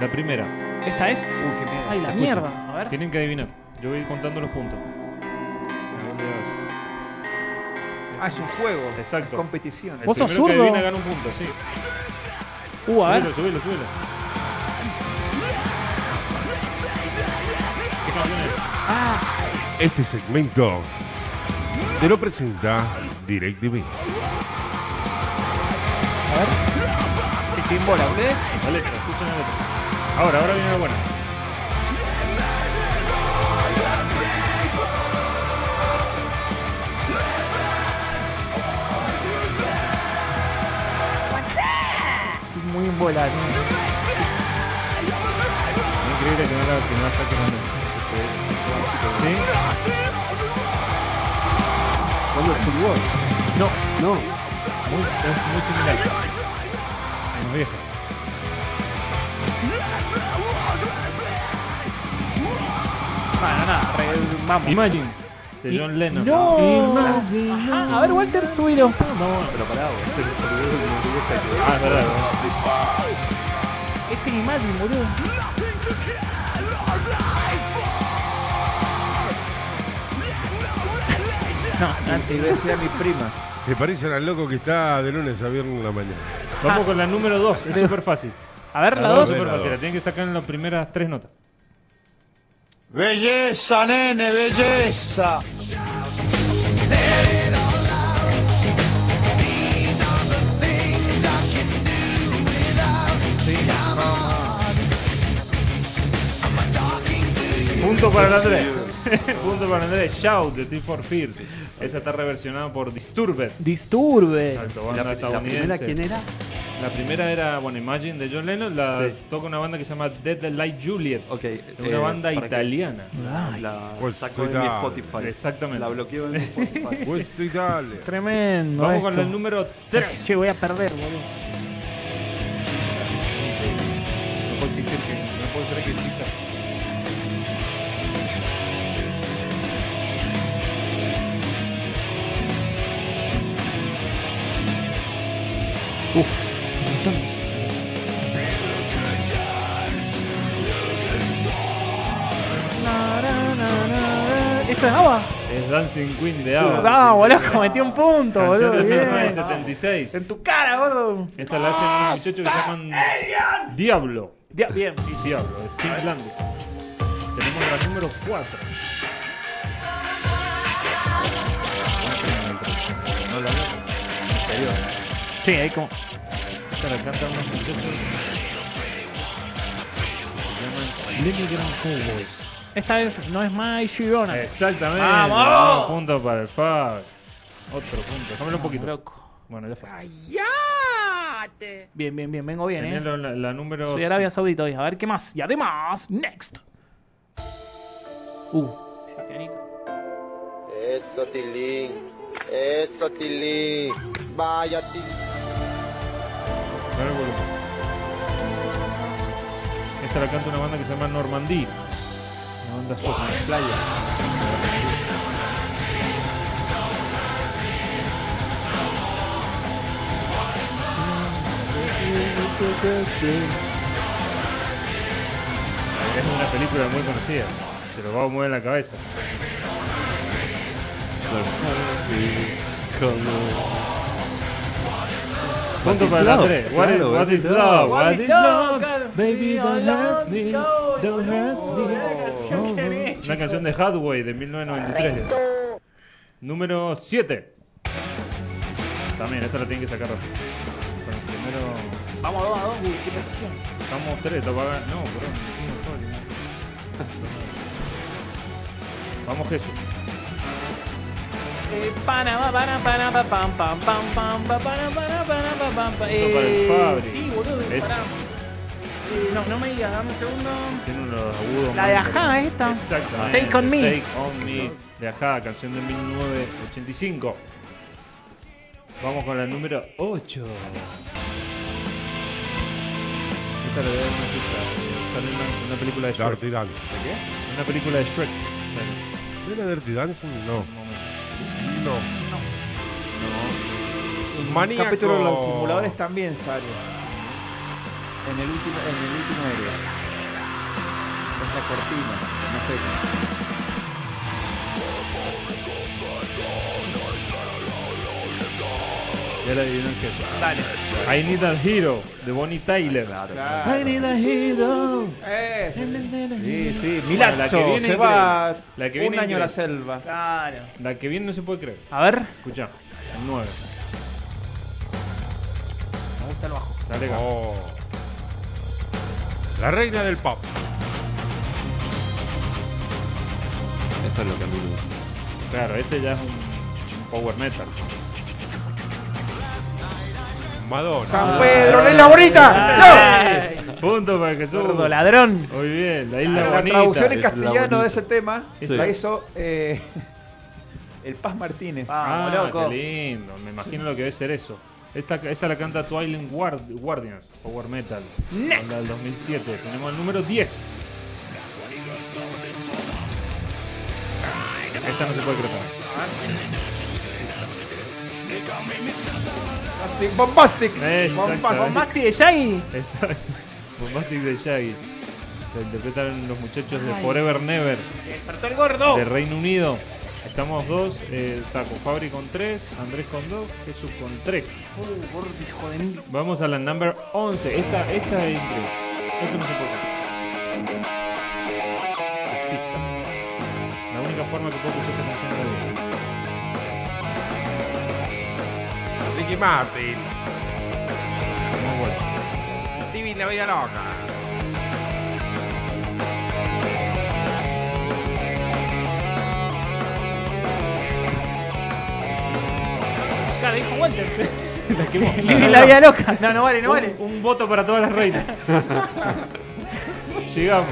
D: La primera.
A: Esta es.
B: Uy, qué miedo.
A: Ay, la
D: Escuchen.
A: mierda. A ver.
D: Tienen que adivinar. Yo voy a ir contando los puntos.
B: Ah, es un juego.
D: Exacto.
B: Es competición.
D: El
A: ¿Vos sos
D: primero que
A: zurdo?
D: adivina gana un punto, sí.
A: Uh, a ver.
D: Subilo, subilo, subilo. ¿Qué canción es?
E: Este segmento te lo presenta DirecTV.
B: Chiquimbola, ¿ustedes?
D: La letra, escuchen la letra. Ahora, ahora viene la buena.
A: Estoy muy en bola. tío.
D: Increíble que no la, que no la saquen en el- ¿Sí?
C: Cuando el fútbol.
D: No,
C: No,
D: muy, es muy similar. Más vieja.
A: Bueno, nada, re- vamos.
D: Imagine, de John Lennon.
A: No. Ajá, a ver, Walter, subilo.
C: pero pará, vos, este es el servidor de una vieja que-
D: Ah, es verdad.
A: Este es Imagine, boludo. No, no,
B: Si lo decía mi prima.
E: Se parecen al loco que está de lunes a viernes en la mañana.
D: Vamos con la número 2, es
C: Ah.
D: súper fácil.
A: A ver, la
D: La 2
A: dos.
D: es súper
E: La
D: fácil, la
E: dos.
D: tienen que sacar en las primeras tres notas.
H: Belleza, nene, belleza.
D: Punto para Andrés. Punto para Andrés. Shout de Team for Fears. Esa está reversionada por Disturbed.
A: Disturbe.
D: Exacto,
C: La,
D: banda
C: la
D: estadounidense.
C: primera, ¿quién era?
D: La primera era, bueno, Imagine de John Lennon. La
C: Sí.
D: toca una banda que se llama Dead the Light Juliet.
C: Ok.
D: Es una
C: eh,
D: banda
C: para que-
D: italiana.
C: La, la
E: Pues,
C: saco de
E: soy
C: mi
E: tal.
C: Spotify.
D: Exactamente.
C: La bloqueo en mi Spotify.
E: Puesto y Pues, dale.
A: Tremendo.
D: Vamos
A: esto.
D: con el número 3.
A: Che, voy a perder, boludo.
D: No puedo existir que- no puedo creer que exista.
A: Na, na, na, na. ¿Esto es ABBA?
D: Es Dancing Queen de ABBA.
A: Ah, Vamos, loco, metí un punto,
D: Canción
A: boludo.
D: de
A: Bien.
D: 1976.
A: En tu cara, gordo.
D: Esta la hacen unos muchachos que se llaman Diablo.
A: Dia- Bien.
D: Diablo, de Finlandia. Tenemos la número 4.
B: No la
A: Sí, ahí como.
D: Esta la cantan unos muchachos. que Se llaman Lemmy Cowboys.
A: Esta vez no es My Girona.
D: Exactamente.
A: ¡Vamos!
D: Un punto para el Fab. Otro punto. Déjamelo un poquito. Bueno, ya fue.
A: Bien, bien, bien, vengo bien,
D: Tenía
A: eh.
D: la, la número.
A: Soy Arabia Saudita hoy. A ver qué más. Y además, next. Uh, ese pianito.
L: Eso, Tilín. Eso, Tilín. Vaya, Tilín.
D: Dale volumen. Esta la canta una banda que se llama Normandie. Una banda sueca. Playa. Es una película muy conocida. Se lo va a mover en la cabeza. Punto para la 3. What, is- what is love? What is love?
H: Baby, don't hurt me. Don't hurt
A: Oh,
D: me. Una Oh. canción de Hathaway de 1993. Número 7. También, esta la tienen que sacar rápido. Con el primero.
A: Vamos, vamos, vamos, uy, qué presión.
D: Estamos tres, te apaga- No, perdón. metimos todo el dinero. Vamos, Jesús.
A: Eh, pana, pa, pana, pana, pa, pam, pam, pam, pam, pa, pana, pana, pana, pa, pam, pa.
D: Esto para el
A: Eh,
D: Fabri.
A: Sí, boludo,
D: Es-
A: pará. Eh, no, no me digas, dame un segundo.
D: Tiene unos agudos.
A: La
D: más
A: de Ajá,
D: interesantes.
A: esta.
D: Exactamente.
A: Take on me.
D: Take on me. De Ajá, canción de 1985. Vamos con la número 8. Esta la debe haber una pista. Sale una, una película de Shrek.
E: Dirty Dance.
D: ¿De qué? Una película de Shrek. este
E: ¿No era Dirty Dancing? No. No.
B: En
E: Maníaco.
B: un capítulo de los simuladores también sale. En el último, en el último héroe. Esa cortina, no sé.
D: Ya la adivinan que Dale. I Need a Hero, de Bonnie Tyler.
B: claro.
D: I Need a Hero.
B: Sí, sí,
D: Bueno,
B: Milazzo,
D: la que viene
B: se
D: es
B: va
D: increíble. La que
B: un
D: viene es
B: año a la
D: increíble.
B: selva.
A: Claro.
D: La que viene no se puede creer.
A: A ver.
D: Escuchá, el 9.
A: Me gusta el bajo.
D: Dale, Gabo.
E: Oh. La reina del pop.
D: Esto es lo que a mí me gusta. Claro, este ya es un, un power metal.
E: Madonna.
D: Ah.
A: Pedro, la isla bonita.
D: Ay. Punto para Jesús.
A: Gordo ladrón.
D: Muy bien, la isla
B: La,
D: bonita.
B: traducción en castellano de ese tema
D: Sí.
B: la hizo eh, el Paz Martínez.
D: Ah, qué lindo. Me imagino lo que debe ser eso. Esta, esa la canta Twilight Guard- Guardians, Power Metal.
A: Next.
D: La del 2007. Tenemos el número 10. Esta no se puede creer.
B: Bombastic, bombastic.
D: Exactamente.
A: Bombastic de Shaggy.
D: Exacto. Bombastic de Shaggy. La interpretan los muchachos de
A: Ay.
D: Forever Never.
A: Se despertó el gordo.
D: de Reino Unido. Estamos dos, eh, Taco Fabri con tres, Andrés con dos, Jesús con tres.
A: Uh, gordo, hijo de mil.
D: Vamos a la number 11. Esta, esta es increíble. Esto no se puede creer. Exista. La única forma que puedo escuchar esta canción es la de-
E: Ricky Martin.
D: Muy bueno.
E: Stevie la vida loca.
A: Claro, dijo Walter.
D: La que hemos-
A: Living la vida loca. No, no vale, no
D: Un-
A: vale.
D: Un, voto para todas las reinas. Sigamos.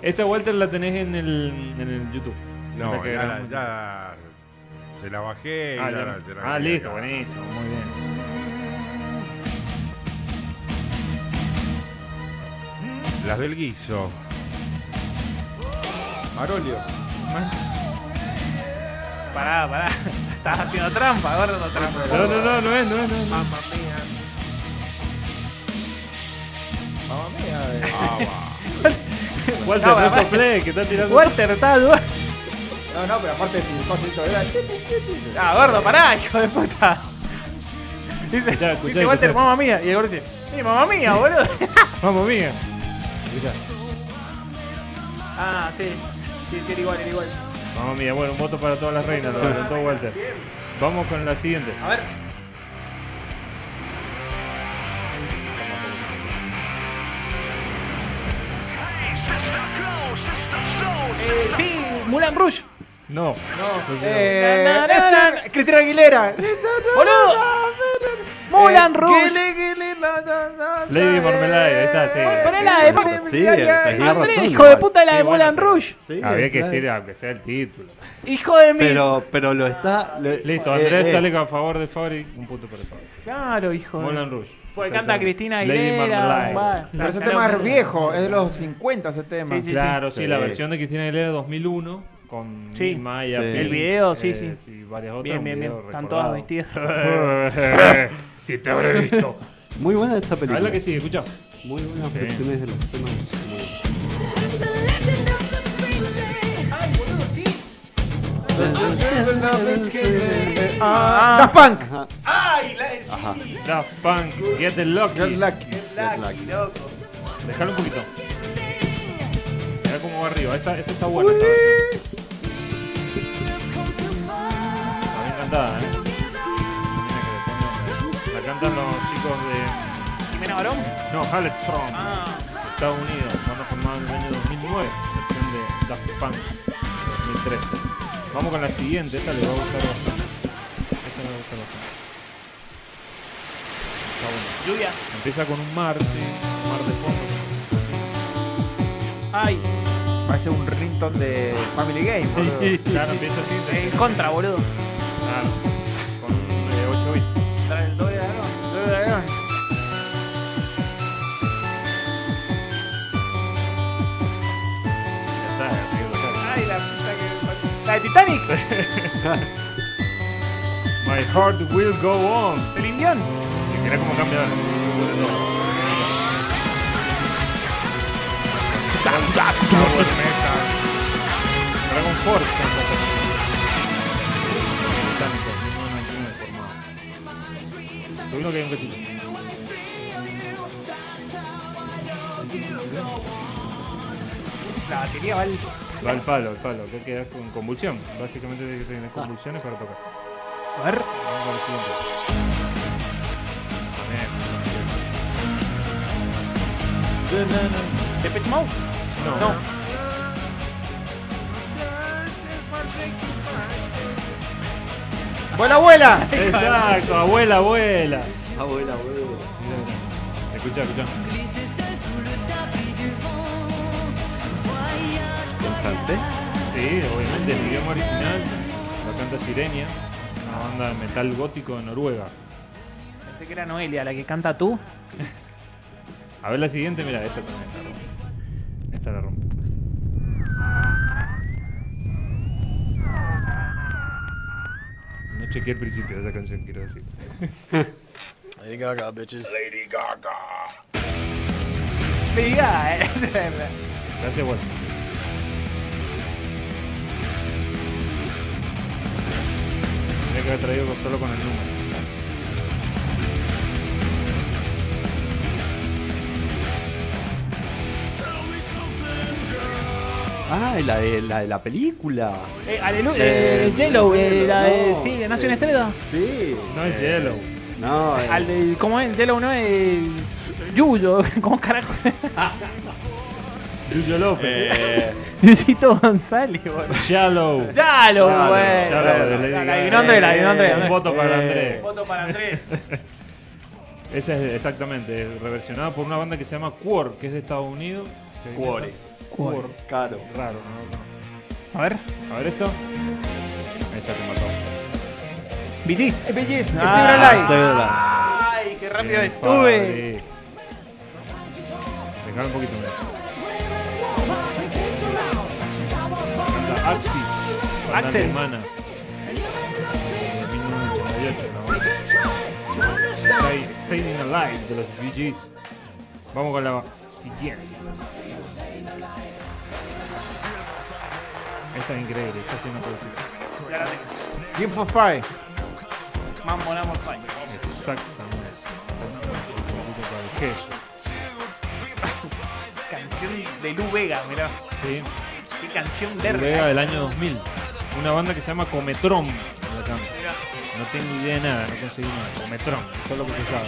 D: Esta Walter la tenés en el, en el YouTube.
E: No,
D: La que
E: ya,
D: grabamos.
E: la- ya se la bajé. y
D: Ah,
E: ya
D: ya.
E: la- se la
D: Ah,
E: bajé
D: listo,
E: acá.
D: buenísimo, muy bien.
E: Las del guiso.
B: Marolio.
A: Pará, pará. Estás haciendo trampa, gordo, trampa. Ah,
D: No, no, no, no es, no es, no es.
A: Mamma mía.
B: Mamma mía. eh.
D: Ah, Walter,
A: No,
D: no,
A: además-
D: soplé, que está tirando.
A: Walter, está dudando.
B: No, no, pero aparte si el pasito ¿verdad?
A: Ah, gordo, pará, hijo de puta. Dice,
D: Escuchá, escuchá,
A: dice Walter,
D: escuchá.
A: mamá mía. Y el gordo dice, sí, mamá mía, boludo.
D: Vamos, mía.
A: ah, sí. Sí, sí, era igual, era igual.
D: Vamos, mía. Bueno, un voto para todas las reinas, lo adelantó Walter. Vamos con la siguiente.
A: A ver. Eh, sí, Mulan Rouge.
D: No.
B: No,
D: Eh,
B: eh,
A: Na, na, na,
B: esa-
A: na.
B: Cristina Aguilera.
M: Eh,
A: ¡Boludo! ¡Mulan Rouge!
B: Gile, gile,
D: Lady Marmalade, ahí está, sí.
A: Poné la
M: eh,
A: de
D: Sí, tenés
A: Andrés,
D: razón,
A: hijo de
D: igual.
A: puta, la
D: Sí,
A: de
D: bueno,
A: Moulin Rouge.
D: Había que
C: claro.
D: decir, aunque sea el título.
A: Hijo de mí.
C: Pero, pero lo está. eh,
D: Listo,
A: Eh,
D: Andrés sale a favor de Fabri, un punto para Fabri.
A: Claro, hijo de-
D: Moulin Rouge.
A: Porque
D: Exactamente.
A: canta Cristina
D: Lady
A: Aguilera.
D: Marmalade.
A: va,
M: Pero ese
A: está
M: tema
A: loco.
M: es viejo, es de los 50 ese tema.
D: claro, sí, la versión de Cristina Aguilera 2001 con
A: Sí.
D: Mil Maya,
A: Sí.
D: Pink,
A: El video, sí,
D: eh,
A: sí.
D: y varias otras.
A: Bien,
D: un
A: bien, bien.
D: video
A: Están todas
D: recordado.
A: vestidas.
D: si te habré visto.
C: Muy buena esa película.
D: A ver la que sigue, escuchá.
C: Muy buenas
D: Sí.
C: versiones de los temas. Muy bien.
M: Daft Punk.
A: Ay, la- sí.
D: Daft Punk, Get the Lucky.
M: Get Lucky.
A: Get Lucky, loco.
D: Dejalo un poquito. Mirá cómo va arriba. Esta, esta está buena. Esta versión. Está bien cantada, ¿eh? La cantan los chicos de.
A: ¿Jimena Barón?
D: No, Hal Strong.
A: Ah.
D: Estados Unidos, banda formada en el año 2009, versión de Daft Punk 2013. Vamos con la siguiente, esta les va a gustar bastante. Esta me gusta bastante. Está buena.
A: Lluvia.
D: Empieza con un mar, sí, un mar de fondo.
A: Ay.
M: Parece un rington de Family Game, boludo.
D: Claro, empieza así.
A: En contra, boludo.
D: Claro. Con un eh, 8 bits.
A: Trae el doble dragón. Doble dragón.
D: Ya está, así que lo saben.
A: Ay, la puta que. La de Titanic.
D: My heart will go on.
A: Celine Dion.
D: Y Mira cómo cambia la- sobre todo. Power metal. Dragon Force canta esta canción. Británico, 1999 formado. Seguro que hay un cachito.
A: La batería va al.
D: Va al palo, al palo, que quedas con convulsión. Básicamente tienes que tener convulsiones para tocar.
A: A ver.
D: Vamos con el siguiente. También.
A: ¿De Pitch Mode?
D: No.
M: ¡Vuela, vuela!
D: Exacto, abuela, abuela.
C: Abuela, abuela.
D: Escucha, escucha. Sí, obviamente el idioma original la canta Sirenia, una banda de metal gótico de Noruega.
A: Pensé que era Noelia, la que canta tú.
D: A ver la siguiente, mira, esta también la rompe. Esta la rompe. No chequeé el principio de esa canción, quiero decir.
L: Lady Gaga, bitches. Lady Gaga.
A: Diga, eh.
D: Gracias, Walter. Tendría que haber traído solo con el número.
C: Ah, la de la, de la película.
A: Eh, Aleluya. Eh, Yellow, eh, la de. sí, de Nación Estrella.
C: Sí.
D: No es Yellow.
C: No, eh,
A: Al del. ¿Cómo es? El Yellow no es. el Yuyo. ¿Cómo carajo es?
D: Yuyo
A: Eh.
D: López.
A: Yuyito González, boludo.
D: Shallow.
A: Dalo,
D: Shallow,
A: bueno.
D: Shallow de Lady
A: La- la
D: Gaga. Eh,
A: adivinó Andrés, la adivinó Andrés. Eh.
D: Un voto para Andrés.
A: Voto para Andrés.
D: Esa es exactamente, es reversionada por una banda que se llama Quor, que es de Estados Unidos. que viene-
C: Cuore.
D: Quor.
C: Caro.
D: Raro, no,
A: A ver.
D: no. A ver esto. Ahí está, te mató.
A: Bitis.
M: Eh, Bee Gees, Steve
C: Ah, de verdad.
A: Ay, qué rápido
D: Bien,
A: estuve.
D: Fabri. Dejame un poquito más. La Axis. banda
A: Axel.
D: Alemana. De 1988, la banda. Stay- Staying Alive de los Bee Gees. Vamos con la siguiente. Esta es increíble, está haciendo cosas.
A: Ya la tengo.
M: Game for Fire.
A: Mambo, Namor, Fine.
D: Exactamente. Un poquito para el queso.
A: Canción de Lu Vega, mirá.
D: Sí.
A: Qué canción de
D: Noruega del año 2000. Una banda que se llama Cometron. la canta. No tengo idea de nada, no conseguí nada. Cometron, todo lo que se sabe.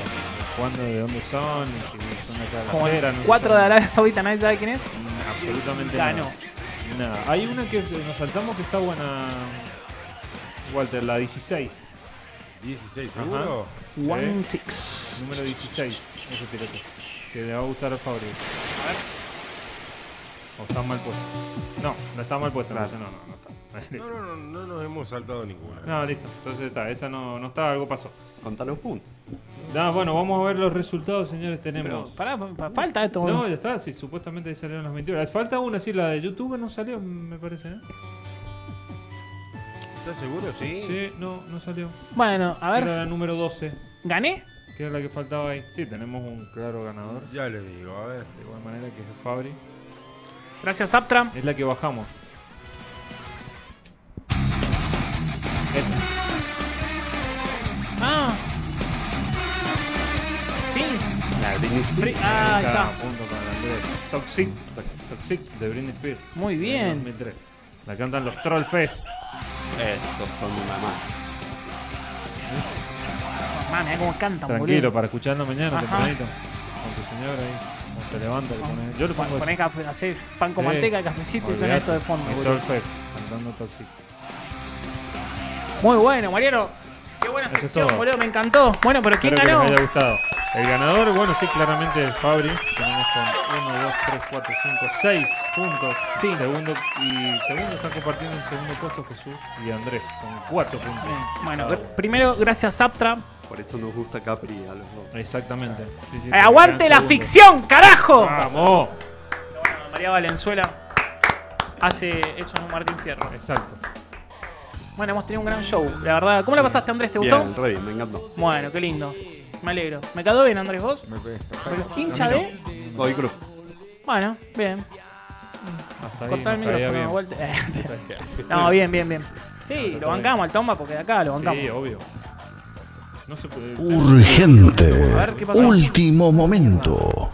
D: Cuándo, de dónde son, si son de acá de la
A: Como
D: acera, no
A: cuatro
D: son
A: de Arabia Saudita, ¿nadie sabe quién es?
D: Absolutamente
A: Ya,
D: nada. Nada. Hay una que nos saltamos que está buena, Walter, la 16.
E: 16,
D: Ajá.
E: seguro.
D: Eh, Número 16. Ese tirate. Que le va a gustar a Fabri. A ver. O está mal puesto. No, no está mal puesto.
E: Claro.
D: entonces no, no, no está.
E: No, no, no, no nos hemos saltado ninguna.
D: No, listo. Entonces está, esa no, no está, algo pasó.
C: Contalo los puntos.
D: No, bueno, vamos a ver los resultados, señores. Tenemos.
A: Pará, pa- falta esto.
D: No, ya está, sí, supuestamente ahí salieron las 21. Falta una, sí, la de YouTube no salió, me parece, ¿eh?
E: ¿Estás seguro? Sí.
D: Sí, no, no salió.
A: Bueno, a ver.
D: Era la número 12.
A: ¿Gané?
D: Que era la que faltaba ahí. Sí, tenemos un claro ganador.
E: Ya le digo, a ver.
D: De igual manera que es Fabri.
A: Gracias, Aptra.
D: Es la que bajamos. Esta.
A: Ah. Sí. Free- Ah,
D: Ah,
A: ahí está.
D: Punto para Andrés. Toxic. Toxic de Britney Spears.
A: Muy
D: Del
A: bien.
D: 2003. La cantan los Troll Fest.
C: Esos son una más.
A: Mami, mira cómo cantan,
D: Tranquilo,
A: boludo.
D: para escucharlo mañana,
A: Ajá.
D: tempranito. Con tu señora ahí. Cuando se levanta, le pones. Yo le pongo.
A: Ponés café, hacés pan con
D: Sí.
A: manteca, cafecito y son
D: Olvidate.
A: esto de fondo,
D: El
A: boludo.
D: Troll Fest. Cantando Toxic.
A: Muy bueno, Mariano. Qué buena
D: Eso es
A: sección,
D: todo.
A: boludo, me encantó. Bueno, pero ¿quién
D: Espero
A: ganó?
D: que les haya gustado. El ganador, bueno, sí, claramente es Fabri. Tenemos con 1, 2, 3, 4, 5, 6 puntos. Sí. Segundo, y segundo está compartiendo el segundo puesto Jesús y Andrés con 4 puntos.
A: Bueno,
D: cada
A: gr-
D: uno.
A: primero, gracias, Aptra.
C: Por eso nos gusta Capri a los dos.
D: Exactamente. Sí, sí,
A: Eh, ¡Aguante
D: quedan
A: la
D: segundos.
A: ficción, carajo!
D: ¡Vamos!
A: Bueno, María Valenzuela hace eso en un Martín Fierro.
D: Exacto.
A: Bueno, hemos tenido un gran show, la verdad. ¿Cómo la pasaste, Andrés? ¿Te gustó?
C: Bien, re bien, me encantó.
A: Bueno, qué lindo. Me alegro. ¿Me quedó bien, Andrés, vos?
B: Me pe-
A: ¿Hincha de?
C: Hoy cruz.
A: Bueno, bien.
D: Hasta ahí,
A: Cortar el
D: nos caía
A: micrófono,
D: bien.
A: vuelta. No, bien, bien, bien. Sí, lo bancamos al tomba porque de acá lo bancamos.
D: Sí, obvio. No se puede.
F: Urgente.
A: A ver, ¿qué pasó?
F: Último momento.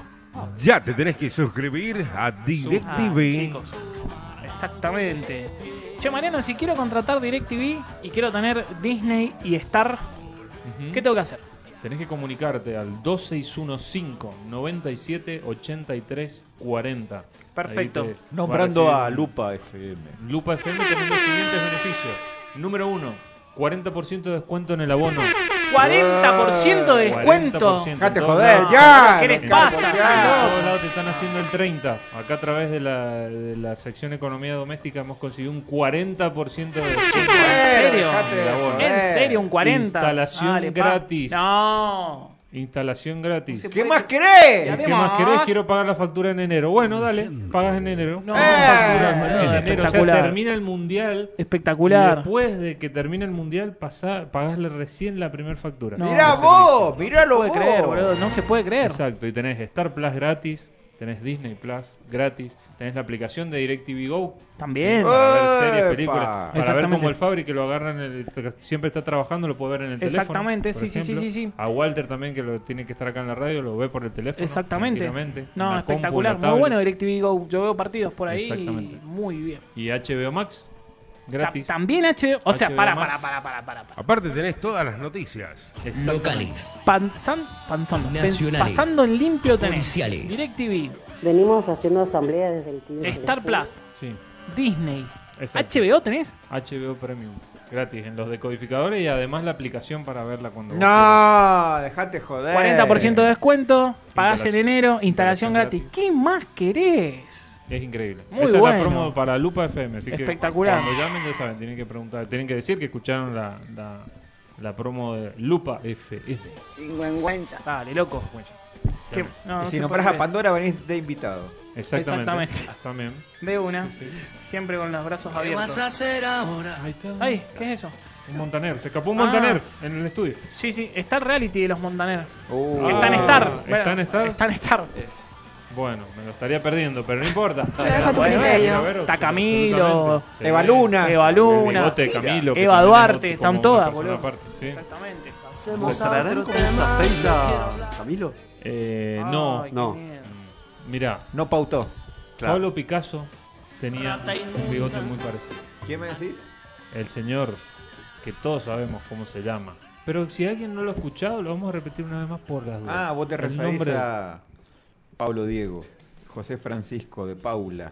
E: Ya te tenés que suscribir a DirecTV.
A: Ah, chicos. Exactamente. Che, Mariano, si quiero contratar DirecTV y quiero tener Disney y Star,
D: Ujú.
A: ¿qué tengo que hacer?
D: Tenés que comunicarte al 2615 97 83 40.
A: Perfecto.
B: Nombrando a
D: Lupa.
B: Lupa FM.
D: Lupa FM tenés los siguientes beneficios. Número 1, 40% de descuento en el abono.
A: 40% de descuento.
D: 40% en
A: Dejate
D: todos
A: joder,
D: lados.
A: ya, ¿qué les pasa?
D: En todos lados te están haciendo el 30. Acá a través de la, de la sección Economía Doméstica hemos conseguido un 40% de descuento.
A: ¿En serio?
D: En el abono.
A: ¿En serio? ¿Un 40?
D: Instalación
A: Dale, pa.
D: gratis.
A: No.
D: Instalación gratis.
B: ¿Qué más querés?
D: ¿Y ¿Qué más querés? Quiero pagar la factura en enero. Bueno, dale, pagas en enero. No, en enero. O sea,
A: Eh, espectacular.
D: termina el mundial. Y
A: Espectacular.
D: después de que termine el mundial, pasá, pagasle recién la primera factura.
A: No.
B: Mirá
D: Ese
B: vos,
D: servicio.
B: mirá
A: No
B: lo
A: se
B: vos.
A: puede creer, boludo. No se puede creer.
D: Exacto, y tenés Star Plus gratis, tenés Disney Plus gratis, tenés la aplicación de DirecTV Go.
A: También.
D: Para ver series,
B: ¡Epa!
D: películas. Para ver
A: Exactamente.
D: como el Fabri que lo agarran, siempre está trabajando, lo puede ver en el teléfono.
A: Exactamente,
D: por
A: sí, sí, sí,
D: ejemplo.
A: sí, sí.
D: A Walter también, que lo tiene que estar acá en la radio, lo ve por el teléfono.
A: Exactamente.
D: tranquilamente,
A: No,
D: una compu,
A: espectacular.
D: una
A: Muy
D: tablet.
A: bueno DirecTV Go. Yo veo partidos por ahí.
D: Exactamente.
A: y Muy bien.
D: Y HBO Max
A: Ta-
D: gratis.
A: También HBO. O sea,
D: HBO
A: para, para,
D: Max.
A: para, para, para.
E: Aparte tenés todas las noticias.
D: Exacto.
A: Panzan, panzón. Pens-
N: Nacionales.
A: Pasando en limpio tenés.
N: Policiales.
A: DirecTV,
N: Venimos haciendo asamblea desde el 15 de
A: Star
N: julio.
A: Plus,
D: Sí.
A: Disney.
D: Exacto. Eh.
A: ¿HBO tenés?
D: HBO Premium, gratis en los decodificadores y además la aplicación para verla cuando vos
B: No, dejate joder.
A: 40% de descuento, pagás en
D: Instalación-
A: enero, instalación
D: instalación
A: gratis. ¿Qué más querés?
D: quieras. Es increíble.
A: Muy
D: Esa
A: bueno.
D: es la promo para Lupa FM, así que
A: Espectacular.
D: cuando llamen ya saben, tienen que preguntar, tienen que decir que escucharon la, la, la promo de Lupa FM.
N: Chingüengüencha.
A: Dale, loco. Que- no,
B: Y
A: no
B: si
A: se
B: nombras
A: puede
B: a Pandora, venís de invitado.
D: Exactamente. Ah,
A: Exactamente.
D: También.
A: De una, siempre con los brazos abiertos.
H: hacer ahora?
D: Ahí está.
A: Ay, ¿qué es eso?
D: Un Montaner, se escapó un
A: Ah.
D: Montaner en el estudio.
A: Sí, sí, está el reality de los Montaner.
B: Uh.
A: Está en Star. Bueno,
D: Ah, ¿Está en Star?
A: Está en Star.
D: Bueno, me lo estaría perdiendo, pero no importa.
N: Te dejo a tu
D: Bueno,
N: criterio.
D: quiero ver,
A: Está Camilo,
D: absolutamente. Sí.
B: Eva Luna.
A: Eva
D: El
A: Luna,
D: bigote de Camilo, que
A: Eva
D: también
A: Duarte,
D: es otro-
A: están
D: como
A: todas,
D: una persona
A: boludo.
D: aparte, sí.
A: Exactamente.
C: ¿Mostrarán con esta feita, Camilo?
D: Eh, no,
A: Ay, qué
C: No.
A: mierda.
D: mirá,
B: No pautó.
C: Claro.
D: Pablo Picasso tenía un bigote muy parecido.
B: ¿Quién me decís?
D: El señor, que todos sabemos cómo se llama. Pero si alguien no lo ha escuchado, lo vamos a repetir una vez más por las dudas.
B: Ah, vos
D: Uh,
B: te
D: El
B: referís
D: nombre
B: a Pablo Diego, José Francisco de Paula,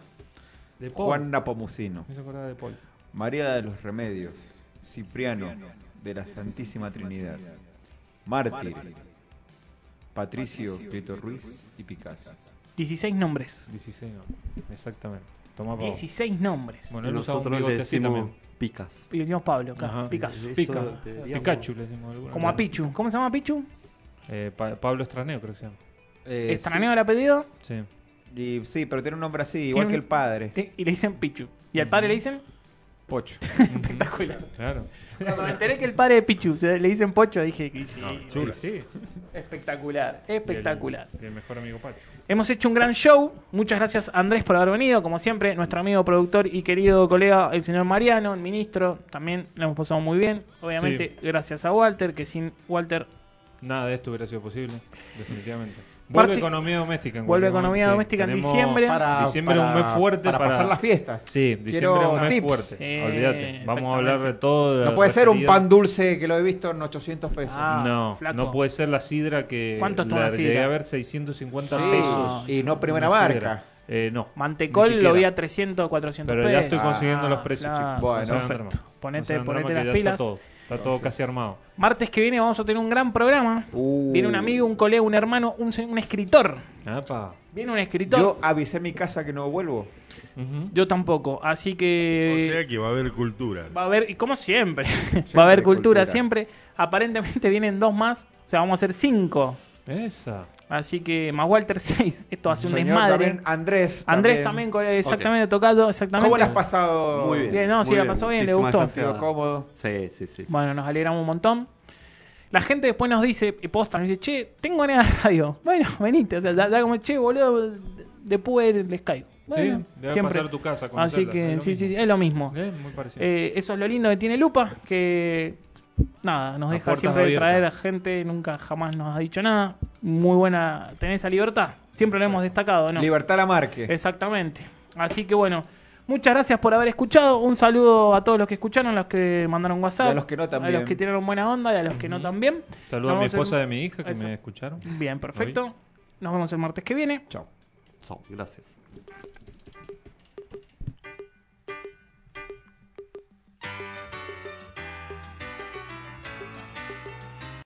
D: de
B: Oh.
D: Paul.
B: Juan Napomucino,
D: Me hizo acordar de Paul.
B: María de los Remedios, Cipriano, de la Santísima Trinidad, mártir, Patricio, Prieto Ruiz y Picasso.
A: 16 nombres.
D: 16 nombres, exactamente. Toma para vos.
A: 16 nombres.
D: Bueno, él usaba un bigote así también.
C: picas.
A: Y le decimos Pablo, claro,
D: Ajá.
A: Picasso.
D: Pica.
B: eh,
D: Pikachu le decimos alguna
A: Como a Pichu. ¿Cómo se llama Pichu?
D: Eh, Pa- Pablo Estraneo creo que se llama.
B: Eh,
A: ¿Estraneo el apellido?
D: Sí.
B: Y, sí, pero tiene un nombre así, igual que el padre.
A: Sí, Y le dicen Pichu. ¿Y al padre le dicen?
B: Pocho.
A: Espectacular.
D: Claro.
A: Cuando me enteré que el padre de Pichu se- le dicen Pocho, dije que sí.
D: Chula. Sí.
A: Espectacular, espectacular.
D: Y el, y el mejor amigo Pacho.
A: Hemos hecho un gran show. Muchas gracias, Andrés, por haber venido. Como siempre, nuestro amigo productor y querido colega, el señor Mariano, el ministro. También la hemos pasado muy bien. Obviamente, gracias a Walter, que sin Walter
D: Nada de esto hubiera sido posible, definitivamente.
A: Parte-
D: Vuelve economía doméstica. en
A: Vuelve
D: cualquier
A: economía
D: momento,
A: doméstica en
D: Tenemos-
A: diciembre. Para-
D: diciembre es un
A: para-
D: mes fuerte
A: para
D: para,
A: pasar las fiestas.
D: Sí, diciembre
A: Quiero
D: es un mes
A: tips.
D: fuerte.
A: Eh,
D: Olvídate. Vamos a hablar de
A: exactamente.
D: todo.
A: No
M: No puede ser un
D: referido-
M: pan dulce que lo he visto en 800 pesos.
A: Ah,
D: no, no puede ser la sidra que
M: ¿Cuánto está
D: la
M: una sidra?
D: llegué a ver 650
M: Sí,
D: pesos.
M: y no primera
D: Una
M: marca.
D: sidra. Eh, no. ni
A: Mantecol
D: siquiera.
A: lo vi a 300, 400
D: Pero
A: pesos. Ah,
D: ya estoy consiguiendo los precios,
A: claro,
D: chicos. No se hagan
A: perfecto.
D: drama. No se
A: Ponete,
D: hagan drama
A: ponete
D: que
A: las
D: ya
A: pilas.
D: Está todo, está todo casi armado.
A: Martes que viene vamos a tener un gran programa.
B: Uh.
M: Uh,
A: Viene un amigo, un colega, un hermano, un, se- un escritor.
D: Apa.
A: Viene un escritor.
B: Yo
A: Yo,
B: avisé en mi casa que no vuelvo.
A: tampoco. Así
E: O
A: que.
E: sea que va a haber cultura.
A: Va a haber, y como siempre, va a haber cultura,
E: cultura.
A: siempre. Aparentemente vienen dos más, o sea, vamos a hacer cinco.
D: Esa.
A: Así que más Walter seis. Esto hace un
M: Señor,
A: desmadre.
D: ah,
M: también Andrés
A: Andrés
M: también.
A: también, co- exactamente, tocado. Exactamente.
M: ¿Cómo la has pasado?
A: Muy bien, Bien, no, muy sí, la bien. pasó bien, le Muchísimas gustó. gracias.
M: cómodo.
C: Sí, sí, sí. sí.
A: Bueno, nos alegramos un montón. La gente después nos dice, y posta, nos dice, che, tengo ganas de radio. Bueno, venite, o sea, ya, ya como, che, boludo, de- de Puer les caigo. Bueno,
D: sí, debe
A: siempre.
D: pasar tu casa.
A: Así
D: conocerla, es
A: que,
D: lo
A: sí,
D: mismo.
A: sí, sí, es lo mismo.
D: Eh, muy parecido.
A: Eh, eso es lo lindo que tiene Lupa, que nada, nos
D: A
A: deja
D: puertas
A: siempre
D: abiertas.
A: traer a gente, nunca jamás nos ha dicho nada. Muy buena, tenés esa libertad, siempre lo hemos destacado, ¿no?
B: Libertad la marque.
A: Exactamente. Así que bueno, muchas gracias por haber escuchado. Un saludo a todos los que escucharon, los que mandaron WhatsApp,
B: Y a los que no también.
A: a los que tiraron buena onda y a los que no también.
D: Saludos a mi
A: Nos vemos
D: esposa
A: el-
D: de mi hija que
A: Eso.
D: me escucharon.
A: Bien, perfecto. Nos vemos el martes que viene.
C: Chao. Gracias.